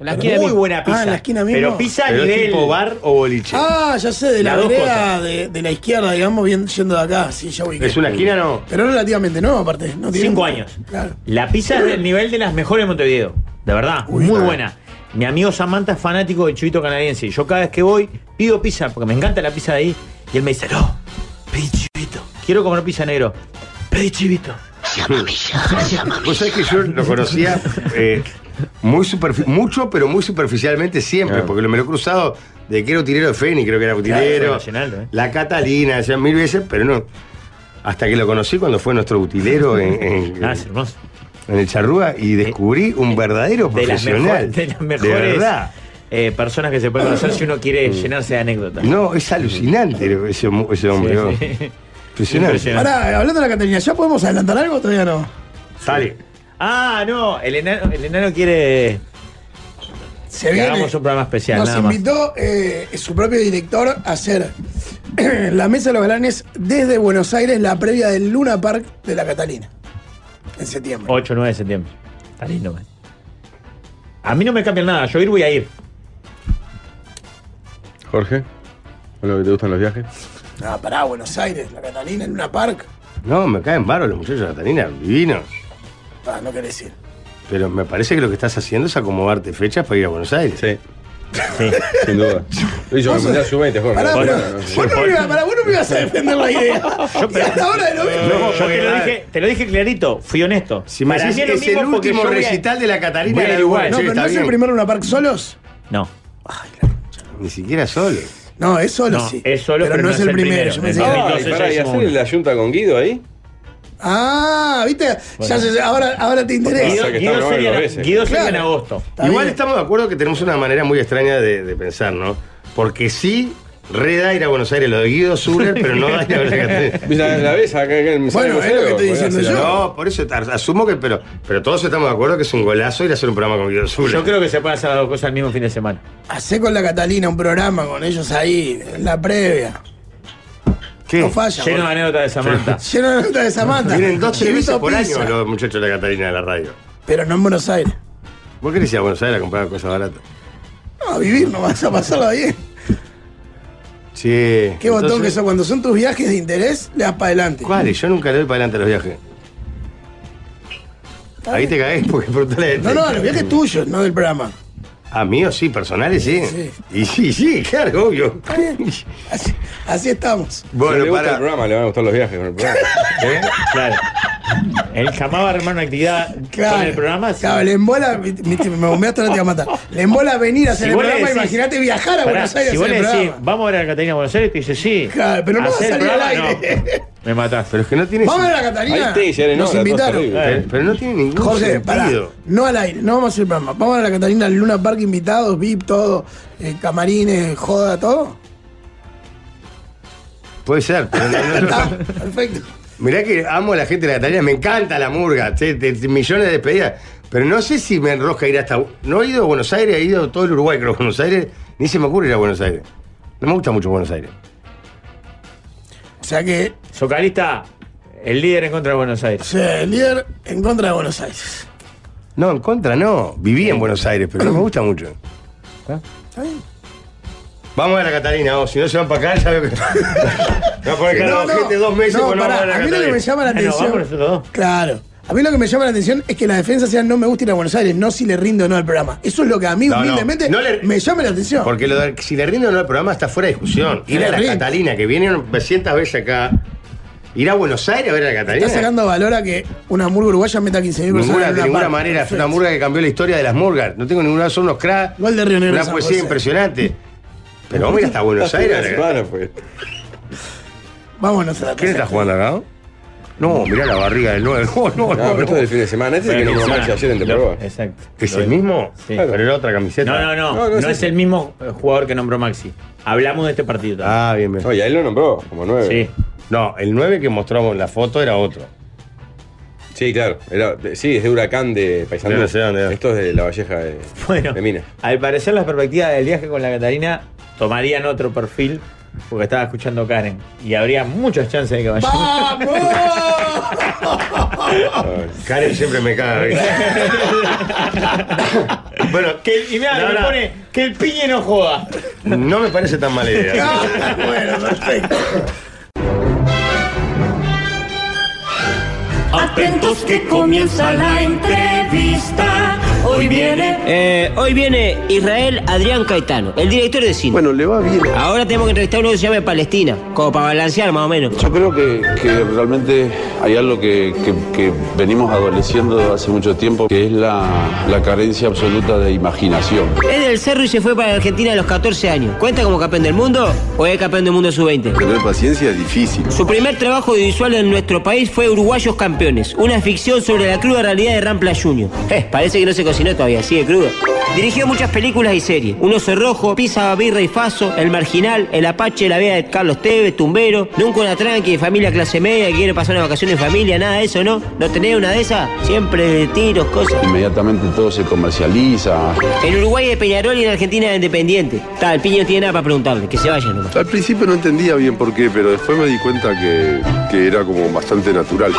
En la esquina Muy mismo. buena pizza. Ah, en la esquina mismo. Pero pizza Pero es nivel- tipo bar o boliche. Ah, ya sé, de la, Las dos vereda cosas. de, de la izquierda, digamos, bien yendo de acá. Sí, ya ubiqué. ¿Es una esquina, no? Pero relativamente no, aparte. No tiene- Cinco años. Claro. La pizza es del nivel de las mejores de Montevideo. De verdad, muy buena. Mi amigo Samantha es fanático del chivito canadiense. Y yo cada vez que voy, pido pizza, porque me encanta la pizza de ahí. Y él me dice, no, pedí chivito. Quiero comer pizza negro. Pedí chivito. Vos sabés que yo lo conocía eh, muy superfi- mucho, pero muy superficialmente siempre, porque lo- me lo he cruzado de que era utilero de Feni, creo que era Claro, utilero. nacional, ¿eh? La Catalina, decían mil veces, pero no. Hasta que lo conocí cuando fue nuestro utilero en, en- Ah, es hermoso. en el Charrúa y descubrí un verdadero De las, profesional. mejor- de las mejores De verdad. eh, personas que se pueden conocer si uno quiere llenarse de anécdotas. No, es alucinante ese, mu- ese hombre. ¿no? Sí. Impresionante. Pará, hablando de la Caterina, ¿ya podemos adelantar algo o todavía no? Sale. Ah, no, el enano, el enano quiere. Se que viene. hagamos un programa especial, Nos nada más. invitó eh, su propio director a hacer la Mesa de los Galanes desde Buenos Aires, la previa del Luna Park de la Catalina. En septiembre. 8 9 de septiembre. Está lindo, man. A mí no me cambian nada, yo ir voy a ir. Jorge, ¿con lo que te gustan los viajes? Ah, pará, Buenos Aires, la Catalina, el Luna Park. No, me caen varos los muchachos de la Catalina, divinos. Ah, no querés ir. Pero me parece que lo que estás haciendo es acomodarte fechas para ir a Buenos Aires. Sí. Sin duda. Lo hizo, me mandé a su 20, Eh, Jorge. Pará, Bueno, pero- no sé. Vos no, me ibas, pará, vos no me ibas a defender la idea. y hasta ahora lo mismo. No, yo te lo, porque- dije, te lo dije clarito, fui honesto. Si me decís, es el último recital de la Catalina voy a era Uruguay. igual. No, Sí, pero está no es el bien. primero Luna Park solos. No. Ni siquiera solo. No, es solo, No, sí. es solo, pero no es el primero. Yo pensé Ay, que- pará, ¿y hacer la yunta con Guido ahí? Ah, ¿viste? Ya, Bueno. se- ahora, ahora te interesa. Pasa que está grabado dos veces. en agosto. Igual estamos de acuerdo que tenemos una manera muy extraña de, de pensar, ¿no? Porque sí, reda ir a Buenos Aires, lo de Guido Zuller, pero no da ir a ver la Catalina. La, la ves acá en el Bueno, museo, podés hacerla. No, por eso tar- asumo que. Pero, pero todos estamos de acuerdo que es un golazo ir a hacer un programa con Guido Zuller. Yo creo que se pueden hacer las dos cosas el mismo fin de semana. Hacé con la Catalina un programa con ellos ahí, en la previa. ¿Qué? No falla. Lleno de anécdotas de Samantha. Lleno de notas de Samantha. Vienen dos tres veces Chivito por Pizza. año los muchachos de la Catalina de la radio. Pero no en Buenos Aires. ¿Vos querés ir a Buenos Aires a comprar cosas baratas? No, a vivir, no vas a pasarla bien. Sí. Qué botón que eso. Cuando son tus viajes de interés, le das para adelante. ¿Cuáles? Yo nunca le doy para adelante a los viajes. Ahí te cagué porque preguntale a este. No, no, los viajes tuyos, no del programa. A míos Ah, sí, personales sí. Sí. Y sí, sí, claro, obvio. Está bien. Así, así estamos. Bueno, Si le gusta para- el programa, le van a gustar los viajes con el programa. ¿Eh? Claro. El jamás va a armar una actividad con el programa. sí. Claro, le embola, viste, me bombeaste, ahora te voy a matar. Le embola venir a hacer Si el vos le programa, decís- imagínate viajar a Pará, Buenos Aires Si a vos hacer le el decís, programa. vamos a ver a Catalina a Buenos Aires, te dice sí. Claro, pero no va a Hacer el salir al programa, aire. no. Me mataste. Pero es que no tiene. Vamos a ver a Catalina. Ahí te llegan Nos en hora, todo invitaron. terrible. Pero, pero no tiene ningún Jorge, pará, sentido. no al aire, no vamos a hacer el programa. Vamos a la Catalina al Luna Park invitados, VIP, todo, eh, camarines, joda, todo. Puede ser, pero no- no- Está, perfecto. Mirá que amo a la gente de la Catalina, me encanta la murga, che, te- te- millones de despedidas. Pero no sé si me enrosca ir hasta. No he ido a Buenos Aires, he ido todo el Uruguay, creo, a Buenos Aires. Ni se me ocurre ir a Buenos Aires. No me gusta mucho Buenos Aires. O sea que, Socalista, el líder en contra de Buenos o Aires. sea, el líder en contra de Buenos Aires. No, en contra no. Viví en Buenos Aires, pero no me gusta mucho. ¿Está bien? Vamos a la Catalina, vos. Si no se van para acá, ya veo que. no, porque No, cada no, gente dos meses no, con pará, a mí lo que me llama la Ah, no, vamos atención. nosotros dos. Claro. A mí lo que me llama la atención es que la defensa sea no me gusta ir a Buenos Aires, no si le rindo o no al programa. Eso es lo que a mí No, no, humildemente no le- me llama la atención. Porque lo de- si le rindo o no al programa está fuera de discusión. Ir a la Rindo. Catalina, que vienen 300 veces acá. Ir a Buenos Aires a ver a la Catalina. Está sacando valor a que una murga uruguaya meta 15.000 personas. Ninguna, en de una ninguna parte. manera, es Perfecto. una murga que cambió la historia de las murgas. No tengo ninguna, son unos cracks. Gol de Río Negro. Una San poesía José. impresionante. Pero vamos a ir hasta Buenos Aires. a la Catalina. Claro, pues. Vámonos a la ¿Quién está tercera. jugando acá? No, mirá la barriga del 9. No, no, No, no, Ah, pero esto es no. del fin de semana. Este es el que Bueno, nos sí, mancha ayer en lo- De Proa. Exacto. ¿Es Lo- el mismo? Sí. Pero era otra camiseta. No, no, no. No, No, no es es el mismo eh, jugador que nombró Maxi. Hablamos de este partido también. Ah, bien, bien. Oye, él lo nombró como nueve. sí. No, el 9 que mostramos en la foto era otro. Sí, claro. Era- de- sí, es de Huracán de Paisandú. No, no sé dónde era. Esto es de la Valleja de, Bueno, de Minas. al parecer las perspectivas del viaje con la Catarina tomarían otro perfil porque estaba escuchando Karen y habría muchas chances de que vaya. ¡Vamos! Karen siempre me caga. bueno, Que, y mirá, No, que me no. pone que el piñe no joda. no me parece tan mala idea. bueno, perfecto. Atentos que comienza la entrevista. Hoy viene Eh, hoy viene Israel Adrián Caetano, el director de cine. Bueno, le va bien. Ahora tenemos que entrevistar a uno que se llame Palestina, como para balancear más o menos. Yo creo que, Eh, que realmente hay algo que, que- que venimos adoleciendo hace mucho tiempo, que es la, la carencia absoluta de imaginación. Es del cerro y se fue para Argentina a los 14 años. ¿Cuenta como campeón del mundo o es campeón del mundo sub-20? Tener paciencia es difícil. Su primer trabajo visual en nuestro país fue Uruguayos Campeones, una ficción sobre la cruda realidad de Rampla Junior. Eh, parece que no se cocinó todavía, sigue crudo. Dirigió muchas películas y series. Un oso rojo, Pisa, Birra y Faso, El Marginal, El Apache, La Vea de Carlos Tevez, Tumbero, Nunca una tranqui de familia clase media que quiere pasar una vacación en familia, nada de eso, ¿no? ¿No tenés una de esas? Siempre de tiros, cosas. Inmediatamente todo se comercializa. En Uruguay de Peñarol y en Argentina de Independiente. Tal, el piño no tiene nada para preguntarle, que se vaya nomás. Al principio no entendía bien por qué, pero después me di cuenta que, que era como bastante natural.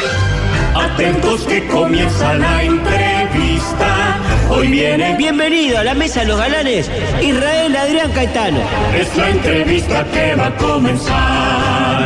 Atentos que comienza la entrevista. Hoy viene Bienvenido a la mesa de los galanes, Israel Adrián Caetano. es la entrevista que va a comenzar.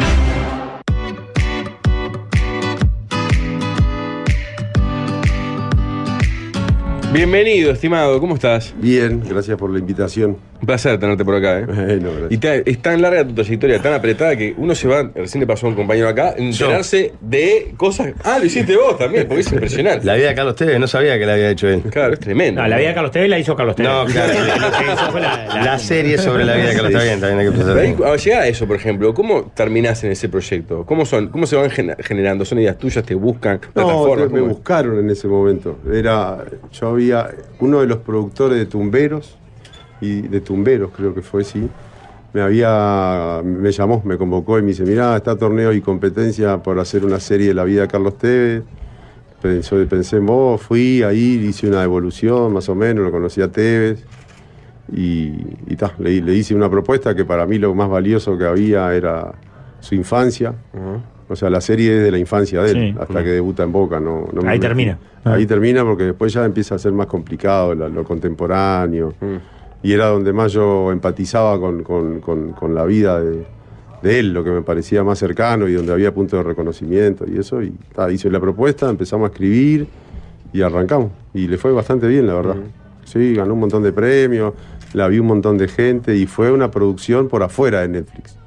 Bienvenido, estimado. ¿Cómo estás? Bien, gracias por la invitación. Un placer tenerte por acá, ¿eh? Bueno, Y te- es tan larga tu trayectoria, tan apretada que uno se va, recién le pasó a un compañero acá, enterarse de cosas. Ah, lo hiciste vos también, porque es impresionante. La vida de Carlos Tevez, no sabía que la había hecho él. Claro, es tremendo. No, la vida de Carlos Tevez la hizo Carlos Tevez. No, claro. Lo que hizo fue la, la- La serie sobre la vida de Carlos Tevez también hay que Pero ahí, pensar. cuando llegás a eso, por ejemplo, ¿cómo terminás en ese proyecto? ¿Cómo son? ¿Cómo se van gener- generando? ¿Son ideas tuyas? ¿Te buscan? No, ¿Plataformas? me ¿Cómo es? buscaron en ese momento. Era, yo había uno de los productores de Tumberos y de Tumberos creo que fue sí. Me había, me llamó, me convocó y me dice, mirá, está torneo y competencia por hacer una serie de la vida de Carlos Tevez. Pensó- pensé en vos, fui ahí, hice una evolución más o menos, lo conocí a Tevez. Y, y ta, le, le hice una propuesta que para mí lo más valioso que había era su infancia. O sea, la serie es de la infancia de él, hasta que debuta en Boca. No, no me Ahí metí. termina. Ahí termina porque después ya empieza a ser más complicado la- lo contemporáneo. Y era donde más yo empatizaba con, con- con- con la vida de, de él, lo que me parecía más cercano y donde había punto de reconocimiento y eso. Y ta, hice la propuesta, empezamos a escribir y arrancamos. Y le fue bastante bien, la verdad. Sí, ganó un montón de premios, la vi un montón de gente y fue una producción por afuera de Netflix.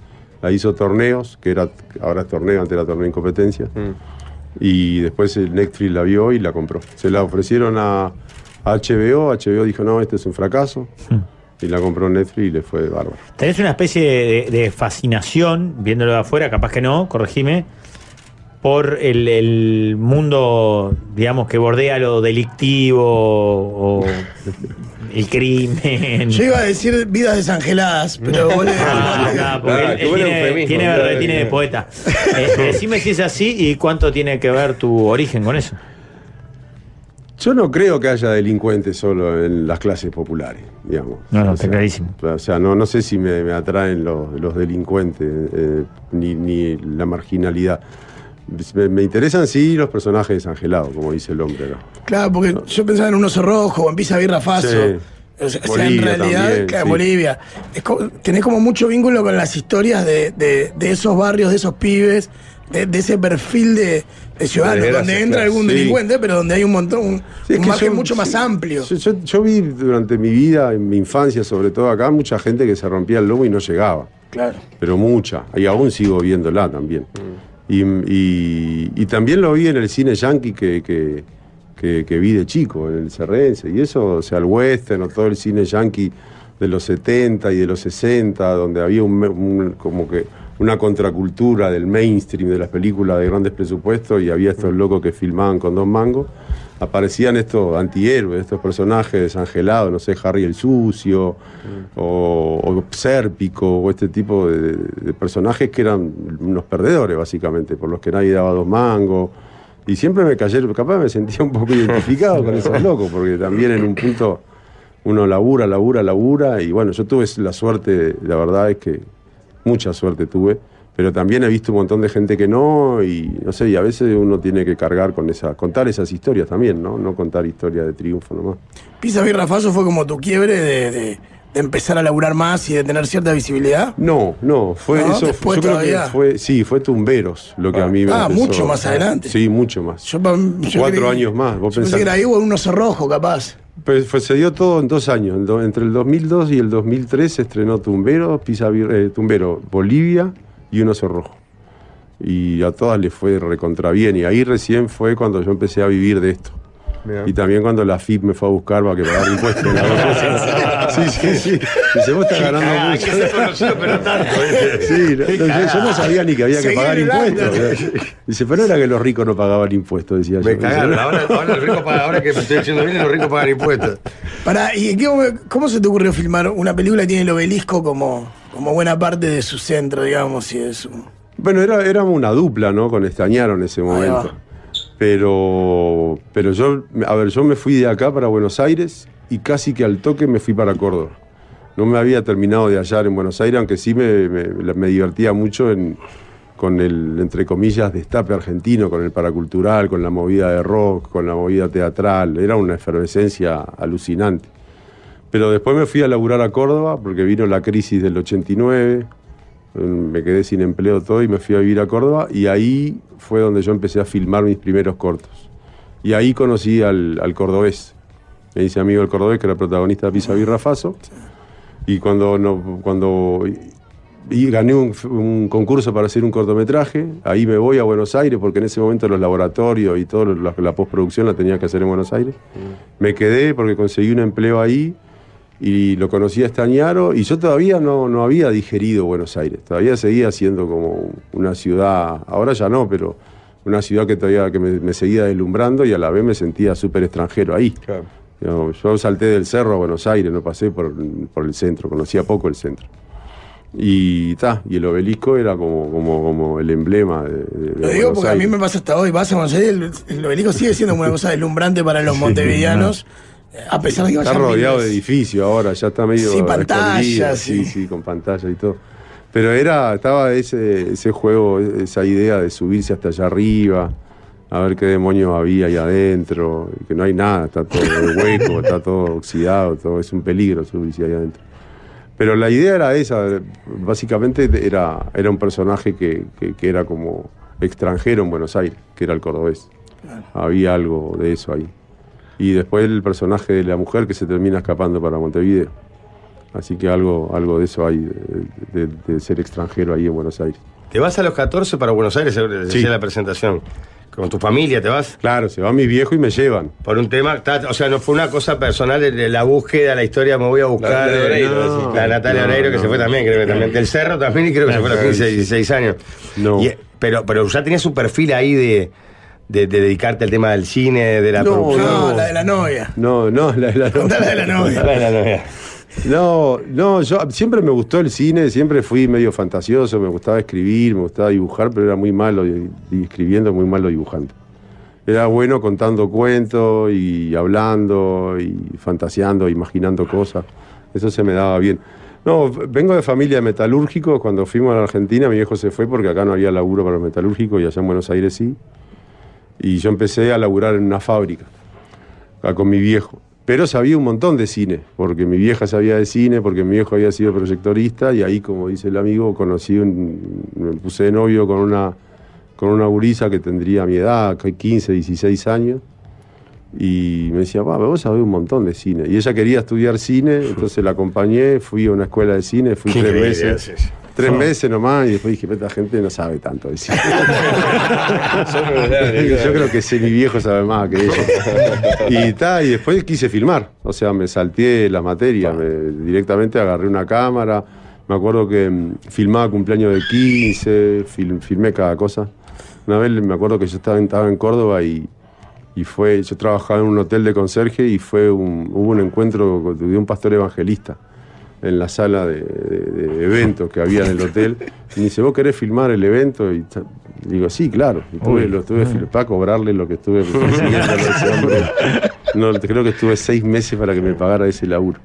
La hizo Torneos, que era ahora es Torneo, antes era Torneo en competencia. Y después el Netflix la vio y la compró. Se la ofrecieron a HBO, HBO dijo, no, este es un fracaso. Y la compró Netflix y le fue bárbaro. Tenés una especie de, de- de fascinación, viéndolo de afuera, capaz que no, corregime, por el, el mundo, digamos, que bordea lo delictivo o el crimen. Yo iba a decir vidas desangeladas, pero vos le- Ah, no, porque Ah, él- qué él buen tiene, eufemismo, tiene claro, berretín claro. de poeta. Eh, decime si es así y cuánto tiene que ver tu origen con eso. Yo no creo que haya delincuentes solo en las clases populares, digamos. No, no, O está sea, clarísimo. O sea, no, no sé si me, me atraen los, los delincuentes eh, ni, ni la marginalidad. Me, me interesan sí los personajes desangelados, como dice el hombre. ¿no? Claro, porque yo pensaba en un oso rojo, o en Pisa Birra Faso. Sí. O sea, en Bolivia realidad, también, claro, sí. Bolivia. Es co- tenés como mucho vínculo con las historias de, de- de esos barrios, de esos pibes, de, de ese perfil de, de ciudadanos, De desgracia, donde entra claro, algún sí. delincuente, pero donde hay un montón, un, es un que margen yo- mucho más sí, amplio. Yo, yo- yo vi durante mi vida, en mi infancia, sobre todo acá, mucha gente que se rompía el lomo y no llegaba. Claro. Pero mucha. Y aún sigo viéndola también. Y, y- y también lo vi en el cine yankee que, que- que- que vi de chico, en el Cerrense. Y eso, o sea, el western o todo el cine yankee de los 70 y de los 60, donde había un, me- un- como que una contracultura del mainstream de las películas de grandes presupuestos y había estos locos que filmaban con dos mangos. Aparecían estos antihéroes, estos personajes desangelados, no sé, Harry el Sucio, o, o Sérpico, o este tipo de, de personajes que eran unos perdedores, básicamente, por los que nadie daba dos mangos. Y siempre me cayeron, capaz me sentía un poco identificado con esos locos, porque también en un punto uno labura, labura, labura, y bueno, yo tuve la suerte, la verdad es que mucha suerte tuve, pero también he visto un montón de gente que no, y no sé, y a veces uno tiene que cargar con esa, contar esas historias también, ¿no? No contar historias de triunfo nomás. ¿Pisa Birra Faso fue como tu quiebre de, de- de empezar a laburar más y de tener cierta visibilidad? No, no, fue No, eso. después yo creo que todavía. fue, sí, fue Tumberos lo que a mí me Ah, empezó- mucho más adelante. Sí, mucho más. Yo pa- yo Cuatro creí- años más. Vos Yo pensé pensás- que era ahí o un oso rojo, capaz. Pues, fue- se dio todo en dos años. En do- Entre el 2002 y el 2003 se estrenó Tumbero, Pisa Bir- eh, Tumbero, Bolivia y Un Oso Rojo. Y a todas les fue recontra bien. Y ahí recién fue cuando yo empecé a vivir de esto. Y también cuando la FIP me fue a buscar para que pagara impuestos. la verdad. sí, sí, sí. Dice, vos estás ganando Ah, mucho. Sí, no, no, yo, yo no sabía ni que había que Seguí pagar hablando. impuestos. Dice, pero era que los ricos no pagaban impuestos, decía yo. Me cagaron. Ahora, ahora los ricos pagan- ahora que me estoy diciendo bien, los ricos pagan impuestos. Pará, ¿y en qué momen- cómo se te ocurrió filmar una película que tiene el obelisco como, como buena parte de su centro, digamos, y de su... Bueno, era, éramos una dupla, ¿no? Con Estañaro en ese momento. Pero, pero yo, a ver, yo me fui de acá para Buenos Aires y casi que al toque me fui para Córdoba. No me había terminado de hallar en Buenos Aires, aunque sí me, me- me divertía mucho en- con el, entre comillas, destape argentino, con el paracultural, con la movida de rock, con la movida teatral. Era una efervescencia alucinante. Pero después me fui a laburar a Córdoba porque vino la crisis del 89 Eh, me quedé sin empleo todo y me fui a vivir a Córdoba y ahí fue donde yo empecé a filmar mis primeros cortos. Y ahí conocí al, al cordobés. Me hice amigo del cordobés, que era protagonista de Pisa Birra Faso. Y cuando, no, cuando y gané un, un concurso para hacer un cortometraje, ahí me voy a Buenos Aires, porque en ese momento los laboratorios y toda la, la postproducción la tenía que hacer en Buenos Aires. Me quedé porque conseguí un empleo ahí y lo conocí a Estañaro y yo todavía no, no había digerido Buenos Aires, todavía seguía siendo como una ciudad, ahora ya no, pero una ciudad que todavía que me, me seguía deslumbrando y a la vez me sentía súper extranjero ahí. Yo, yo salté del cerro a Buenos Aires, no pasé por, por el centro, conocía poco el centro. Y ta, y el obelisco era como, como, como el emblema de, de- de Lo digo Buenos porque a Aires. mí me pasa hasta hoy, vas a Buenos Aires, el, el obelisco sigue siendo como una cosa deslumbrante para los Sí, montevideanos, eh, a pesar de que Está vayan rodeado miles. de edificios ahora, ya está medio. Sí, escondido, pantallas, Sí, sí, con pantalla y todo. Pero era, estaba ese, ese juego, esa idea de subirse hasta allá arriba, a ver qué demonios había ahí adentro, que no hay nada, está todo hueco, está todo oxidado, todo, es un peligro subirse ahí adentro. Pero la idea era esa, básicamente era, era un personaje que, que- que era como extranjero en Buenos Aires, que era el cordobés. Había algo de eso ahí. Y después el personaje de la mujer que se termina escapando para Montevideo. Así que algo, algo de eso hay, de, de- de ser extranjero ahí en Buenos Aires. Te vas a los 14 para Buenos Aires, eh, decía la presentación. ¿Con tu familia te vas? Claro, se va mi viejo y me llevan. Por un tema, ta- o sea, no fue una cosa personal, eh, la búsqueda, la historia, me voy a La buscar. de eh, Oreiro, no, decís, la claro. Natalia No, Oreiro, que no. se fue también, creo que también. Del Cerro también, y creo que se fue a los Claro, 15, sí. 16 años. No. Y, eh, pero, pero ya tenías un perfil ahí de, de- de dedicarte al tema del cine, de la No, producción. no, La de la novia. No, no, la de la novia. la de la novia. La de la novia. No, no, yo siempre me gustó el cine, siempre fui medio fantasioso, me gustaba escribir, me gustaba dibujar, pero era muy malo y- y escribiendo, muy malo dibujando. Era bueno contando cuentos y hablando y fantaseando, imaginando cosas. Eso se me daba bien. No, v- vengo de familia de metalúrgicos. Cuando fuimos a la Argentina, mi viejo se fue porque acá no había laburo para los metalúrgicos y allá en Buenos Aires sí. Y yo empecé a laburar en una fábrica acá con mi viejo. Pero sabía un montón de cine, porque mi vieja sabía de cine, porque mi viejo había sido proyectorista y ahí, como dice el amigo, conocí, un- me puse de novio con una, con una gurisa que tendría mi edad, que 15, 16 años. Y me decía, "Pa, vos sabés un montón de cine. Y ella quería estudiar cine, entonces la acompañé, fui a una escuela de cine, fui Qué tres increíble, meses. sí, sí. Tres meses nomás y después dije, esta gente no sabe tanto de cine. Yo creo que sí, mi viejo sabe más que ella. Y, ta, y después quise filmar, o sea, me salteé las materias, me- directamente agarré una cámara. Me acuerdo que mm, filmaba cumpleaños de 15, fil- filmé cada cosa. Una vez me acuerdo que yo estaba en, estaba en Córdoba y, y fue, yo trabajaba en un hotel de conserje y fue un- hubo un encuentro de un pastor evangelista en la sala de, de- de eventos que había en el hotel. Y me dice, ¿vos querés filmar el evento? Y ta- digo, sí, claro. Y tuve- Uy. lo estuve fil- para cobrarle lo que estuve persiguiendo a ese hombre. No, creo que estuve seis meses para que me pagara ese laburo.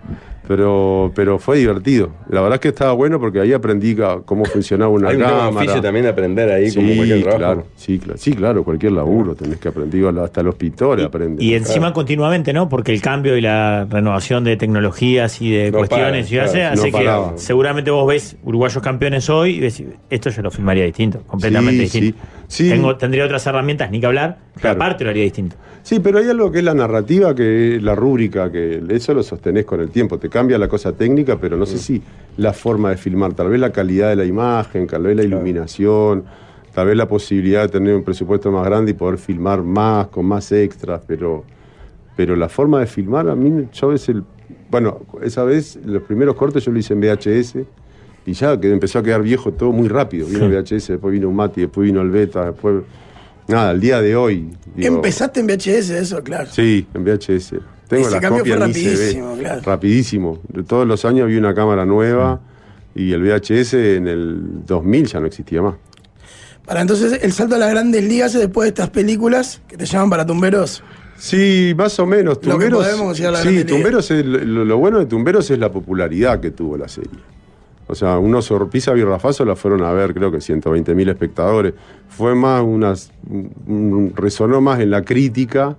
Pero, pero fue divertido. La verdad es que estaba bueno porque ahí aprendí ca- cómo funcionaba una Hay un tema cámara. de oficio también de aprender ahí, Sí, como cualquier trabajo. Claro, sí, claro, sí, claro, cualquier laburo tenés que aprender, hasta los pintores aprenden. Y encima continuamente, ¿no? Porque el cambio y la renovación de tecnologías y de No cuestiones para, y hace, claro, hace no que paraba. seguramente vos ves uruguayos campeones hoy y decís, esto yo lo filmaría distinto, completamente Sí, distinto. sí, sí. Tengo, tendría otras herramientas, ni que hablar, pero aparte lo haría distinto. Sí, pero hay algo que es la narrativa, que es la rúbrica, que eso lo sostenés con el tiempo. Te cambia la cosa técnica, pero no sé si la forma de filmar, tal vez la calidad de la imagen, tal vez la iluminación, tal vez la posibilidad de tener un presupuesto más grande y poder filmar más, con más extras, pero, pero la forma de filmar, a mí, yo a veces, bueno, esa vez los primeros cortes yo lo hice en VHS. Y ya que empezó a quedar viejo todo muy rápido. Vino VHS, después vino un Mati, después vino el Beta, después. Nada, el día de hoy. digo, Empezaste en VHS, eso, claro. Sí, en VHS. Tengo Ese la cambio copia fue en ICB. rapidísimo, claro. Rapidísimo. De Todos los años había una cámara nueva y el VHS en el 2000 ya no existía más. Para entonces el salto a las grandes ligas es después de estas películas que te llaman para tumberos. Sí, más o menos. Lo que Tumberos, podemos decir a la sí, Grande Liga. Tumberos es- lo, lo bueno de Tumberos es la popularidad que tuvo la serie. O sea, unos sor- Pisa y Rafazo la fueron a ver, creo que 120 mil espectadores. Fue más unas. un- un- resonó más en la crítica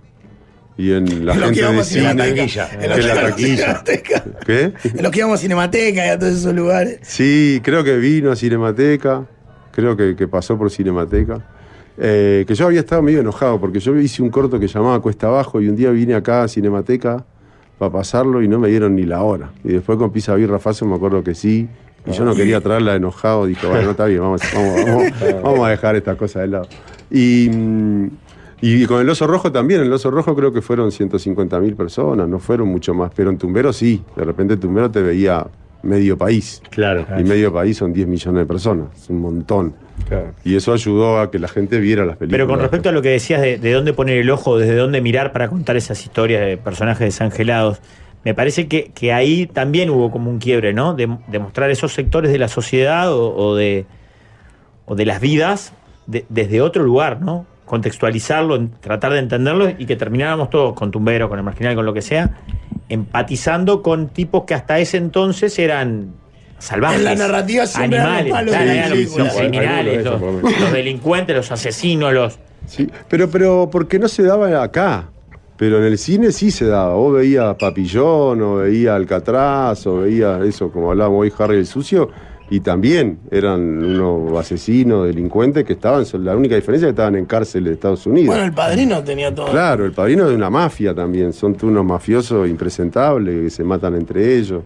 y en la En lo gente que de íbamos a ir cine. a la taquilla. que En lo que en la íbamos a ir a la taquilla. ¿Qué? En los que íbamos a Cinemateca y a todos esos lugares. Sí, creo que vino a Cinemateca, creo que, que pasó por Cinemateca. Eh, que yo había estado medio enojado porque yo hice un corto que llamaba Cuesta Abajo y un día vine acá a Cinemateca para pasarlo y no me dieron ni la hora. Y después con Pisa y Rafazo me acuerdo que sí. Y Ah. yo no quería traerla enojado, dije, bueno, está bien, vamos, vamos, vamos, vamos a dejar estas cosas de lado. Y, mm, y con el oso rojo también, el oso rojo creo que fueron 150 mil personas, no fueron mucho más, pero en Tumbero sí, de repente en Tumbero te veía medio país. Claro. Y medio país son 10 millones de personas, es un montón. Y eso ayudó a que la gente viera las películas. Pero con respecto a lo que decías de, de dónde poner el ojo, desde dónde mirar para contar esas historias de personajes desangelados, me parece que, que ahí también hubo como un quiebre, ¿no? De, de mostrar esos sectores de la sociedad o, o de, o de las vidas de- desde otro lugar, ¿no? Contextualizarlo, en- tratar de entenderlo y que termináramos todos con Tumbero, con el marginal, con lo que sea, empatizando con tipos que hasta ese entonces eran salvajes. En la narrativa siempre dan los animales, palos claro, de eran los, películas. los criminales, Alguno de los, esos, por lo menos. los delincuentes, los asesinos, los. Sí, pero, pero porque no se daba acá. Pero en el cine sí se daba. Vos veías Papillón, o veía Alcatraz, o veía eso, como hablábamos hoy, Harry el Sucio, y también eran unos asesinos, delincuentes que estaban, la única diferencia es que estaban en cárceles de Estados Unidos. Bueno, el padrino tenía todo. Claro, el padrino de una mafia también. Son unos mafiosos impresentables que se matan entre ellos.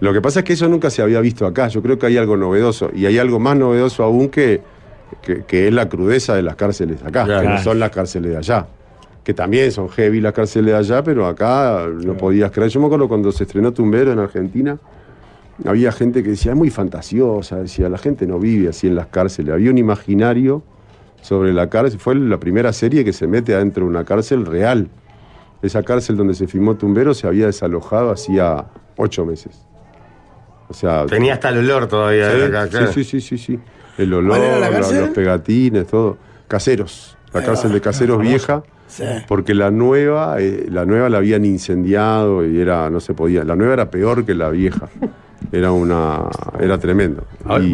Lo que pasa es que eso nunca se había visto acá. Yo creo que hay algo novedoso. Y hay algo más novedoso aún que, que, que es la crudeza de las cárceles acá, que no Claro. son las cárceles de allá. Que también son heavy las cárceles de allá, pero acá no podías creer. Yo me acuerdo cuando se estrenó Tumbero en Argentina, había gente que decía, es muy fantasiosa, decía, la gente no vive así en las cárceles. Había un imaginario sobre la cárcel. Fue la primera serie que se mete adentro de una cárcel real. Esa cárcel donde se filmó Tumbero se había desalojado hacía ocho meses. O sea, Tenía hasta el olor todavía. Sí, de acá, claro. sí, sí, sí, sí, sí. El olor, ¿Cuál era la la- cárcel? los pegatines, todo. Caseros. La cárcel de caseros vieja. Sí. Porque la nueva, eh, la nueva la habían incendiado y era, no se podía. La nueva era peor que la vieja. Era una. era tremendo. Y-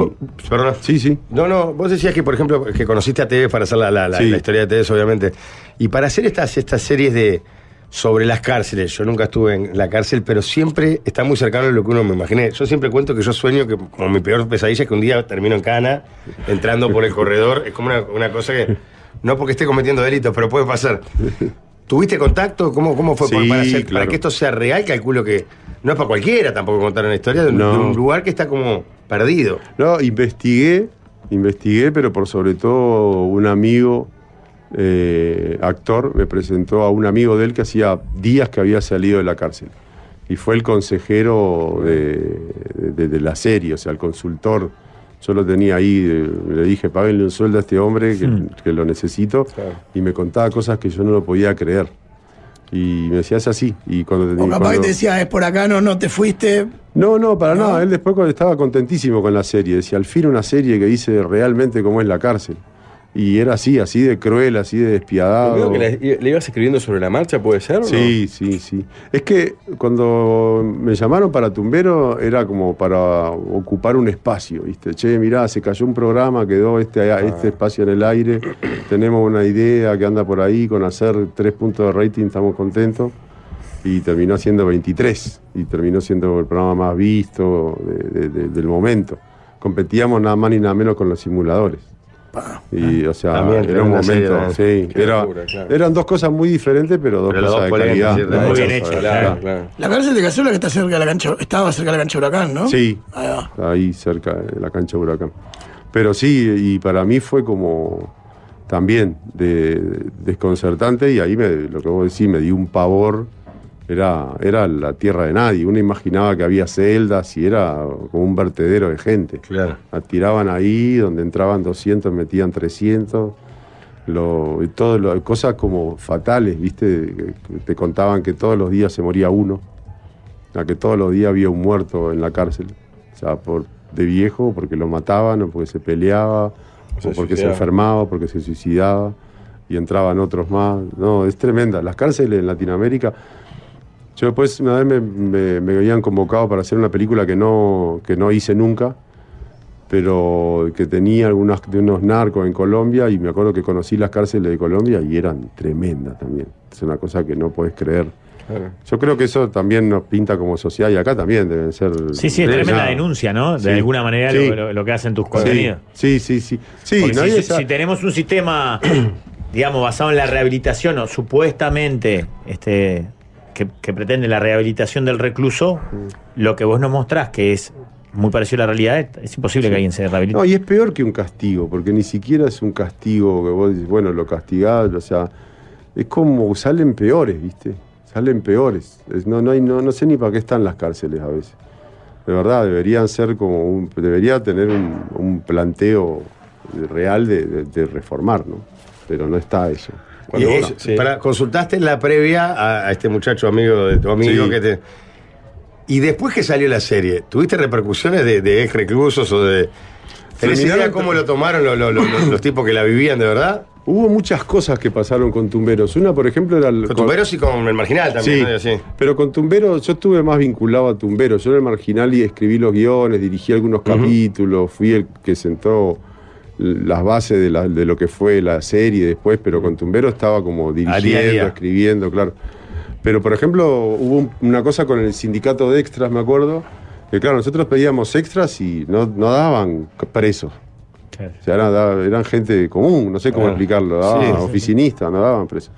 Perdón. Sí, sí. No, no, vos decías que, por ejemplo, que conociste a TV para hacer la, la- la- Sí. la historia de TV, obviamente. Y para hacer estas, estas series de sobre las cárceles, yo nunca estuve en la cárcel, pero siempre está muy cercano a lo que uno me imaginé. Yo siempre cuento que yo sueño que, como mi peor pesadilla, es que un día termino en cana, entrando por el corredor. Es como una, una cosa que, no porque esté cometiendo delitos, pero puede pasar. ¿Tuviste contacto? ¿Cómo, cómo fue Sí, para, hacer- para claro. que esto sea real? Calculo que no es para cualquiera tampoco contar una historia de un- No. de un lugar que está como perdido. No, investigué, investigué, pero por sobre todo un amigo, eh, actor, me presentó a un amigo de él que hacía días que había salido de la cárcel. Y fue el consejero de, de- de la serie, o sea, el consultor. Yo lo tenía ahí, eh, le dije, páguenle un sueldo a este hombre que, Hmm. que lo necesito. Y me contaba cosas que yo no lo podía creer. Y me decía, es así. Y cuando O capaz que cuando- te decía, es por acá, no, no te fuiste. no, no, para nada. Él después cuando estaba contentísimo con la serie. Decía, al fin una serie que dice realmente cómo es la cárcel. Y era así, así de cruel, así de Veo despiadado. que le, le ibas escribiendo sobre la marcha, puede ser, o no? Sí, sí, sí. Es que cuando me llamaron para Tumbero era como para ocupar un espacio, ¿viste? Che, mirá, se cayó un programa, quedó este, Ah. este espacio en el aire, tenemos una idea que anda por ahí, con hacer tres puntos de rating estamos contentos. Y terminó siendo 23, y terminó siendo el programa más visto de- de- de- del momento. Competíamos nada más ni nada menos con los simuladores. Y, o sea, También, era un tremenda serie, momento, ¿no? sí, Qué era- locura, claro. eran dos cosas muy diferentes, pero dos Pero las cosas dos de polémicas, calidad. ¿cierto? Muchas Muy bien cosas, hechas, claro. claro, claro. La cárcel de Cazuela que está cerca de la cancha, estaba cerca de la cancha de Huracán, ¿no? Sí, Ahí va. ahí cerca de la cancha de Huracán. Pero sí, y para mí fue como también de- desconcertante y ahí me- lo que vos decís, me dio un pavor. Era, era la tierra de nadie. Uno imaginaba que había celdas y era como un vertedero de gente. Claro. La tiraban ahí, donde entraban 200, metían 300. Lo, y todo lo- cosas como fatales, ¿viste? Que- que Te contaban que todos los días se moría uno. A que todos los días había un muerto en la cárcel. O sea, por, de viejo, porque lo mataban, o porque se peleaba, Se o porque se suicidaba. enfermaba, porque se suicidaba, y entraban otros más. No, es tremenda. Las cárceles en Latinoamérica. Yo después una vez me, me- me habían convocado para hacer una película que no, que no hice nunca, pero que tenía algunas de unos narcos en Colombia, y me acuerdo que conocí las cárceles de Colombia y eran tremendas también. Es una cosa que no podés creer. Claro. Yo creo que eso también nos pinta como sociedad y acá también deben ser. Sí, sí, es deben tremenda ser- denuncia, ¿no? De Sí. alguna manera Sí. lo, lo- lo que hacen tus Sí. contenidos. Sí, sí, sí. Sí, Porque no hay si, esa- si tenemos un sistema, digamos, basado en la rehabilitación o supuestamente este, que, que pretende la rehabilitación del recluso, Mm. lo que vos nos mostrás, que es muy parecido a la realidad, es- es imposible que alguien se rehabilite. No, y es peor que un castigo, porque ni siquiera es un castigo que vos dices, bueno, lo castigás, o sea, es como salen peores, ¿viste? Salen peores. Es- no, no, hay, no, no sé ni para qué están las cárceles a veces. De verdad, deberían ser como un, debería tener un, un planteo real de, de- de reformar, ¿no? Pero no está eso. Y Cuando vos- vos, para, consultaste en la previa a, a este muchacho amigo de tu amigo Sí. que te. Y después que salió la serie, ¿tuviste repercusiones de, de ex reclusos o de. ¿Tenés Terminaron idea cómo lo tomaron los, los- los- los- los tipos que la vivían de verdad? Hubo muchas cosas que pasaron con Tumberos. Una, por ejemplo, era... El, Con Tumberos y con El Marginal también, Sí, ¿no? Sí. pero con Tumberos yo estuve más vinculado a Tumberos. Yo era el marginal y escribí los guiones, dirigí algunos capítulos, fui el que sentó las bases de, la- de lo que fue la serie después, pero con Tumberos estaba como dirigiendo, día. escribiendo, claro. Pero, por ejemplo, hubo un- una cosa con el sindicato de extras, me acuerdo, que claro, nosotros pedíamos extras y no, no daban presos. O sea, era- da- eran, gente común, no sé cómo Ah. explicarlo, daban Sí, sí. oficinistas, no daban presos.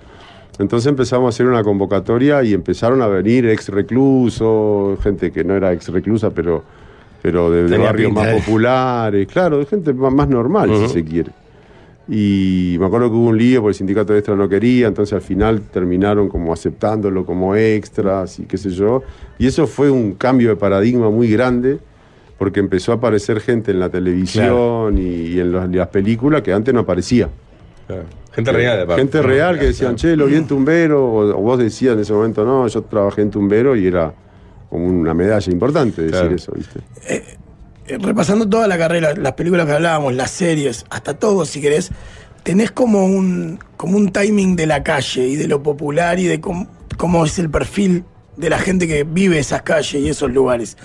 Entonces empezamos a hacer una convocatoria y empezaron a venir ex reclusos, gente que no era ex reclusa, pero, pero de, de Tenía barrios pinta, más eh. populares, claro, de gente más, más normal, Ujú. si se quiere. Y me acuerdo que hubo un lío porque el sindicato de extras no quería, entonces al final terminaron como aceptándolo como extras y qué sé yo. Y eso fue un cambio de paradigma muy grande porque empezó a aparecer gente en la televisión y, y en los- las películas que antes no aparecía. Gente real, aparte. Gente real que decían, che, lo vi en Tumbero, o, o vos decías en ese momento, no, yo trabajé en Tumbero y era como una medalla importante decir Claro. eso, ¿viste? eh, repasando toda la carrera, las películas que hablábamos, las series, hasta todo, si querés, tenés como un, como un timing de la calle y de lo popular y de cómo, cómo es el perfil de la gente que vive esas calles y esos lugares.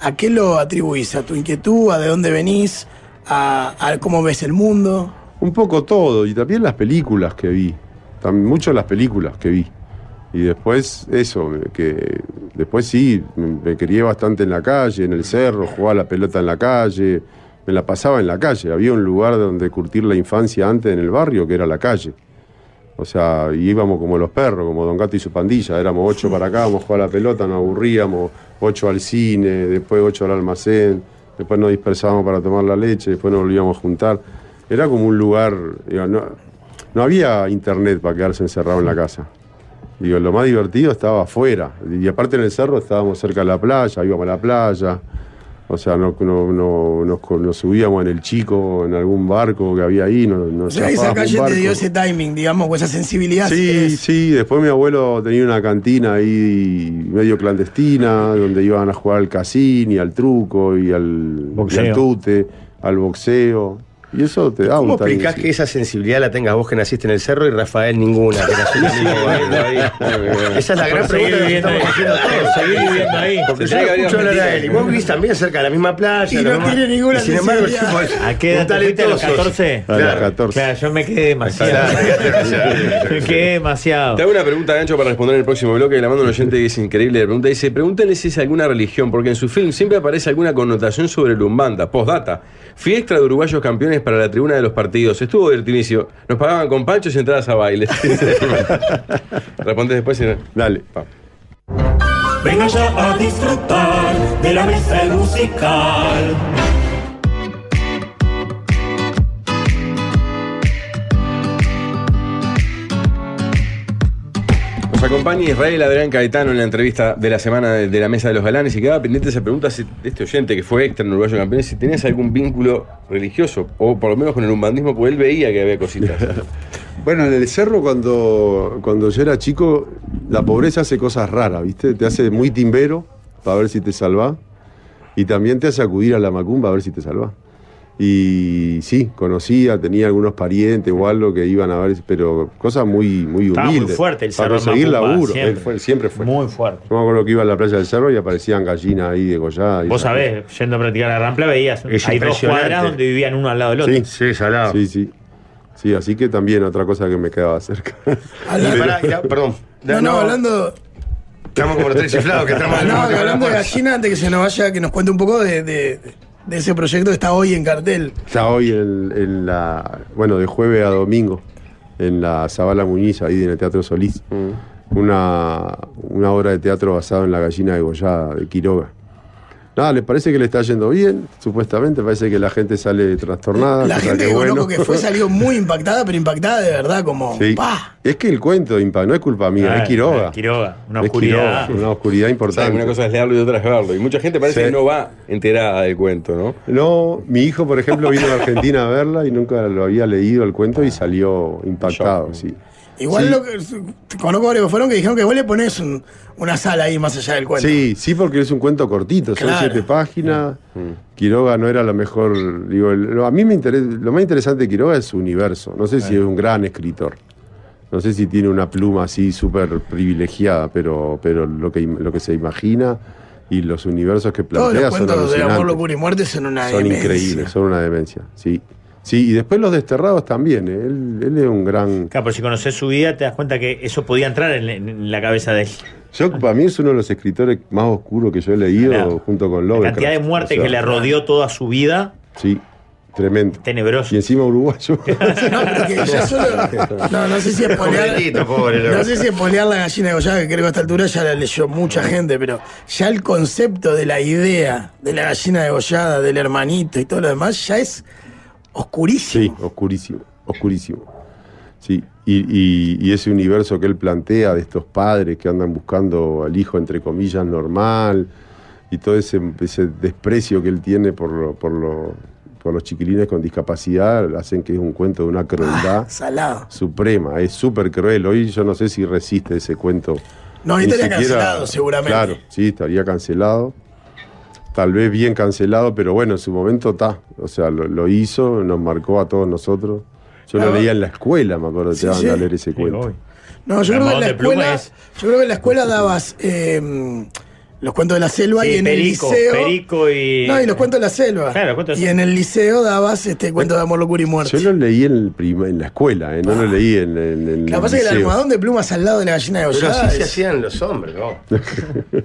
¿A qué lo atribuís? ¿A tu inquietud? ¿A de dónde venís? ¿A, a cómo ves el mundo? Un poco todo, y también las películas que vi. También mucho las películas que vi. Y después, eso, que después sí, me, me crié bastante en la calle, en el cerro, jugaba a la pelota en la calle, me la pasaba en la calle. Había un lugar donde curtir la infancia antes en el barrio, que era la calle. O sea, y íbamos como los perros, como Don Gato y su pandilla. Éramos ocho para acá, vamos a jugar a la pelota, nos aburríamos, ocho al cine, después ocho al almacén, después nos dispersábamos para tomar la leche, después nos volvíamos a juntar. Era como un lugar, digo, no, no había internet para quedarse encerrado en la casa. Digo, lo más divertido estaba afuera. Y aparte en el cerro estábamos cerca de la playa, íbamos a la playa. O sea, no, no- no- nos, co- nos subíamos en el chico, en algún barco que había ahí. Nos, O nos sea, esa zafábamos un calle te barco. dio ese timing, digamos, o esa sensibilidad. si Sí, querés. sí, después mi abuelo tenía una cantina ahí medio clandestina, donde iban a jugar al casino y al truco y al, y al Boxeo. tute, al boxeo. Y eso te da un ¿Cómo timing, explicás sí. que esa sensibilidad la tengas vos que naciste en el cerro y Rafael ninguna? que nació en el mismo barrio? esa es la gran Por seguir pregunta que nos viviendo estamos ahí. haciendo todos. Por seguir viviendo ahí. Porque Se yo tiene lo que escucho abrir hablar a una él. Y vos vivís también cerca de la misma playa. Y la no misma- tiene ninguna y Sin embargo, sensibilidad. tipo, ¿A qué edad un te fuiste? ¿A los talentoso. 14? A los Claro. 14. Claro, yo me quedé demasiado. me quedé demasiado. Te hago una pregunta, Gancho, para responder en el próximo bloque. que La manda un oyente que es increíble. La pregunta dice: Pregúntenle si es alguna religión, porque en su film siempre aparece alguna connotación sobre el Umbanda. Postdata: Fui extra de uruguayos campeones para la tribuna de los partidos. Estuvo divertidísimo. Nos pagaban con panchos y entradas a bailes. Responde después. Dale. Venga ya a disfrutar de la mesa del musical. Nos acompaña Israel Adrián Caetano en la entrevista de la semana de, de la Mesa de los Galanes y quedaba pendiente esa pregunta si- de este oyente que fue extra en Uruguayo Campeones si tenías algún vínculo religioso o por lo menos con el umbandismo, porque él veía que había cositas. Bueno, en el cerro cuando, cuando yo era chico, la pobreza hace cosas raras, ¿viste? Te hace muy timbero para ver si te salvás y también te hace acudir a la macumba a ver si te salvás. Y sí, conocía, tenía algunos parientes o algo que iban a ver, pero cosas muy, muy humildes. Estaba muy fuerte el cerro Para en conseguir Macumba, laburo, siempre. Él fue- siempre fue. Muy fuerte. Yo me acuerdo que iba a la playa del cerro y aparecían gallinas ahí degolladas. y Vos esas sabés, yendo a practicar la rampla, veías. Es hay dos impresionante. cuadras donde vivían uno al lado del otro. Sí, salado. Sí, sí. Sí, así que también otra cosa que me quedaba cerca. Y pará, y la- Perdón. No, no, hablando, Estamos como los tres chiflados que estamos No, estamos- que hablando de gallina, antes que se nos vaya, que nos cuente un poco de, de- de ese proyecto que está hoy en cartel. Está hoy en, en la. Bueno, de jueves a domingo, en la Zabala Muñiz, ahí en el Teatro Solís. Una, una obra de teatro basada en la gallina degollada de Quiroga. Nada, les parece que le está yendo bien, supuestamente. Parece que la gente sale trastornada. La cosa gente que que Ah, bueno. conozco que fue salió muy impactada, pero impactada de verdad, como Sí. Eh, ¡pa! Es que el cuento impa- no es culpa mía, Ah, es Quiroga. es Quiroga, una Es oscuridad. Quiroga, una oscuridad importante. una cosa es leerlo y otra es verlo. Y mucha gente parece Sí. que no va enterada del cuento, ¿no? No, mi hijo, Ah. por ejemplo, vino a Argentina a verla y nunca lo había leído el cuento y salió impactado, sí. Igual Sí. lo que, conozco varios que fueron que dijeron que vos le pones un- una sala ahí más allá del cuento. Sí, sí, porque es un cuento cortito, son Claro. Mm. siete páginas. Quiroga no era la mejor. Digo, el- lo- a mí me interesa, lo más interesante de Quiroga es su universo. No sé si es un gran escritor. No sé si tiene una pluma así súper privilegiada, pero, pero lo, que, im- lo que se imagina y los universos que Todos plantea los son cuentos de amor, alucinantes. locura y muerte son una Son demencia. increíbles, son una demencia. Sí. Sí, y después los desterrados también. ¿eh? Él, él es un gran. Claro, pero si conoces su vida, te das cuenta que eso podía entrar en, en la cabeza de él. Yo, para mí es uno de los escritores más oscuros que yo he leído junto con La Lovecraft. cantidad de muerte O sea, que le rodeó toda su vida. Sí, tremendo. Tenebroso. Y encima uruguayo. No, pero que ya solo- no, no sé si es Pobrecito, pobre, loco. No sé si espolear la gallina de Goya, que creo que a esta altura ya la leyó mucha gente, pero ya el concepto de la idea de la gallina degollada, del hermanito y todo lo demás, ya es oscurísimo. Sí, oscurísimo, oscurísimo. Sí, y, y- y ese universo que él plantea de estos padres que andan buscando al hijo, entre comillas, normal, y todo ese, ese desprecio que él tiene por, lo- por, lo- por los chiquilines con discapacidad, hacen que es un cuento de una crueldad salado. suprema. Es súper cruel. Hoy yo no sé si resiste ese cuento. No, hoy Ni estaría cancelado, seguramente. Claro, sí, estaría cancelado. Tal vez bien cancelado, pero bueno, en su momento está. O sea, lo, lo hizo, nos marcó a todos nosotros. Yo Claro. lo leía en la escuela, me acuerdo, Sí, te daban sí. a leer ese cuento. No, yo creo, que en la Ramón de Pluma escuela, es- yo creo que en la escuela dabas eh, los cuentos de la selva Sí, y en Perico, el liceo. Perico y. No, y los cuentos de la selva. Claro, los cuentos de y la en el liceo dabas este cuento de amor, locura y muerte. Yo lo leí en, el prim- en la escuela, ¿eh? no lo leí en, en- en Lo que el pasa es Ah. que el liceo. almohadón de plumas al lado de la gallina de Pero Goya. así se hacían los hombres, ¿no?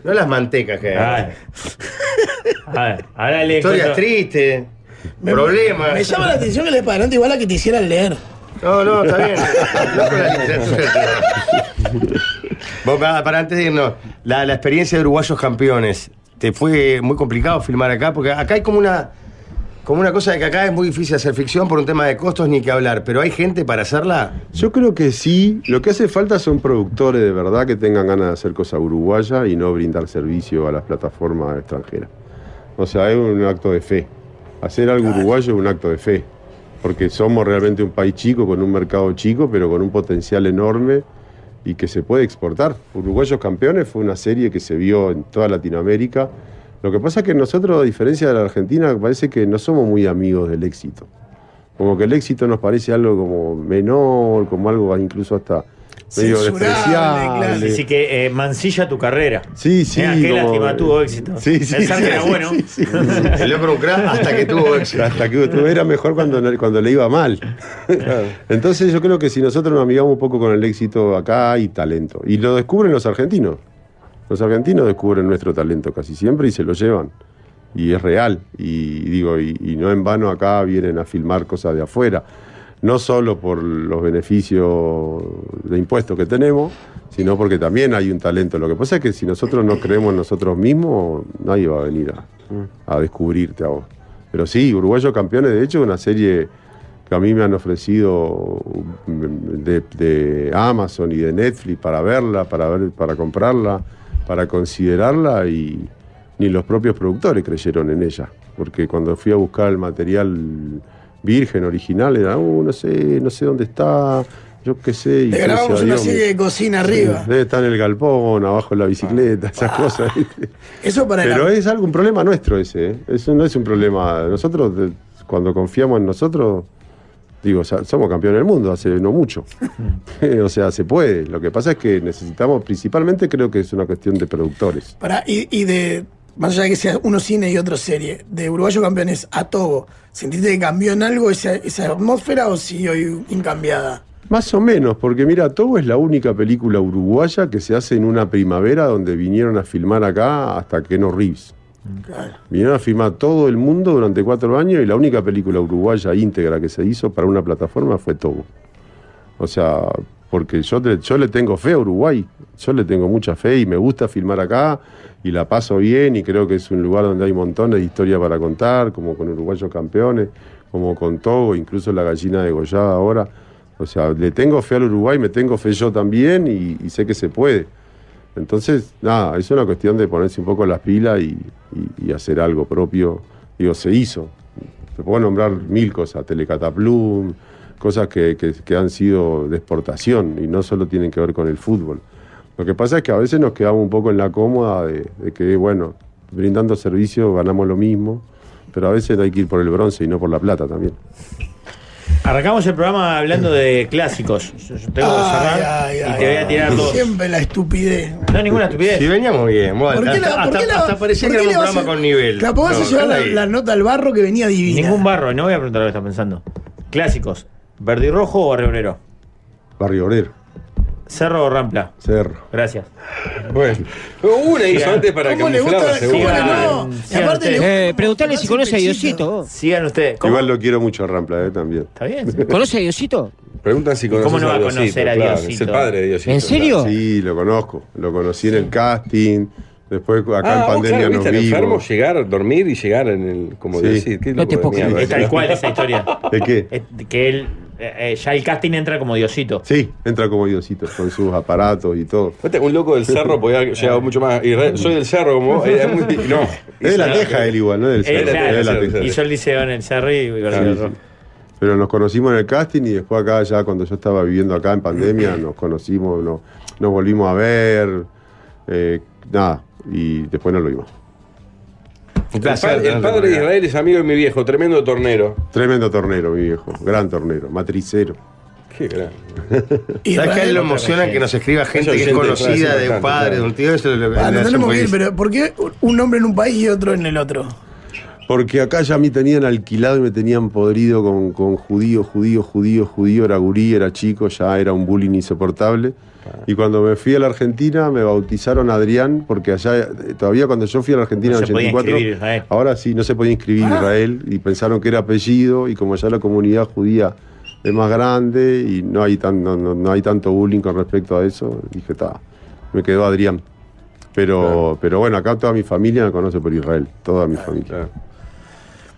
No las mantecas que hay. A ver, ahora le Historias encuentro- tristes, problemas. Me llama la atención que les pagaron igual a que te hicieran leer. No, no, está bien. Loco la literatura. Vos, para, para antes de irnos, la, la experiencia de uruguayos campeones, ¿te fue muy complicado filmar acá? Porque acá hay como una, como una cosa de que acá es muy difícil hacer ficción por un tema de costos ni que hablar, pero hay gente para hacerla. Yo creo que sí. Lo que hace falta son productores de verdad que tengan ganas de hacer cosas uruguayas y no brindar servicio a las plataformas extranjeras. O sea, es un acto de fe. Hacer algo uruguayo es un acto de fe. Porque somos realmente un país chico, con un mercado chico, pero con un potencial enorme y que se puede exportar. Uruguayos Campeones fue una serie que se vio en toda Latinoamérica. Lo que pasa es que nosotros, a diferencia de la Argentina, parece que no somos muy amigos del éxito. Como que el éxito nos parece algo como menor, como algo incluso hasta medio despreciable. Así que eh, mancilla tu carrera. Sí, sí. Mirá, qué como- lástima tuvo éxito. Sí, sí. Pensar sí, que era sí, bueno. sí, sí. El logro un crack hasta que tuvo éxito. Hasta que tuvo- era mejor cuando, no- cuando le iba mal. Entonces yo creo que si nosotros nos amigamos un poco con el éxito acá hay talento. Y lo descubren los argentinos. Los argentinos descubren nuestro talento casi siempre y se lo llevan. Y es real. Y digo, y, y no en vano acá vienen a filmar cosas de afuera. No solo por los beneficios de impuestos que tenemos, sino porque también hay un talento. Lo que pasa es que si nosotros no creemos en nosotros mismos, nadie va a venir a, a descubrirte a vos. Pero sí, Uruguayo Campeones, de hecho, es una serie que a mí me han ofrecido mm, de, de Amazon y de Netflix para verla, para, ver, para comprarla, para considerarla y ni los propios productores creyeron en ella. Porque cuando fui a buscar el material virgen, original, era, "Uh, no sé, no sé dónde está, yo qué sé. y Le yo grabamos decía, una "Dios mío". serie de cocina arriba. Debe estar en el galpón, abajo en la bicicleta, esas cosas. ¿viste? Eso para el Pero am- es algo, un problema nuestro ese. ¿eh? Eso no es un problema. Nosotros, de- cuando confiamos en nosotros, digo, o sea, somos campeones del mundo hace no mucho. o sea, se puede. Lo que pasa es que necesitamos, principalmente creo que es una cuestión de productores. Para, y, y de, más allá de que sea uno cine y otro serie, de Uruguayo Campeones a Togo, ¿sentiste que cambió en algo esa, esa atmósfera o siguió hoy incambiada? Más o menos, porque mira, Togo es la única película uruguaya que se hace en una primavera donde vinieron a filmar acá hasta Keno Reeves. Vinieron a filmar todo el mundo durante cuatro años y la única película uruguaya íntegra que se hizo para una plataforma fue Togo. O sea, porque yo, te- yo le tengo fe a Uruguay, yo le tengo mucha fe y me gusta filmar acá y la paso bien y creo que es un lugar donde hay montones de historias para contar, como con uruguayos campeones, como con Togo, incluso la gallina degollada ahora. O sea, le tengo fe al Uruguay, me tengo fe yo también y, y sé que se puede. Entonces, nada, es una cuestión de ponerse un poco las pilas y, y- y hacer algo propio. Digo, se hizo. Te puedo nombrar mil cosas, Telecataplum, cosas que, que- que han sido de exportación y no solo tienen que ver con el fútbol. Lo que pasa es que a veces nos quedamos un poco en la cómoda de, de que, bueno, brindando servicio ganamos lo mismo, pero a veces hay que ir por el bronce y no por la plata también. Arrancamos el programa hablando de clásicos. Yo yo tengo que cerrar Ay, ay, y te voy a tirar ay. dos. Siempre la estupidez. No, ninguna estupidez. Si veníamos bien, bueno, ¿Por qué la- hasta, por qué hasta- la- hasta parecía por que qué le era un vas programa a- con nivel. La podés No, llevar la, ahí. la nota al barro que venía divina. Ningún barro, no voy a preguntar lo que estás pensando. Clásicos, verde y rojo o barrio obrero. Barrio Obrero. Cerro o rampla. Cerro. Gracias. Bueno, una hizo antes para ¿Cómo le camuflarla, gusta- seguro. cómo le- no? Y aparte le gusta Eh, preguntale si conoce a Diosito. Sigan ustedes. Igual lo quiero mucho a Rampla eh, también. Está bien. ¿Conoce a Diosito? Preguntan si conoces cómo no va a conocer a claro, Diosito? Es el padre de Diosito. ¿En serio? Sí, lo conozco. Lo conocí en el casting. Después acá Ah, en vos, pandemia claro, nos viste al vimos. enfermo llegar, dormir y llegar en el. Como Sí. decir, qué No loco te de puedo mierda. creer. Es tal cual esa historia. ¿De qué? Es que él, eh, eh, ya el casting entra como Diosito. Sí, entra como Diosito, con sus aparatos y todo. Fíjate, un loco del cerro podía haber llegado mucho más. Y re- soy del cerro, como vos. era muy- no. Es de la teja él igual, no es del Él, cerro. claro, es de la Teja. hizo el liceo en el Cerro y Verde y Sí, rojo. sí. Pero nos conocimos en el casting y después acá ya cuando yo estaba viviendo acá en pandemia nos conocimos, no- nos volvimos a ver, eh, nada, y después no lo vimos. El, pa- el padre de Israel es amigo de mi viejo, tremendo tornero. Tremendo tornero, mi viejo, gran tornero, matricero. Qué gran. ¿Sabes que a él lo emociona que nos escriba gente que es conocida de un padre, de un tío? Eso es lo que Ah, le no hace tenemos que ir, feliz. pero ¿por qué un nombre en un país y otro en el otro? Porque acá ya me tenían alquilado y me tenían podrido con, con judío, judío, judío, judío, era gurí, era chico, ya era un bullying insoportable. Y cuando me fui a la Argentina me bautizaron Adrián, porque allá, eh, todavía cuando yo fui a la Argentina No en se podía 84, inscribir, Israel. Ah. ahora sí, no se podía inscribir Israel y pensaron que era apellido y como ya la comunidad judía es más grande y no hay, tan, no, no- no hay tanto bullying con respecto a eso, dije, está, me quedó Adrián. Pero, pero bueno, acá toda mi familia me conoce por Israel, toda Ah, mi familia.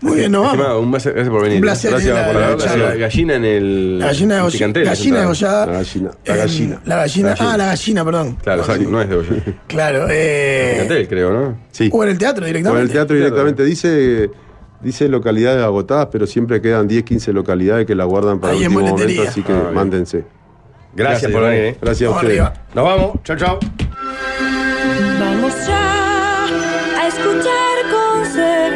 Muy bien, nos vamos. Estimado, un placer- gracias por venir. ¿eh? Un placer, gracias la- por la la, la, charla. gallina en el. La gallina de en Goya- Picantel, gallina sentado. de Goya- Eh, La gallina. La gallina. Em, La gallina. Ah, la gallina, perdón. Claro, exacto, no es de Goya. Claro. Eh, Picantel, creo, ¿no? Sí. o en el teatro Con directamente. el teatro directamente dice, dice localidades agotadas, pero siempre quedan 10, 15 localidades que la guardan para Ahí el en último boletería. momento, así que Ah, bien. mándense. Gracias por venir, ¿eh? Gracias a Vamos ustedes. arriba. Nos vamos. Chao, chao. Vamos ya a escuchar con